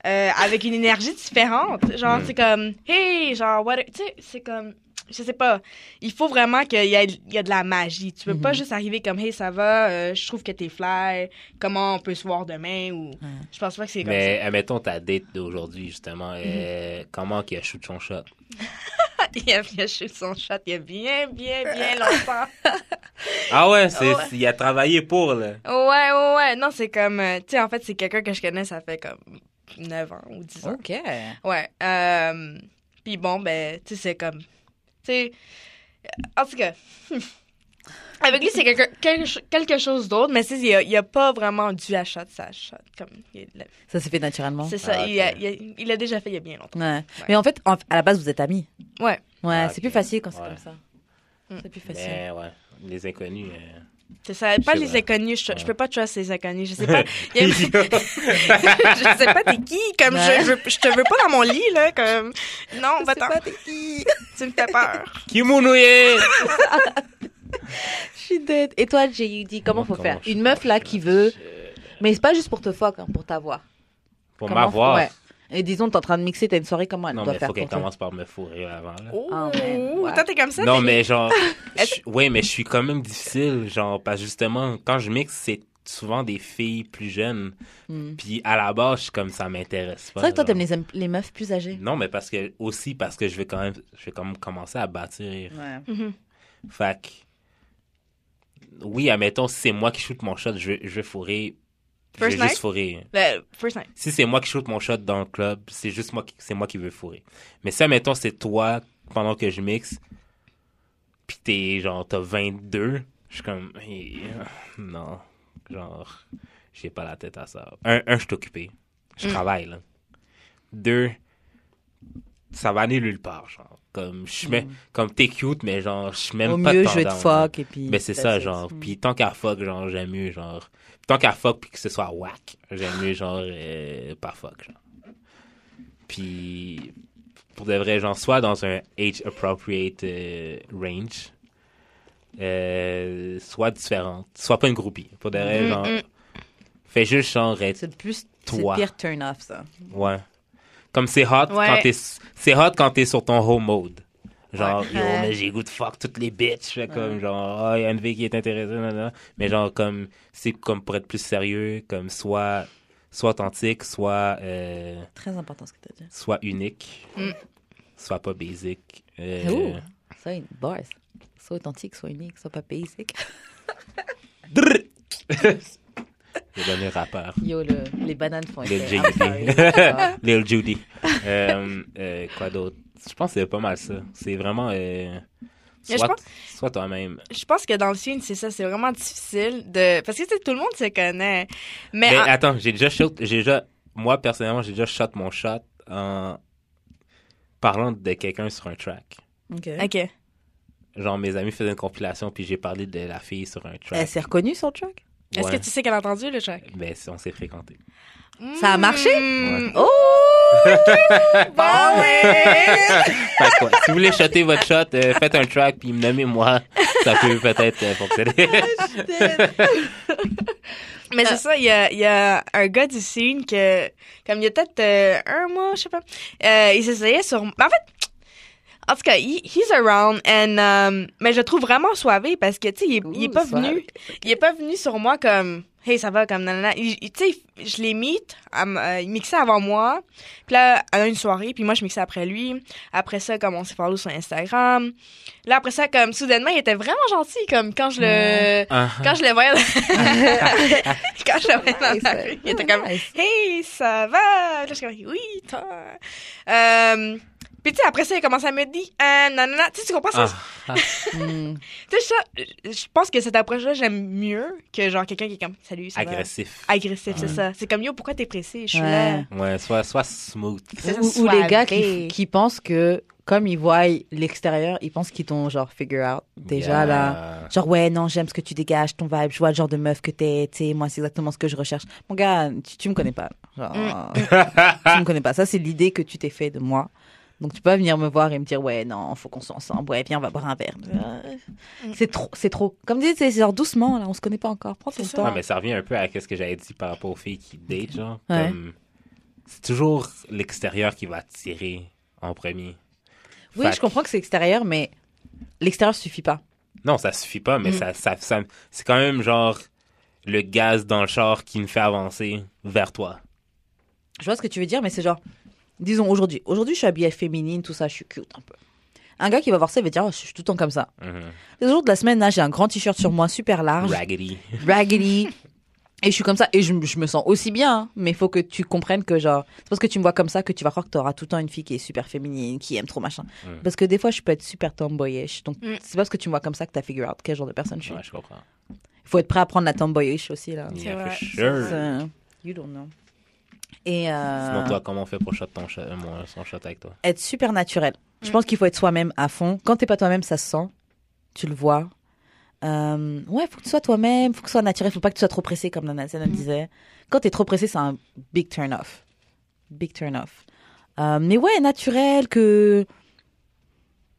[SPEAKER 3] euh, avec une énergie différente. Genre,
[SPEAKER 2] Mm.
[SPEAKER 3] c'est comme, hey, genre, what? Tu sais, c'est comme, je sais pas il faut vraiment qu'il y ait il y a de la magie. Tu peux pas
[SPEAKER 1] Mhm.
[SPEAKER 3] juste arriver comme Hey, ça va, euh, je trouve que t'es fly, comment on peut se voir demain ou. Je pense pas que c'est comme
[SPEAKER 2] Mais admettons ta date d'aujourd'hui, justement.
[SPEAKER 1] Mhm.
[SPEAKER 2] euh, comment qu'il a shoot son shot?
[SPEAKER 3] ça. Il a bien chez son chat il y a bien, bien, bien longtemps.
[SPEAKER 2] Ah ouais, c'est,
[SPEAKER 3] Ouais.
[SPEAKER 2] c'est- il a travaillé pour, là.
[SPEAKER 3] ouais, ouais, ouais. Non, c'est comme. euh, tu sais, en fait, c'est quelqu'un que je connais, ça fait comme 9 ans ou 10 ans.
[SPEAKER 1] Ok.
[SPEAKER 3] Ouais. Euh, Puis bon, ben, tu sais, c'est comme. Tu sais. En tout cas. Avec lui, c'est quelque, quelque, quelque chose d'autre, mais tu sais, il y a, il y a pas vraiment dû à shot, ça shot. Comme, il l'a-
[SPEAKER 1] Ça s'est fait naturellement.
[SPEAKER 3] C'est ça,
[SPEAKER 2] Ah,
[SPEAKER 3] il, a,
[SPEAKER 2] ok.
[SPEAKER 3] il, a- il a déjà fait il y a bien longtemps.
[SPEAKER 1] Ouais. Mais en fait, en- à la base, vous êtes amis.
[SPEAKER 3] Ouais.
[SPEAKER 1] Ouais,
[SPEAKER 2] Ah,
[SPEAKER 1] c'est
[SPEAKER 2] ok.
[SPEAKER 1] plus facile quand c'est
[SPEAKER 2] Ouais.
[SPEAKER 1] comme ça.
[SPEAKER 3] Mm.
[SPEAKER 1] C'est plus facile.
[SPEAKER 2] Mais ouais, les inconnus. euh,
[SPEAKER 1] Mm.
[SPEAKER 3] C'est ça, pas
[SPEAKER 2] C'est
[SPEAKER 3] les
[SPEAKER 2] vrai.
[SPEAKER 3] inconnus, je,
[SPEAKER 2] Ouais.
[SPEAKER 3] je peux pas trust les inconnus, je sais pas. il y a-
[SPEAKER 2] Yo.
[SPEAKER 3] je sais pas t'es qui, comme
[SPEAKER 1] Ouais.
[SPEAKER 3] je, je, je te veux pas dans mon lit, là, comme. Non,
[SPEAKER 1] Je
[SPEAKER 3] va-t'en,
[SPEAKER 1] sais pas t'es qui.
[SPEAKER 3] tu me fais peur.
[SPEAKER 2] Kimunouye!
[SPEAKER 1] Je suis dead. Et toi, JUD, comment faut faire
[SPEAKER 2] je-
[SPEAKER 1] Une meuf là qui veut,
[SPEAKER 2] je-
[SPEAKER 1] mais c'est pas juste pour te fuck, hein, pour t'avoir.
[SPEAKER 2] Pour
[SPEAKER 1] Comment
[SPEAKER 2] m'avoir.
[SPEAKER 1] faut- ouais. Et disons, t'es en train de mixer, t'as une soirée, comment elle
[SPEAKER 2] Non,
[SPEAKER 1] doit
[SPEAKER 2] mais
[SPEAKER 1] faire
[SPEAKER 2] faut qu'elle
[SPEAKER 1] pour toi
[SPEAKER 2] commence par me fourrer avant, là.
[SPEAKER 3] Oh,
[SPEAKER 1] Ah, man, ouais.
[SPEAKER 3] toi t'es comme ça?
[SPEAKER 2] Non, mais genre, je- ouais, mais je suis quand même difficile, genre, parce que justement, quand je mixe, c'est souvent des filles plus jeunes.
[SPEAKER 1] Mm.
[SPEAKER 2] Puis à la base, je suis comme ça m'intéresse
[SPEAKER 1] C'est
[SPEAKER 2] pas.
[SPEAKER 1] vrai que toi,
[SPEAKER 2] genre.
[SPEAKER 1] t'aimes les, les meufs plus âgées.
[SPEAKER 2] Non, mais parce que aussi parce que je vais quand même, je vais quand même commencer à bâtir.
[SPEAKER 1] Ouais.
[SPEAKER 3] Mhm.
[SPEAKER 2] Fait que- oui, admettons, si c'est moi qui shoot mon shot, je vais, je vais fourrer. Je vais
[SPEAKER 3] First
[SPEAKER 2] juste
[SPEAKER 3] night?
[SPEAKER 2] fourrer.
[SPEAKER 3] Le ben, first night.
[SPEAKER 2] Si c'est moi qui shoot mon shot dans le club, c'est juste moi qui, c'est moi qui veux fourrer. Mais si, admettons, c'est toi, pendant que je mixe, pis t'es genre, t'as 22, je suis comme, Eh, non, genre, j'ai pas la tête à ça. Un, un je suis occupé.
[SPEAKER 1] Mm.
[SPEAKER 2] Je travaille, là. Deux, ça va aller nulle part, genre. Comme, je suis même- comme t'es cute, mais genre, je suis même
[SPEAKER 1] Mm. Au
[SPEAKER 2] pas
[SPEAKER 1] mieux, je vais te
[SPEAKER 2] tendance, là.
[SPEAKER 1] fuck et puis. Mm.
[SPEAKER 2] Mais Ben, c'est ça, genre. Puis tant qu'à fuck, genre, j'aime mieux, genre. Tant qu'à fuck, puis que ce soit whack, j'aime mieux, genre, euh, pas fuck, genre. Puis pour de vrai, genre, soit dans un age-appropriate euh, range, euh, soit différente, soit pas une groupie. Pour de vrai, genre. Fais juste, genre, être
[SPEAKER 1] C'est le plus. C'est
[SPEAKER 2] Toi.
[SPEAKER 1] le pire turn off, ça.
[SPEAKER 2] Ouais. Comme c'est hot
[SPEAKER 3] Ouais.
[SPEAKER 2] quand t'es c'est hot quand t'es sur ton home mode. Genre,
[SPEAKER 3] Ouais.
[SPEAKER 2] yo, mais j'ai goût de fuck toutes les bitches. Fait comme, genre, oh, y a une fille qui est intéressée, nanana. Mais genre, comme, c'est comme pour être plus sérieux, comme, soit, soit authentique, soit, euh,
[SPEAKER 1] Très important ce que t'as dit.
[SPEAKER 2] soit unique,
[SPEAKER 3] Mm.
[SPEAKER 2] soit pas basic. euh,
[SPEAKER 1] Ouh. Ça, une bars. Soit authentique, soit unique, soit pas basic.
[SPEAKER 2] drrr. le dernier rappeur.
[SPEAKER 1] Yo, le- les bananes font
[SPEAKER 2] Lil
[SPEAKER 1] effet. Ah, I'm sorry.
[SPEAKER 2] Judy. Lil Judy. Euh, euh, quoi d'autre? Je pense que c'est pas mal ça. C'est vraiment. euh,
[SPEAKER 3] Mais je
[SPEAKER 2] soit
[SPEAKER 3] pense-
[SPEAKER 2] soit toi-même.
[SPEAKER 3] Je pense que dans le film, c'est ça, c'est vraiment difficile de. Parce que tu sais, tout le monde se connaît. Mais.
[SPEAKER 2] Mais
[SPEAKER 3] en-
[SPEAKER 2] attends, j'ai déjà shot. J'ai déjà. Moi, personnellement, j'ai déjà shot mon shot en parlant de quelqu'un sur un track.
[SPEAKER 1] Ok.
[SPEAKER 2] euh,
[SPEAKER 3] Ok.
[SPEAKER 2] Genre, mes amis faisaient une compilation, puis j'ai parlé de la fille sur un
[SPEAKER 1] Elle
[SPEAKER 2] track.
[SPEAKER 1] s'est reconnue sur le track
[SPEAKER 3] Est-ce
[SPEAKER 2] Ouais.
[SPEAKER 3] que tu sais qu'elle a entendu le track?
[SPEAKER 2] Ben, si on s'est fréquenté.
[SPEAKER 1] Ça a marché? Ah,
[SPEAKER 3] Mmh.
[SPEAKER 1] Oh
[SPEAKER 3] Bon, bah ouais.
[SPEAKER 2] si vous voulez shotter votre shot, euh, faites un track, puis nommez-moi. Ça peut peut-être euh, fonctionner.
[SPEAKER 3] Mais c'est ça, il y a, il y a un gars du scene que, comme il y a peut-être euh, un mois, je sais pas, euh, il s'essayait sur... En fait, en tout cas, he- he's around, and, um, mais je le trouve vraiment soivé parce que, tu sais, il, est- il est
[SPEAKER 1] Ouh,
[SPEAKER 3] pas
[SPEAKER 1] soivé.
[SPEAKER 3] venu... Il est pas venu sur moi comme... Hey, ça va, comme nanana. Il- il- Tu sais, je l'ai meet, à m- euh, il mixait avant moi, puis là, on a une soirée, puis moi, je mixais après lui. Après ça, comme on s'est parlé sur Instagram. Là, après ça, comme, soudainement, il était vraiment gentil, comme quand je le...
[SPEAKER 2] Ah.
[SPEAKER 3] Quand je le voyais... quand je le voyais dans la rue, il était comme
[SPEAKER 1] Nice.
[SPEAKER 3] Hey, ça va? Là, je suis comme Oui, toi. Euh, puis, tu sais, après ça, il a commencé à me dire Ah, nanana. Tu sais, tu comprends ça?
[SPEAKER 2] Ah.
[SPEAKER 1] Mm.
[SPEAKER 3] Tu sais, ça, je je pense que cette approche-là, j'aime mieux que genre quelqu'un qui est comme Salut, ça
[SPEAKER 2] Agressif. Mm.
[SPEAKER 3] va? Agressif, c'est
[SPEAKER 2] Ouais.
[SPEAKER 3] ça. C'est comme Yo, pourquoi t'es pressé? Je suis là.
[SPEAKER 1] Ouais.
[SPEAKER 2] Ouais, soit, soit smooth.
[SPEAKER 3] C'est ça,
[SPEAKER 1] Ou, ou les gars qui,
[SPEAKER 3] soivé.
[SPEAKER 1] qui pensent que, comme ils voient l'extérieur, ils pensent qu'ils t'ont genre figure out déjà
[SPEAKER 2] Yeah.
[SPEAKER 1] là. Genre, ouais, non, j'aime ce que tu dégages, ton vibe, je vois le genre de meuf que t'es, tu sais, moi, c'est exactement ce que je recherche. Mon gars, tu, tu me connais pas. Genre,
[SPEAKER 3] Mm.
[SPEAKER 1] tu me connais pas. Ça, c'est l'idée que tu t'es fait de moi. Donc, tu peux pas venir me voir et me dire, ouais, non, faut qu'on soit ensemble, ouais, viens, on va boire un verre. Euh,
[SPEAKER 3] Mm.
[SPEAKER 1] C'est trop, c'est trop. Comme tu dis, c'est genre doucement, là, on se connaît pas encore. Prends ton
[SPEAKER 3] C'est ça.
[SPEAKER 1] temps.
[SPEAKER 2] Ouais, Ah, mais ça revient un peu à ce que j'avais dit par rapport aux filles qui date, genre.
[SPEAKER 1] Ouais.
[SPEAKER 2] Comme, c'est toujours l'extérieur qui va tirer en premier.
[SPEAKER 1] Oui,
[SPEAKER 2] Fait
[SPEAKER 1] je comprends que c'est extérieur, mais l'extérieur suffit pas.
[SPEAKER 2] Non, ça suffit pas, mais
[SPEAKER 3] Mm.
[SPEAKER 2] ça, ça, ça- c'est quand même genre le gaz dans le char qui me fait avancer vers toi.
[SPEAKER 1] Je vois ce que tu veux dire, mais c'est genre, disons aujourd'hui, aujourd'hui je suis habillée féminine, tout ça, je suis cute un peu. Un gars qui va voir ça, il va dire, oh, je suis tout le temps comme ça.
[SPEAKER 2] Mhm.
[SPEAKER 1] Les jours de la semaine, là, j'ai un grand t-shirt sur moi, super large,
[SPEAKER 2] Raggedy.
[SPEAKER 1] raggedy. Et je suis comme ça, et je, je me sens aussi bien, hein. mais il faut que tu comprennes que genre, c'est parce que tu me vois comme ça que tu vas croire que tu auras tout le temps une fille qui est super féminine, qui aime trop machin.
[SPEAKER 2] Mm.
[SPEAKER 1] Parce que des fois, je peux être super tomboyish, donc
[SPEAKER 3] Mm.
[SPEAKER 1] c'est pas parce que tu me vois comme ça que t'as figure out quel genre de personne je suis.
[SPEAKER 2] Ouais, je comprends.
[SPEAKER 1] Il faut être prêt à prendre la tomboyish aussi, là.
[SPEAKER 2] Yeah,
[SPEAKER 3] vrai,
[SPEAKER 2] for
[SPEAKER 3] c'est
[SPEAKER 2] sure.
[SPEAKER 1] Ça, You don't know. Et euh,
[SPEAKER 2] Sinon, toi, comment on fait pour shot ton shot, euh, mon- son shot avec toi?
[SPEAKER 1] être super naturel. Je
[SPEAKER 3] Mm.
[SPEAKER 1] pense qu'il faut être soi-même à fond. Quand t'es pas toi-même, ça se sent. Tu le vois. Euh, ouais, faut que tu sois toi-même, faut que tu sois naturel, faut pas que tu sois trop pressé, comme Nana
[SPEAKER 3] Mm-hmm.
[SPEAKER 1] Zen me disait. Quand t'es trop pressé, c'est un big turn off. Big turn off. Euh, mais ouais, naturel, que.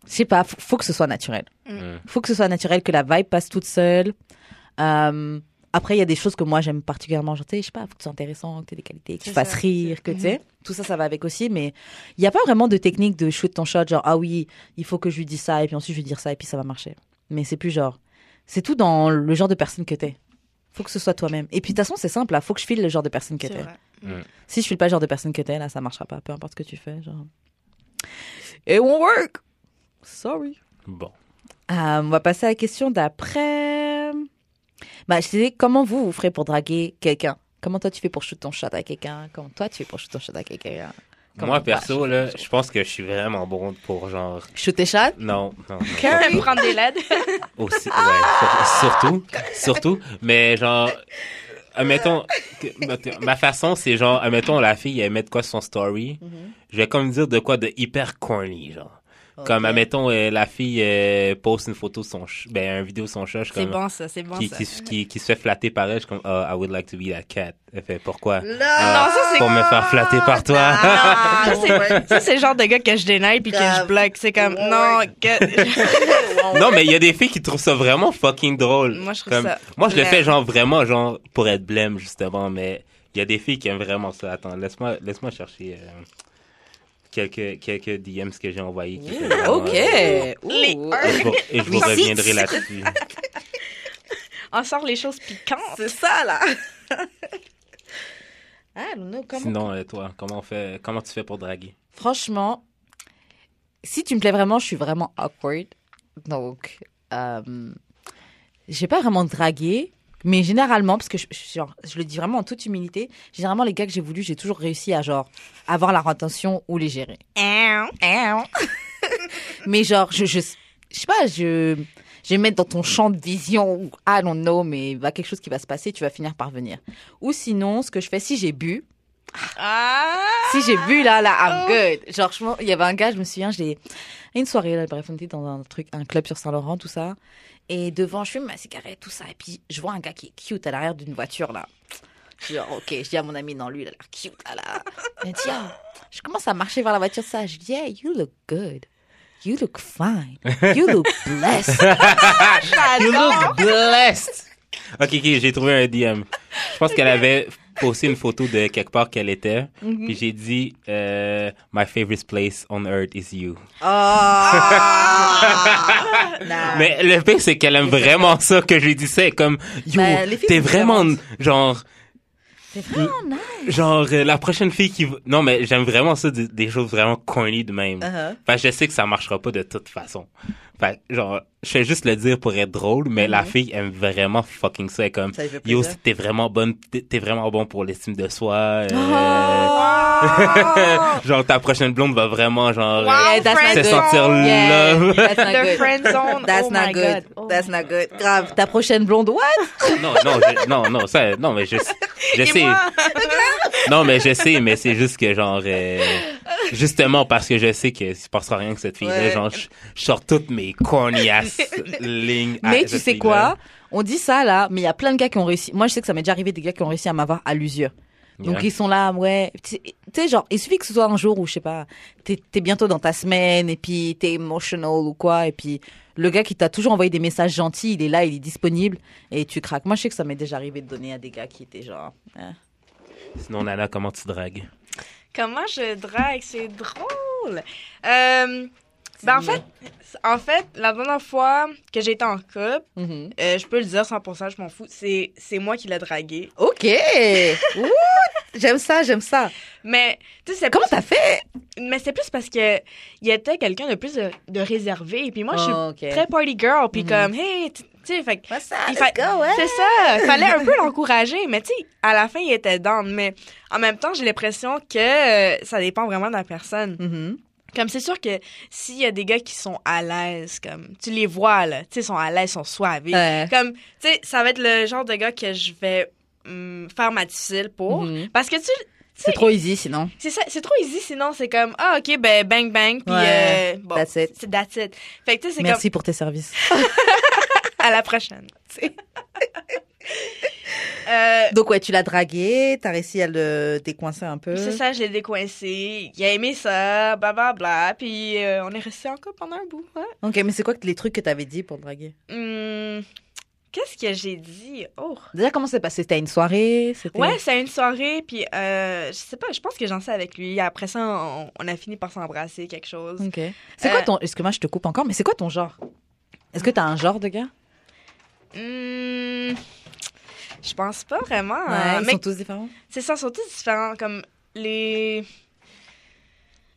[SPEAKER 1] Je sais pas, faut, faut que ce soit naturel.
[SPEAKER 2] Mm.
[SPEAKER 1] Faut que ce soit naturel, que la vibe passe toute seule. Euh, après, il y a des choses que moi j'aime particulièrement. Genre, tu sais, je sais pas, faut que tu sois intéressant, que tu aies des qualités, que tu
[SPEAKER 3] C'est
[SPEAKER 1] fasses
[SPEAKER 3] ça. Mm-hmm.
[SPEAKER 1] rire, que tu sais. Tout ça, ça va avec aussi, mais il n'y a pas vraiment de technique de shoot ton shot, genre, ah oui, il faut que je lui dise ça, et puis ensuite je lui dire ça, et puis ça va marcher. Mais c'est plus genre. C'est tout dans le genre de personne que t'es. Faut que ce soit toi-même. Et puis de toute façon, c'est simple, là. Faut que je file le genre de personne que
[SPEAKER 3] C'est
[SPEAKER 1] t'es.
[SPEAKER 3] vrai.
[SPEAKER 1] Si je file pas le genre de personne que t'es, là, ça marchera pas. Peu importe ce que tu fais, genre. It won't work. Sorry.
[SPEAKER 2] Bon.
[SPEAKER 1] Euh, on va passer à la question d'après. Bah, je disais, comment vous vous ferez pour draguer quelqu'un Comment toi tu fais pour shoot ton shot à quelqu'un Comment toi tu fais pour shoot ton shot à quelqu'un Comment-
[SPEAKER 2] Moi,
[SPEAKER 1] bah,
[SPEAKER 2] perso, là, je pense que je suis vraiment bon pour genre.
[SPEAKER 1] Shoot tes shots
[SPEAKER 2] Non, non, non.
[SPEAKER 3] Même prendre des LED.
[SPEAKER 2] Aussi, ouais, sur- surtout, surtout, mais genre, admettons, que- ma façon, c'est genre, admettons, la fille, elle met de quoi sur son story,
[SPEAKER 3] Mm-hmm.
[SPEAKER 2] je vais comme dire de quoi de hyper corny, genre. Comme, admettons, euh, la fille euh, poste une photo de son, ch- ben, une vidéo de son chat, je suis
[SPEAKER 3] C'est
[SPEAKER 2] comme,
[SPEAKER 3] bon, ça, c'est bon,
[SPEAKER 2] qui,
[SPEAKER 3] ça.
[SPEAKER 2] qui, se- qui, qui se fait flatter par elle, je suis comme, oh, I would like to be that cat. Elle fait, pourquoi?
[SPEAKER 1] Non,
[SPEAKER 2] Ah,
[SPEAKER 3] ça, c'est-
[SPEAKER 2] Pour me faire flatter par toi.
[SPEAKER 3] Ah, ça, c'est- ça, c'est le genre de gars que je dénaille puis que je
[SPEAKER 1] Grave.
[SPEAKER 3] bloque. C'est comme,
[SPEAKER 1] Ouais,
[SPEAKER 3] non,
[SPEAKER 1] ouais.
[SPEAKER 3] que...
[SPEAKER 2] Non, mais il y a des filles qui trouvent ça vraiment fucking drôle.
[SPEAKER 3] Moi, je trouve ça
[SPEAKER 2] Moi, je le
[SPEAKER 3] blême.
[SPEAKER 2] fais genre vraiment genre pour être blême justement, mais il y a des filles qui aiment vraiment ça. Attends, laisse-moi laisse-moi chercher euh, quelques quelques DMs que j'ai envoyés. qui étaient vraiment-
[SPEAKER 1] Ok.
[SPEAKER 2] Et
[SPEAKER 3] Les
[SPEAKER 1] Ouh.
[SPEAKER 2] je vous, et je vous
[SPEAKER 1] Oui.
[SPEAKER 2] reviendrai là-dessus.
[SPEAKER 3] on sort les choses piquantes.
[SPEAKER 1] C'est ça là. Ah, non, comment
[SPEAKER 2] Sinon, euh, toi, comment on fait Comment tu fais pour draguer
[SPEAKER 1] Franchement, si tu me plais vraiment, je suis vraiment awkward. Donc, euh, j'ai pas vraiment dragué. Mais généralement, parce que je, je- genre, je le dis vraiment en toute humilité, généralement, les gars que j'ai voulu, j'ai toujours réussi à genre avoir leur attention ou les gérer.
[SPEAKER 3] Hein?
[SPEAKER 1] mais genre, je, je, je sais pas, je, je vais mettre dans ton champ de vision, ou I don't know, mais il va quelque chose qui va se passer, tu vas finir par venir. Ou sinon, ce que je fais, si j'ai bu,
[SPEAKER 3] Ah!
[SPEAKER 1] si j'ai bu là, là, I'm good. Genre, je m'en- il y avait un gars, je me souviens, j'ai une soirée là, bref, on était dans un truc, un club sur Saint-Laurent, tout ça. Et devant, je fume ma cigarette, tout ça. Et puis, je vois un gars qui est cute à l'arrière d'une voiture là. Je dis, genre, ok, je dis à mon ami, non, lui, il a l'air cute là, là. Il me dit, oh. je commence à marcher vers la voiture, ça. Je dis, yeah, you look good. You look fine. You look blessed. Ah,
[SPEAKER 2] You look blessed. Ok, ok, j'ai trouvé un DM. Je pense qu'elle avait posté une photo de quelque part qu'elle était.
[SPEAKER 1] Mm-hmm.
[SPEAKER 2] Puis j'ai dit, euh, my favorite place on earth is you.
[SPEAKER 1] Oh. Ah. Nah.
[SPEAKER 2] Mais le pire, c'est qu'elle aime vraiment ça que je lui disais. Comme, yo,
[SPEAKER 1] Ben, les filles
[SPEAKER 2] t'es
[SPEAKER 1] sont
[SPEAKER 2] vraiment,
[SPEAKER 1] différentes.
[SPEAKER 2] genre,
[SPEAKER 1] C'est vraiment nice.
[SPEAKER 2] genre, euh, la prochaine fille qui va- Non, mais j'aime vraiment ça, des, des choses vraiment corny de même.
[SPEAKER 1] Uh-huh.
[SPEAKER 2] Fait que je sais que ça marchera pas de toute façon. Fait que, genre, je fais juste le dire pour être drôle, mais la fille aime vraiment fucking ça. Elle est comme,
[SPEAKER 1] Uh-huh. Ça lui fait
[SPEAKER 2] yo,
[SPEAKER 1] plaisir.
[SPEAKER 2] si t'es vraiment bonne, t'es t'es vraiment bon pour l'estime de soi. euh,
[SPEAKER 1] Oh!
[SPEAKER 2] genre, ta prochaine blonde va vraiment, genre,
[SPEAKER 3] Wow.
[SPEAKER 1] Yeah, that's not
[SPEAKER 2] euh, se
[SPEAKER 3] friend
[SPEAKER 1] good.
[SPEAKER 2] sentir
[SPEAKER 3] zone.
[SPEAKER 1] Yeah,
[SPEAKER 2] love.
[SPEAKER 1] that's not
[SPEAKER 3] The
[SPEAKER 1] good.
[SPEAKER 3] friend zone.
[SPEAKER 1] That's
[SPEAKER 3] oh
[SPEAKER 1] not
[SPEAKER 3] my
[SPEAKER 1] good.
[SPEAKER 3] God. Oh
[SPEAKER 1] That's
[SPEAKER 3] my
[SPEAKER 1] not good. Grave. Ta prochaine blonde, what?
[SPEAKER 2] Non, non, je- non, non, ça, non, mais je, je sais. Non, mais je sais, mais c'est juste que genre, euh, justement parce que je sais que ne se passera rien que cette fille-là,
[SPEAKER 1] Ouais.
[SPEAKER 2] genre, je, je sors toutes mes corny ass lignes. à
[SPEAKER 1] Mais tu
[SPEAKER 2] cette
[SPEAKER 1] sais
[SPEAKER 2] fille-là.
[SPEAKER 1] quoi On dit ça là, mais il y a plein de gars qui ont réussi. Moi, je sais que ça m'est déjà arrivé des gars qui ont réussi à m'avoir à l'usure. Donc
[SPEAKER 2] Yeah.
[SPEAKER 1] ils sont là, ouais. Tu tu sais, genre, il suffit que ce soit un jour où, je sais pas, t'es es bientôt dans ta semaine et puis t'es emotional ou quoi. Et puis le gars qui t'a toujours envoyé des messages gentils, il est là, il est disponible et tu craques. Moi, je sais que ça m'est déjà arrivé de donner à des gars qui étaient genre. hein.
[SPEAKER 2] Sinon, Nana, comment tu dragues?
[SPEAKER 3] Comment je drague, c'est drôle. Euh, ben en fait, en fait, la dernière fois que j'étais en couple,
[SPEAKER 1] Mhm.
[SPEAKER 3] euh, je peux le dire 100%, je m'en fous, c'est c'est moi qui l'ai dragué.
[SPEAKER 1] Ok. Ouh, j'aime ça, j'aime ça.
[SPEAKER 3] Mais tu sais, c'est
[SPEAKER 1] Comment
[SPEAKER 3] plus-
[SPEAKER 1] t'as fait
[SPEAKER 3] mais c'est plus parce que il était quelqu'un de plus de, de réservé et puis moi je suis
[SPEAKER 1] Ok.
[SPEAKER 3] très party girl puis
[SPEAKER 1] Mhm.
[SPEAKER 3] comme hey, tu tu sais, fait que
[SPEAKER 1] What's up?
[SPEAKER 3] Il
[SPEAKER 1] Let's
[SPEAKER 3] fa-
[SPEAKER 1] go, ouais.
[SPEAKER 3] C'est ça, fallait un peu l'encourager, mais tu sais, à la fin, il était down. Mais en même temps, j'ai l'impression que euh, ça dépend vraiment de la personne.
[SPEAKER 1] Mhm.
[SPEAKER 3] Comme c'est sûr que s'il y a des gars qui sont à l'aise, comme tu les vois, là, tu sais, ils sont à l'aise, ils sont suaves.
[SPEAKER 1] Ouais.
[SPEAKER 3] Comme, tu sais, ça va être le genre de gars que je vais hum, faire ma difficile pour.
[SPEAKER 1] Mhm.
[SPEAKER 3] Parce que tu
[SPEAKER 1] C'est trop easy sinon.
[SPEAKER 3] c'est ça, c'est trop easy, sinon c'est comme, ah, ok, ben, bang, bang, puis
[SPEAKER 1] Ouais,
[SPEAKER 3] euh, bon,
[SPEAKER 1] that's it.
[SPEAKER 3] c'est that's it. Fait que tu sais, c'est comme,
[SPEAKER 1] Merci pour tes services.
[SPEAKER 3] à la prochaine, tu sais. Euh,
[SPEAKER 1] Donc ouais, tu l'as dragué, t'as réussi à le décoincer un peu.
[SPEAKER 3] C'est ça, je l'ai décoincé. Il a aimé ça, blablabla. Puis euh, on est resté en couple pendant un bout. ouais.
[SPEAKER 1] Ok, mais c'est quoi que- les trucs que t'avais dit pour le draguer
[SPEAKER 3] Hum, Qu'est-ce que j'ai dit? Oh!
[SPEAKER 1] Déjà, comment c'est passé C'était à une soirée C'était-
[SPEAKER 3] Ouais, c'est une soirée, puis euh, je sais pas, je pense que j'en sais avec lui. Après ça, on, on a fini par s'embrasser, quelque chose.
[SPEAKER 1] Ok. C'est quoi
[SPEAKER 3] Euh,
[SPEAKER 1] ton... Est-ce que moi je te coupe encore, mais c'est quoi ton genre Est-ce que t'as un genre de gars
[SPEAKER 3] Hum, Je pense pas vraiment.
[SPEAKER 1] Ouais,
[SPEAKER 3] euh,
[SPEAKER 1] ils
[SPEAKER 3] mais
[SPEAKER 1] sont tous différents.
[SPEAKER 3] c'est ça, ils sont tous différents. Comme les.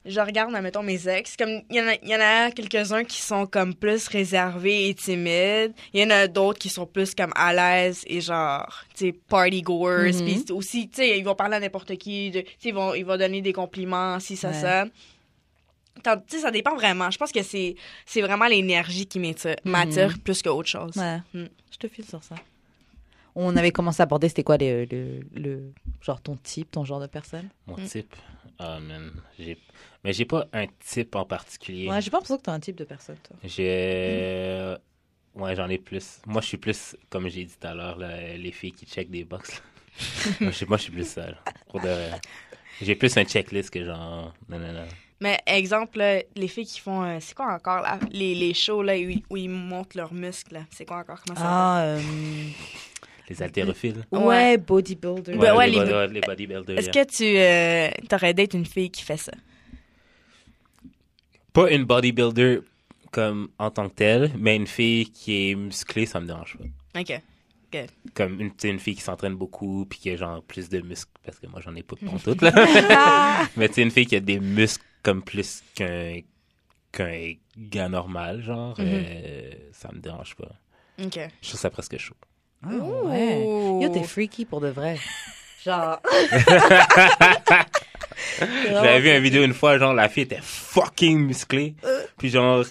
[SPEAKER 3] Je regarde, admettons, mes ex. Comme il y en a, il y en a quelques-uns qui sont comme plus réservés et timides. Il y en a d'autres qui sont plus comme à l'aise et genre, tu sais, party goers.
[SPEAKER 1] Mhm.
[SPEAKER 3] Puis aussi, tu sais, ils vont parler à n'importe qui. de- Tu sais, ils vont, ils vont donner des compliments, si ça,
[SPEAKER 1] Ouais.
[SPEAKER 3] ça. Tant- Tu sais, ça dépend vraiment. Je pense que c'est c'est vraiment l'énergie qui m'attire m'attire plus qu'autre chose.
[SPEAKER 1] Mm-hmm. Ouais.
[SPEAKER 3] Mm.
[SPEAKER 1] Je te file sur ça. On avait commencé à aborder, c'était quoi les- le, le- genre ton type, ton genre de personne
[SPEAKER 2] Mon
[SPEAKER 3] Mm.
[SPEAKER 2] type. Ah, man. J'ai- Mais j'ai pas un type en particulier.
[SPEAKER 1] Ouais, j'ai pas l'impression que t'as un type de personne, toi.
[SPEAKER 2] J'ai. Ouais, j'en ai plus. Moi, je suis plus, comme j'ai dit tout à l'heure, là, les filles qui checkent des box. là. Moi, je suis- Moi, je suis plus ça. là. Pour de vrai. J'ai plus un checklist que genre. Non, non, non.
[SPEAKER 3] Mais exemple, là, les filles qui font. euh, c'est quoi encore, là? Les, les shows, là, où, ils- où ils montent leurs muscles, là. C'est quoi encore? Comment ça s'appelle?
[SPEAKER 1] Ah, euh,
[SPEAKER 2] Les haltérophiles.
[SPEAKER 1] ouais,
[SPEAKER 3] Ouais.
[SPEAKER 1] bodybuilder.
[SPEAKER 3] Ben ouais,
[SPEAKER 2] les,
[SPEAKER 3] les-
[SPEAKER 2] bo- ouais, les bodybuilders.
[SPEAKER 3] Est-ce que tu euh, t'aurais d'être une fille qui fait ça?
[SPEAKER 2] Pas une bodybuilder comme en tant que telle, mais une fille qui est musclée, ça me dérange pas.
[SPEAKER 3] OK.
[SPEAKER 2] Comme une, tu sais, une fille qui s'entraîne beaucoup, puis qui a genre plus de muscles, parce que moi, j'en ai pas de tout, là. Mais tu sais, une fille qui a des muscles comme plus qu'un qu'un gars normal, genre,
[SPEAKER 3] Mhm.
[SPEAKER 2] euh, ça me dérange pas.
[SPEAKER 3] OK.
[SPEAKER 2] Je trouve ça presque chaud.
[SPEAKER 1] Ah, ouais. Yo, t'es freaky pour de vrai. Genre.
[SPEAKER 3] Ah.
[SPEAKER 2] J'avais vu une vidéo une fois, genre, la fille était fucking musclée. Puis genre,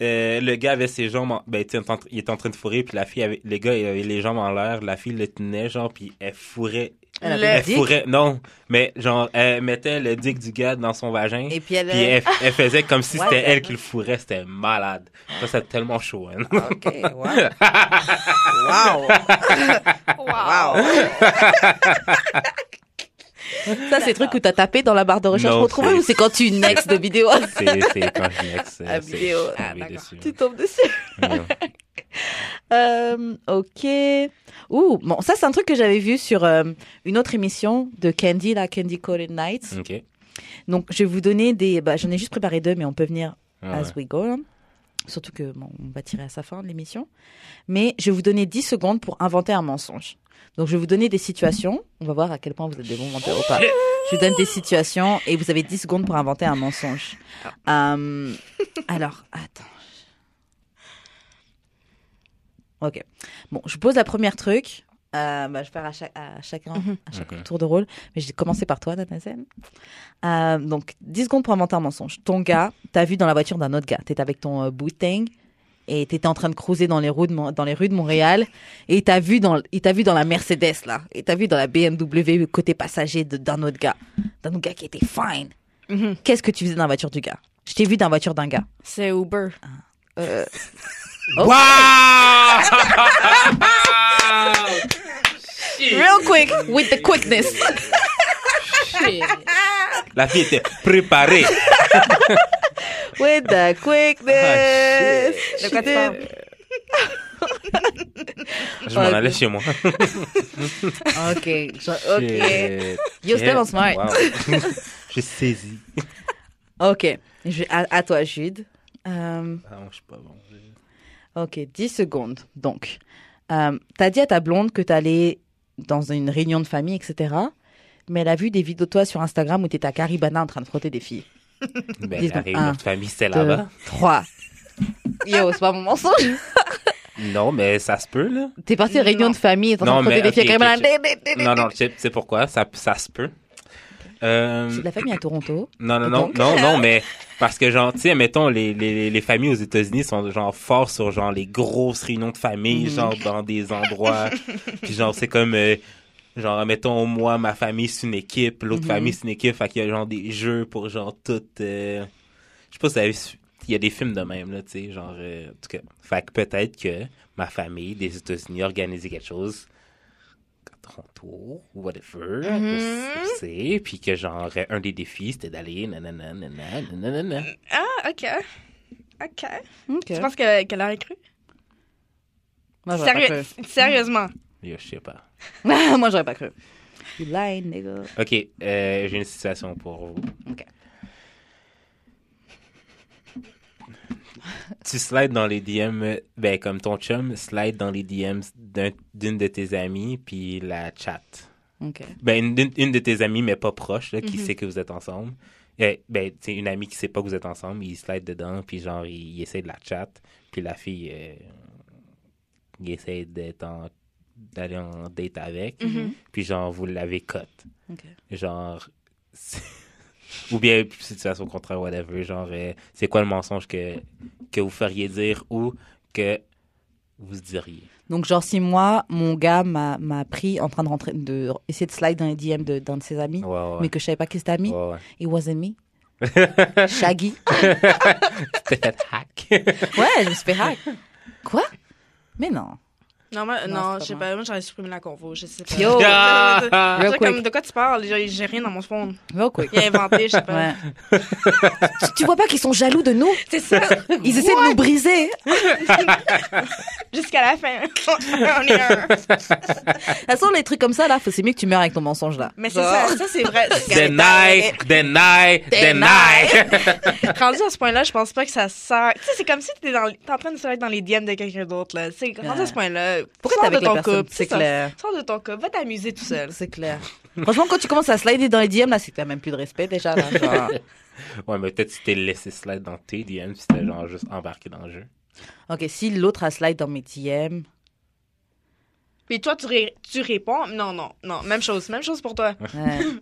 [SPEAKER 2] euh, le gars avait ses jambes, en- ben, tu sais, en train- il était en train de fourrer, puis la fille avait, le gars, il avait les jambes en l'air, la fille le tenait, genre, puis elle fourrait.
[SPEAKER 1] Elle
[SPEAKER 3] Le-
[SPEAKER 1] avait
[SPEAKER 2] Elle
[SPEAKER 1] le dick,
[SPEAKER 2] fourrait, non, mais genre, elle mettait le dick du gars dans son vagin.
[SPEAKER 1] Et puis elle.
[SPEAKER 2] Puis elle, elle faisait comme si
[SPEAKER 1] Ouais,
[SPEAKER 2] c'était
[SPEAKER 1] ouais.
[SPEAKER 2] elle qui le fourrait, c'était malade. Ça, c'était tellement chaud, hein.
[SPEAKER 1] Ah, Ok, wow. wow.
[SPEAKER 3] Wow!
[SPEAKER 1] Ça, c'est le truc où t'as tapé dans la barre de recherche
[SPEAKER 2] Non,
[SPEAKER 1] pour trouver
[SPEAKER 2] c'est-
[SPEAKER 1] ou c'est quand tu next de vidéo
[SPEAKER 2] C'est c'est quand je next, c'est-
[SPEAKER 1] La
[SPEAKER 2] c'est-
[SPEAKER 1] vidéo.
[SPEAKER 2] je suis
[SPEAKER 3] Ah,
[SPEAKER 2] tombé
[SPEAKER 3] d'accord.
[SPEAKER 2] dessus.
[SPEAKER 1] Tu tombes dessus. Euh, ok. Ouh, bon, ça, c'est un truc que j'avais vu sur euh, une autre émission de Candy, la Candy Coated Nights.
[SPEAKER 2] Ok. Ouais.
[SPEAKER 1] Donc, je vais vous donner des. Bah, J'en ai juste préparé deux, mais on peut venir
[SPEAKER 2] Ah
[SPEAKER 1] as we go. hein. Surtout que bon, on va tirer à sa fin de l'émission. Mais je vais vous donner 10 secondes pour inventer un mensonge. Donc je vais vous donner des situations. On va voir à quel point vous êtes des bons menteurs ou pas. Je vous donne des situations et vous avez 10 secondes pour inventer un mensonge. Euh, alors, attends. Ok. Bon, je vous pose la première truc. Euh, bah, je vais faire à, chaque, à chacun, à chacun
[SPEAKER 2] Mhm.
[SPEAKER 1] tour de rôle. Mais j'ai commencé par toi, Danazen. Euh, donc, 10 secondes pour inventer un mensonge. Ton gars, t'as vu dans la voiture d'un autre gars. T'étais avec ton euh, Boutang et t'étais en train de cruiser dans les rues de, Mon- dans les rues de Montréal et t'as vu dans il t'a vu dans la Mercedes là et t'as vu dans la BMW côté passager de- d'un autre gars d'un autre gars qui était fine
[SPEAKER 3] Mhm.
[SPEAKER 1] qu'est-ce que tu faisais dans la voiture du gars je t'ai vu dans la voiture d'un gars
[SPEAKER 3] C'est Uber.
[SPEAKER 1] Euh,
[SPEAKER 2] Wow! Shit.
[SPEAKER 1] real quick with the quickness
[SPEAKER 2] La fille était préparée.
[SPEAKER 1] with the quickness
[SPEAKER 3] De quoi tu parles?
[SPEAKER 2] Je m'en allais chez moi.
[SPEAKER 1] ok je- ok
[SPEAKER 2] Shit.
[SPEAKER 1] Yo, c'était bon, smart.
[SPEAKER 2] Wow. J'ai saisi.
[SPEAKER 1] ok Je- à, à toi Jude Euh,
[SPEAKER 2] Ah, moi, je suis pas bon.
[SPEAKER 1] Ok, 10 secondes. Donc, euh, t'as dit à ta blonde que t'allais dans une réunion de famille, etc. Mais elle a vu des vidéos de toi sur Instagram où t'étais à Caribana en train de frotter des filles.
[SPEAKER 2] Ben,
[SPEAKER 1] Dis
[SPEAKER 2] la
[SPEAKER 1] donc,
[SPEAKER 2] réunion
[SPEAKER 1] un,
[SPEAKER 2] de famille, c'était
[SPEAKER 1] Deux,
[SPEAKER 2] là-bas.
[SPEAKER 1] trois. Yo, c'est pas mon mensonge.
[SPEAKER 2] Non, mais ça se peut, là.
[SPEAKER 1] T'es parti à
[SPEAKER 3] Non.
[SPEAKER 1] réunion de famille, t'es en train
[SPEAKER 2] Non,
[SPEAKER 1] de frotter
[SPEAKER 2] mais,
[SPEAKER 1] des filles à
[SPEAKER 2] ok,
[SPEAKER 1] Caribana.
[SPEAKER 2] ok,
[SPEAKER 3] Eh ben,
[SPEAKER 1] Dé, dé, dé,
[SPEAKER 2] Non,
[SPEAKER 1] dé.
[SPEAKER 2] non, tu sais- tu sais pourquoi? Ça, ça se peut. Euh,
[SPEAKER 1] J'ai de la famille à Toronto.
[SPEAKER 2] Non, non, non,
[SPEAKER 1] Donc-
[SPEAKER 2] non, non, mais parce que, genre, tu sais, mettons, les, les, les familles aux États-Unis sont, genre, forts sur, genre, les grosses réunions de famille,
[SPEAKER 1] Mhm.
[SPEAKER 2] genre, dans des endroits. Puis, genre, c'est comme, euh, genre, mettons, moi, ma famille, c'est une équipe, l'autre
[SPEAKER 1] Mhm.
[SPEAKER 2] famille, c'est une équipe, fait qu'il y a, genre, des jeux pour, genre, toutes. euh, Je sais pas si vous avez su- il y a des films de même, là, tu sais, genre, euh, en tout cas. Fait que peut-être que ma famille des États-Unis a organisé quelque chose à Toronto, whatever,
[SPEAKER 3] Mhm.
[SPEAKER 2] je sais, puis que genre, un des défis, c'était d'aller nanana, nanana, nanana.
[SPEAKER 3] Ah, OK. OK.
[SPEAKER 1] Ok.
[SPEAKER 3] Tu penses que- qu'elle aurait cru?
[SPEAKER 1] Moi, j'aurais pas
[SPEAKER 3] Sérieux-
[SPEAKER 1] cru.
[SPEAKER 3] Sérieusement.
[SPEAKER 2] Yo, je sais pas.
[SPEAKER 1] Moi, j'aurais pas cru. You lying, nigga.
[SPEAKER 2] OK, euh, j'ai une situation pour vous.
[SPEAKER 1] OK.
[SPEAKER 2] tu slides dans les DM, euh, ben comme ton chum slide dans les DM d'un- d'une de tes amies, puis la chat.
[SPEAKER 5] Ok.
[SPEAKER 2] Ben une, une- une de tes amies, mais pas proche, là, qui
[SPEAKER 3] Mhm.
[SPEAKER 2] sait que vous êtes ensemble. Euh, ben, c'est une amie qui sait pas que vous êtes ensemble, il slide dedans, puis genre, il, il essaie de la chat, puis la fille, euh, il essaie d'être en- d'aller en date avec,
[SPEAKER 1] Mm-hmm.
[SPEAKER 3] Mhm.
[SPEAKER 2] puis genre, vous l'avez cut
[SPEAKER 5] Ok.
[SPEAKER 2] genre c'est- ou bien situation contraire whatever genre euh, c'est quoi le mensonge que que vous feriez dire ou que vous diriez
[SPEAKER 1] Donc, genre, si moi, mon gars m'a m'a pris en train de rentrer, de essayer de slide dans les DM de- d'un de, ses amis,
[SPEAKER 2] ouais ouais
[SPEAKER 1] mais que je savais pas qui c'était ami,
[SPEAKER 2] ouais, ouais.
[SPEAKER 1] it wasn't me. Shaggy.
[SPEAKER 2] T'es fait hack
[SPEAKER 1] Ouais, je me suis fait hack. Quoi Mais non.
[SPEAKER 3] Non,
[SPEAKER 1] Non,
[SPEAKER 3] moi,
[SPEAKER 1] c'est
[SPEAKER 3] non
[SPEAKER 1] pas
[SPEAKER 3] je sais
[SPEAKER 1] vrai.
[SPEAKER 3] pas. Moi, j'aurais supprimé la convo. Je sais pas.
[SPEAKER 1] Yo.
[SPEAKER 2] Ah!
[SPEAKER 3] Je sais
[SPEAKER 1] Real
[SPEAKER 3] comme,
[SPEAKER 1] quick.
[SPEAKER 3] de quoi tu parles? J'ai j'ai rien dans mon spawn.
[SPEAKER 1] Real quick.
[SPEAKER 3] Il a inventé, je sais pas.
[SPEAKER 1] Ouais. tu, tu vois pas qu'ils sont jaloux de nous
[SPEAKER 3] C'est ça.
[SPEAKER 1] Ils essaient de nous briser.
[SPEAKER 3] Jusqu'à la fin. On est un.
[SPEAKER 1] De toute façon, les trucs comme ça, là, faut- c'est mieux que tu meurs avec ton mensonge, là.
[SPEAKER 3] Mais c'est
[SPEAKER 1] Genre.
[SPEAKER 3] ça, ça c'est vrai.
[SPEAKER 2] deny deny deny
[SPEAKER 1] Deny. Ben.
[SPEAKER 3] Rendu à ce point-là, je pense pas que ça sert. Tu sais, c'est comme si t'es dans, t'es en train de se mettre dans les DM de quelqu'un d'autre, là. Tu sais, rendu à ce point-là,
[SPEAKER 1] Ah. Pourquoi t'es
[SPEAKER 3] sors
[SPEAKER 1] avec
[SPEAKER 3] de ton
[SPEAKER 1] la personne
[SPEAKER 3] couple?
[SPEAKER 1] C'est
[SPEAKER 3] ça.
[SPEAKER 1] clair.
[SPEAKER 3] Sors de ton couple, va t'amuser tout seul.
[SPEAKER 1] C'est clair. Franchement, quand tu commences à slider dans les DM, là, c'est que t'as même plus de respect déjà. Là, genre.
[SPEAKER 2] ouais mais peut-être tu t'es laissé slide dans tes DM si t'es genre juste embarqué dans le jeu
[SPEAKER 1] ok, si l'autre a slide dans mes DM.
[SPEAKER 3] Puis toi, tu, ré- tu réponds. Non, non, non. Même chose. Même chose pour toi.
[SPEAKER 1] ouais,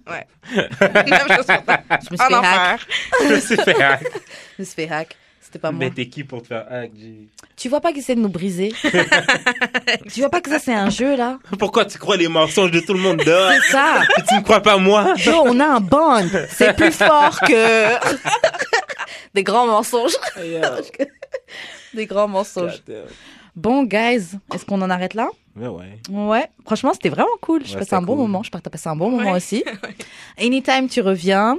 [SPEAKER 3] Ouais. même chose pour toi.
[SPEAKER 1] je me suis
[SPEAKER 3] En
[SPEAKER 1] fait hack.
[SPEAKER 3] enfer.
[SPEAKER 2] je me suis fait hack
[SPEAKER 1] Je me suis fait hack. C'était pas moi.
[SPEAKER 2] mais t'es qui pour te faire hack G?
[SPEAKER 1] Tu vois pas qu'ils essaient de nous briser Tu vois pas que ça, c'est un jeu, là
[SPEAKER 2] pourquoi tu crois les mensonges de tout le monde là
[SPEAKER 1] C'est ça
[SPEAKER 2] Puis tu ne crois pas moi
[SPEAKER 1] Yo, on a un bond C'est plus fort que. Des grands mensonges. Des grands mensonges. Bon, guys, est-ce qu'on en arrête là
[SPEAKER 2] mais ouais
[SPEAKER 1] Ouais, franchement, c'était vraiment cool. Je
[SPEAKER 2] Ouais,
[SPEAKER 1] passais un
[SPEAKER 2] c'était
[SPEAKER 1] bon
[SPEAKER 2] cool.
[SPEAKER 1] moment. Je pars t'as passé un bon moment
[SPEAKER 3] Ouais.
[SPEAKER 1] aussi. Anytime, tu reviens.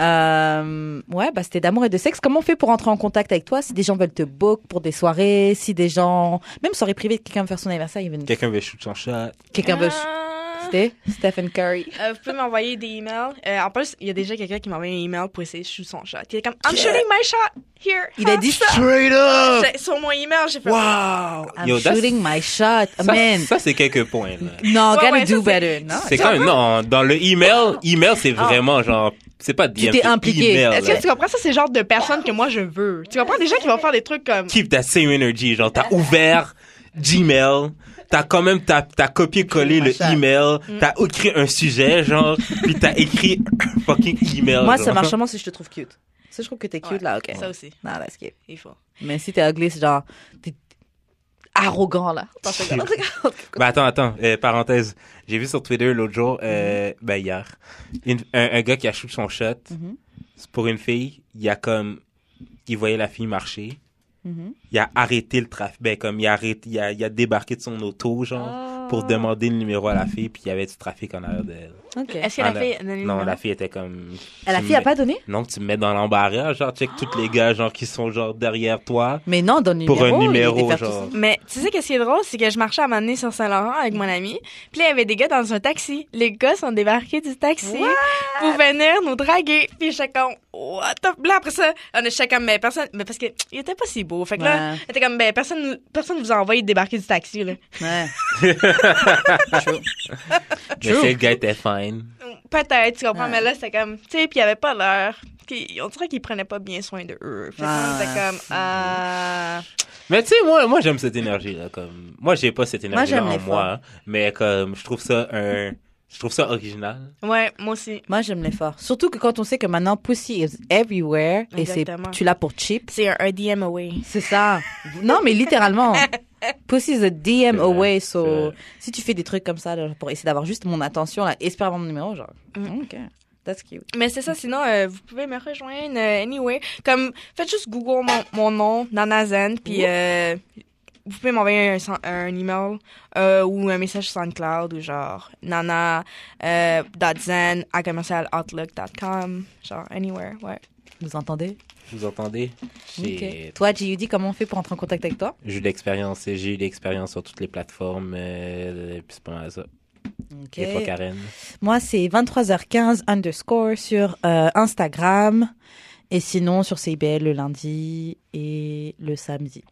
[SPEAKER 1] Euh, ouais, bah, c'était d'amour et de sexe. Comment on fait pour entrer en contact avec toi si des gens veulent te book pour des soirées, si des gens, même soirée privée, quelqu'un veut faire son anniversaire, il veut
[SPEAKER 2] quelqu'un veut shoot son shot
[SPEAKER 1] quelqu'un veut.
[SPEAKER 3] Ah.
[SPEAKER 1] C'était Stephen Curry.
[SPEAKER 3] Euh, vous pouvez m'envoyer des emails. Euh, en plus, il y a déjà quelqu'un qui m'a envoyé un email pour essayer de shooter son shot. Il est comme I'm shooting my shot here.
[SPEAKER 1] Il a dit ça.
[SPEAKER 2] straight up
[SPEAKER 3] J'ai- Sur mon email, j'ai fait.
[SPEAKER 2] Wow!
[SPEAKER 1] I'm
[SPEAKER 2] Yo, that's-
[SPEAKER 1] shooting my shot,
[SPEAKER 2] ça,
[SPEAKER 1] man.
[SPEAKER 2] ça, c'est quelques points. là.
[SPEAKER 1] Non,
[SPEAKER 3] Ouais,
[SPEAKER 1] gotta
[SPEAKER 3] ouais, ça,
[SPEAKER 1] do
[SPEAKER 3] c'est-
[SPEAKER 1] better. Non.
[SPEAKER 2] C'est quand même non. Dans le email, email c'est vraiment genre, c'est pas DM.
[SPEAKER 1] Ah. t'es
[SPEAKER 2] c'est
[SPEAKER 1] impliqué.
[SPEAKER 2] email,
[SPEAKER 3] Est-ce
[SPEAKER 2] là.
[SPEAKER 3] que tu comprends ça? C'est le genre de personne que moi je veux. Tu comprends des gens qui vont faire des trucs comme.
[SPEAKER 2] Keep that same energy, genre t'as ouvert Gmail, t'as quand même t'as t'as copié collé le
[SPEAKER 1] Machin.
[SPEAKER 2] email, t'as écrit un sujet genre, puis t'as écrit un fucking email.
[SPEAKER 1] Moi,
[SPEAKER 2] genre.
[SPEAKER 1] ça marche seulement si je te trouve cute. Ça, je trouve que t'es cute
[SPEAKER 3] Ouais,
[SPEAKER 1] là, ok.
[SPEAKER 3] Ça aussi,
[SPEAKER 1] Non, that's cute.
[SPEAKER 3] il faut.
[SPEAKER 1] Mais si t'es ugly, c'est genre, t'es arrogant là.
[SPEAKER 2] Ben attends, attends, euh, parenthèse. J'ai vu sur Twitter l'autre jour,
[SPEAKER 1] Mm.
[SPEAKER 2] euh, ben hier, une- un, un gars qui a shoot son shot
[SPEAKER 1] Mhm.
[SPEAKER 2] C'est pour une fille. Il a comme, il voyait la fille marcher.
[SPEAKER 1] Mhm.
[SPEAKER 2] Il a arrêté le trafic. Ben comme il a arrêté, il a, il a débarqué de son auto genre
[SPEAKER 1] Oh.
[SPEAKER 2] Ah. pour demander le numéro à la fille puis il y avait du trafic en arrière d'elle.
[SPEAKER 1] Ok.
[SPEAKER 3] Est-ce que
[SPEAKER 2] Ah,
[SPEAKER 3] la fille. Non, non,
[SPEAKER 2] Non,
[SPEAKER 3] non.
[SPEAKER 2] la fille était comme.
[SPEAKER 1] La
[SPEAKER 2] tu
[SPEAKER 1] fille a
[SPEAKER 2] me-
[SPEAKER 1] pas donné
[SPEAKER 2] Non, tu me mets dans l'embarras, genre check tous les gars genre qui sont genre derrière toi.
[SPEAKER 1] Mais non, donne
[SPEAKER 2] Pour un numéro,
[SPEAKER 1] il était faire
[SPEAKER 2] genre.
[SPEAKER 1] tout
[SPEAKER 3] Mais tu sais qu'est-ce qui est drôle, c'est que je marchais à un moment donné sur Saint-Laurent avec mon ami, puis là, il y avait des gars dans un taxi. Les gars sont débarqués du taxi pour venir nous draguer. Puis chacun, what the... Là, après ça, on est chacun, mais ben, personne... Mais parce que il était pas si beau. Fait que là,
[SPEAKER 1] Ouais.
[SPEAKER 3] il était comme, ben, personne, nous- personne vous a envoyé débarquer du taxi, là.
[SPEAKER 1] ça. Ouais.
[SPEAKER 2] Mais
[SPEAKER 1] True.
[SPEAKER 2] si le gars était fine.
[SPEAKER 3] Peut-être, tu comprends,
[SPEAKER 1] Ouais.
[SPEAKER 3] mais là, c'était comme... Tu sais, puis il y avait pas l'heure. on dirait qu'ils prenaient pas bien soin de eux. Fait que là,
[SPEAKER 1] Ouais.
[SPEAKER 3] c'était comme, ah...
[SPEAKER 2] Mais tu sais, moi, moi j'aime cette énergie-là. Comme... Moi, j'ai pas cette énergie-là
[SPEAKER 1] j'aime
[SPEAKER 2] en
[SPEAKER 1] l'effort.
[SPEAKER 2] moi. hein, mais comme, je trouve ça un... Je trouve ça original.
[SPEAKER 3] Ouais, moi aussi.
[SPEAKER 1] Moi, j'aime l'effort. Surtout que quand on sait que maintenant, pussy is everywhere et c'est
[SPEAKER 3] Exactement.
[SPEAKER 1] tu l'as pour cheap.
[SPEAKER 3] C'est un, un DM away.
[SPEAKER 1] C'est ça. non, mais littéralement. Pussy is a DM
[SPEAKER 2] vrai,
[SPEAKER 1] away.
[SPEAKER 2] c'est
[SPEAKER 1] So,
[SPEAKER 2] vrai.
[SPEAKER 1] si tu fais des trucs comme ça là, pour essayer d'avoir juste mon attention, là, espère avoir mon numéro, genre.
[SPEAKER 3] Mm.
[SPEAKER 1] Ok. That's cute.
[SPEAKER 3] Mais c'est ça, sinon, euh, vous pouvez me rejoindre euh, anyway. Comme, faites juste Google mon, mon nom, Nanazen, puis euh, vous pouvez m'envoyer un, sen- un email euh, ou un message sur SoundCloud ou genre nana euh, dot zen à commercial outlook dot com, genre anywhere, ouais.
[SPEAKER 1] Vous entendez
[SPEAKER 2] Vous entendez? J'ai
[SPEAKER 1] Ok. Toi, J.U.D., comment on fait pour entrer en contact avec toi
[SPEAKER 2] j'ai eu de l'expérience. et J'ai eu de l'expérience sur toutes les plateformes. euh, puis c'est pas mal ça.
[SPEAKER 1] Ok.
[SPEAKER 2] Et toi, Karen?
[SPEAKER 1] Moi, c'est 23h15 underscore sur euh, Instagram. Et sinon, sur CIBL le lundi et le samedi.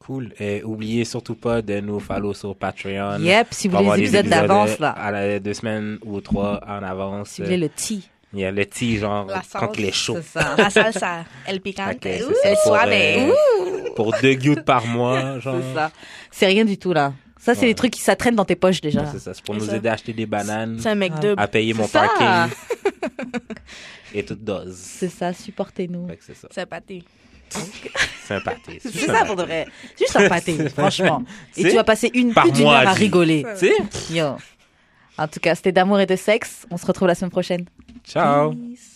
[SPEAKER 2] Cool. Et oubliez surtout pas de nous follow sur Patreon.
[SPEAKER 1] Yep, si vous
[SPEAKER 2] Ah, Pour avoir
[SPEAKER 1] voulez les
[SPEAKER 2] des euh,
[SPEAKER 1] épisodes d'avance, là.
[SPEAKER 2] À la deux semaines ou trois en avance.
[SPEAKER 1] Si vous voulez le T.
[SPEAKER 2] Il y a le petit genre
[SPEAKER 3] La
[SPEAKER 2] quand
[SPEAKER 3] sauce,
[SPEAKER 2] il est euh, chaud.
[SPEAKER 1] C'est ça.
[SPEAKER 3] La salsa, el picante,
[SPEAKER 2] Fait que c'est
[SPEAKER 3] ouh,
[SPEAKER 2] ça, pour,
[SPEAKER 3] suave.
[SPEAKER 2] euh,
[SPEAKER 3] Ouh.
[SPEAKER 2] pour deux gouttes par mois, genre.
[SPEAKER 1] C'est ça. C'est rien du tout, là. Ça, c'est
[SPEAKER 2] Ouais.
[SPEAKER 1] des trucs qui ça traîne dans tes poches
[SPEAKER 2] Ouais,
[SPEAKER 1] déjà.
[SPEAKER 2] c'est ça. C'est pour
[SPEAKER 3] C'est
[SPEAKER 2] nous
[SPEAKER 3] ça.
[SPEAKER 2] aider à acheter des bananes,
[SPEAKER 3] C'est un mec de
[SPEAKER 2] à payer mon
[SPEAKER 1] C'est ça.
[SPEAKER 2] parking et toute dose.
[SPEAKER 1] C'est ça, supportez-nous.
[SPEAKER 2] Fait que c'est ça.
[SPEAKER 3] c'est pâté.
[SPEAKER 2] C'est un pâté.
[SPEAKER 1] C'est ça pour de vrai. C'est juste un pâté, franchement. Et
[SPEAKER 2] C'est-
[SPEAKER 1] tu vas passer une
[SPEAKER 2] Par
[SPEAKER 1] plus d'une
[SPEAKER 2] mois,
[SPEAKER 1] heure à
[SPEAKER 2] dis.
[SPEAKER 1] rigoler.
[SPEAKER 2] Tu sais?
[SPEAKER 1] Yo. En tout cas, c'était d'amour et de sexe. On se retrouve la semaine prochaine.
[SPEAKER 2] Ciao.
[SPEAKER 1] Peace.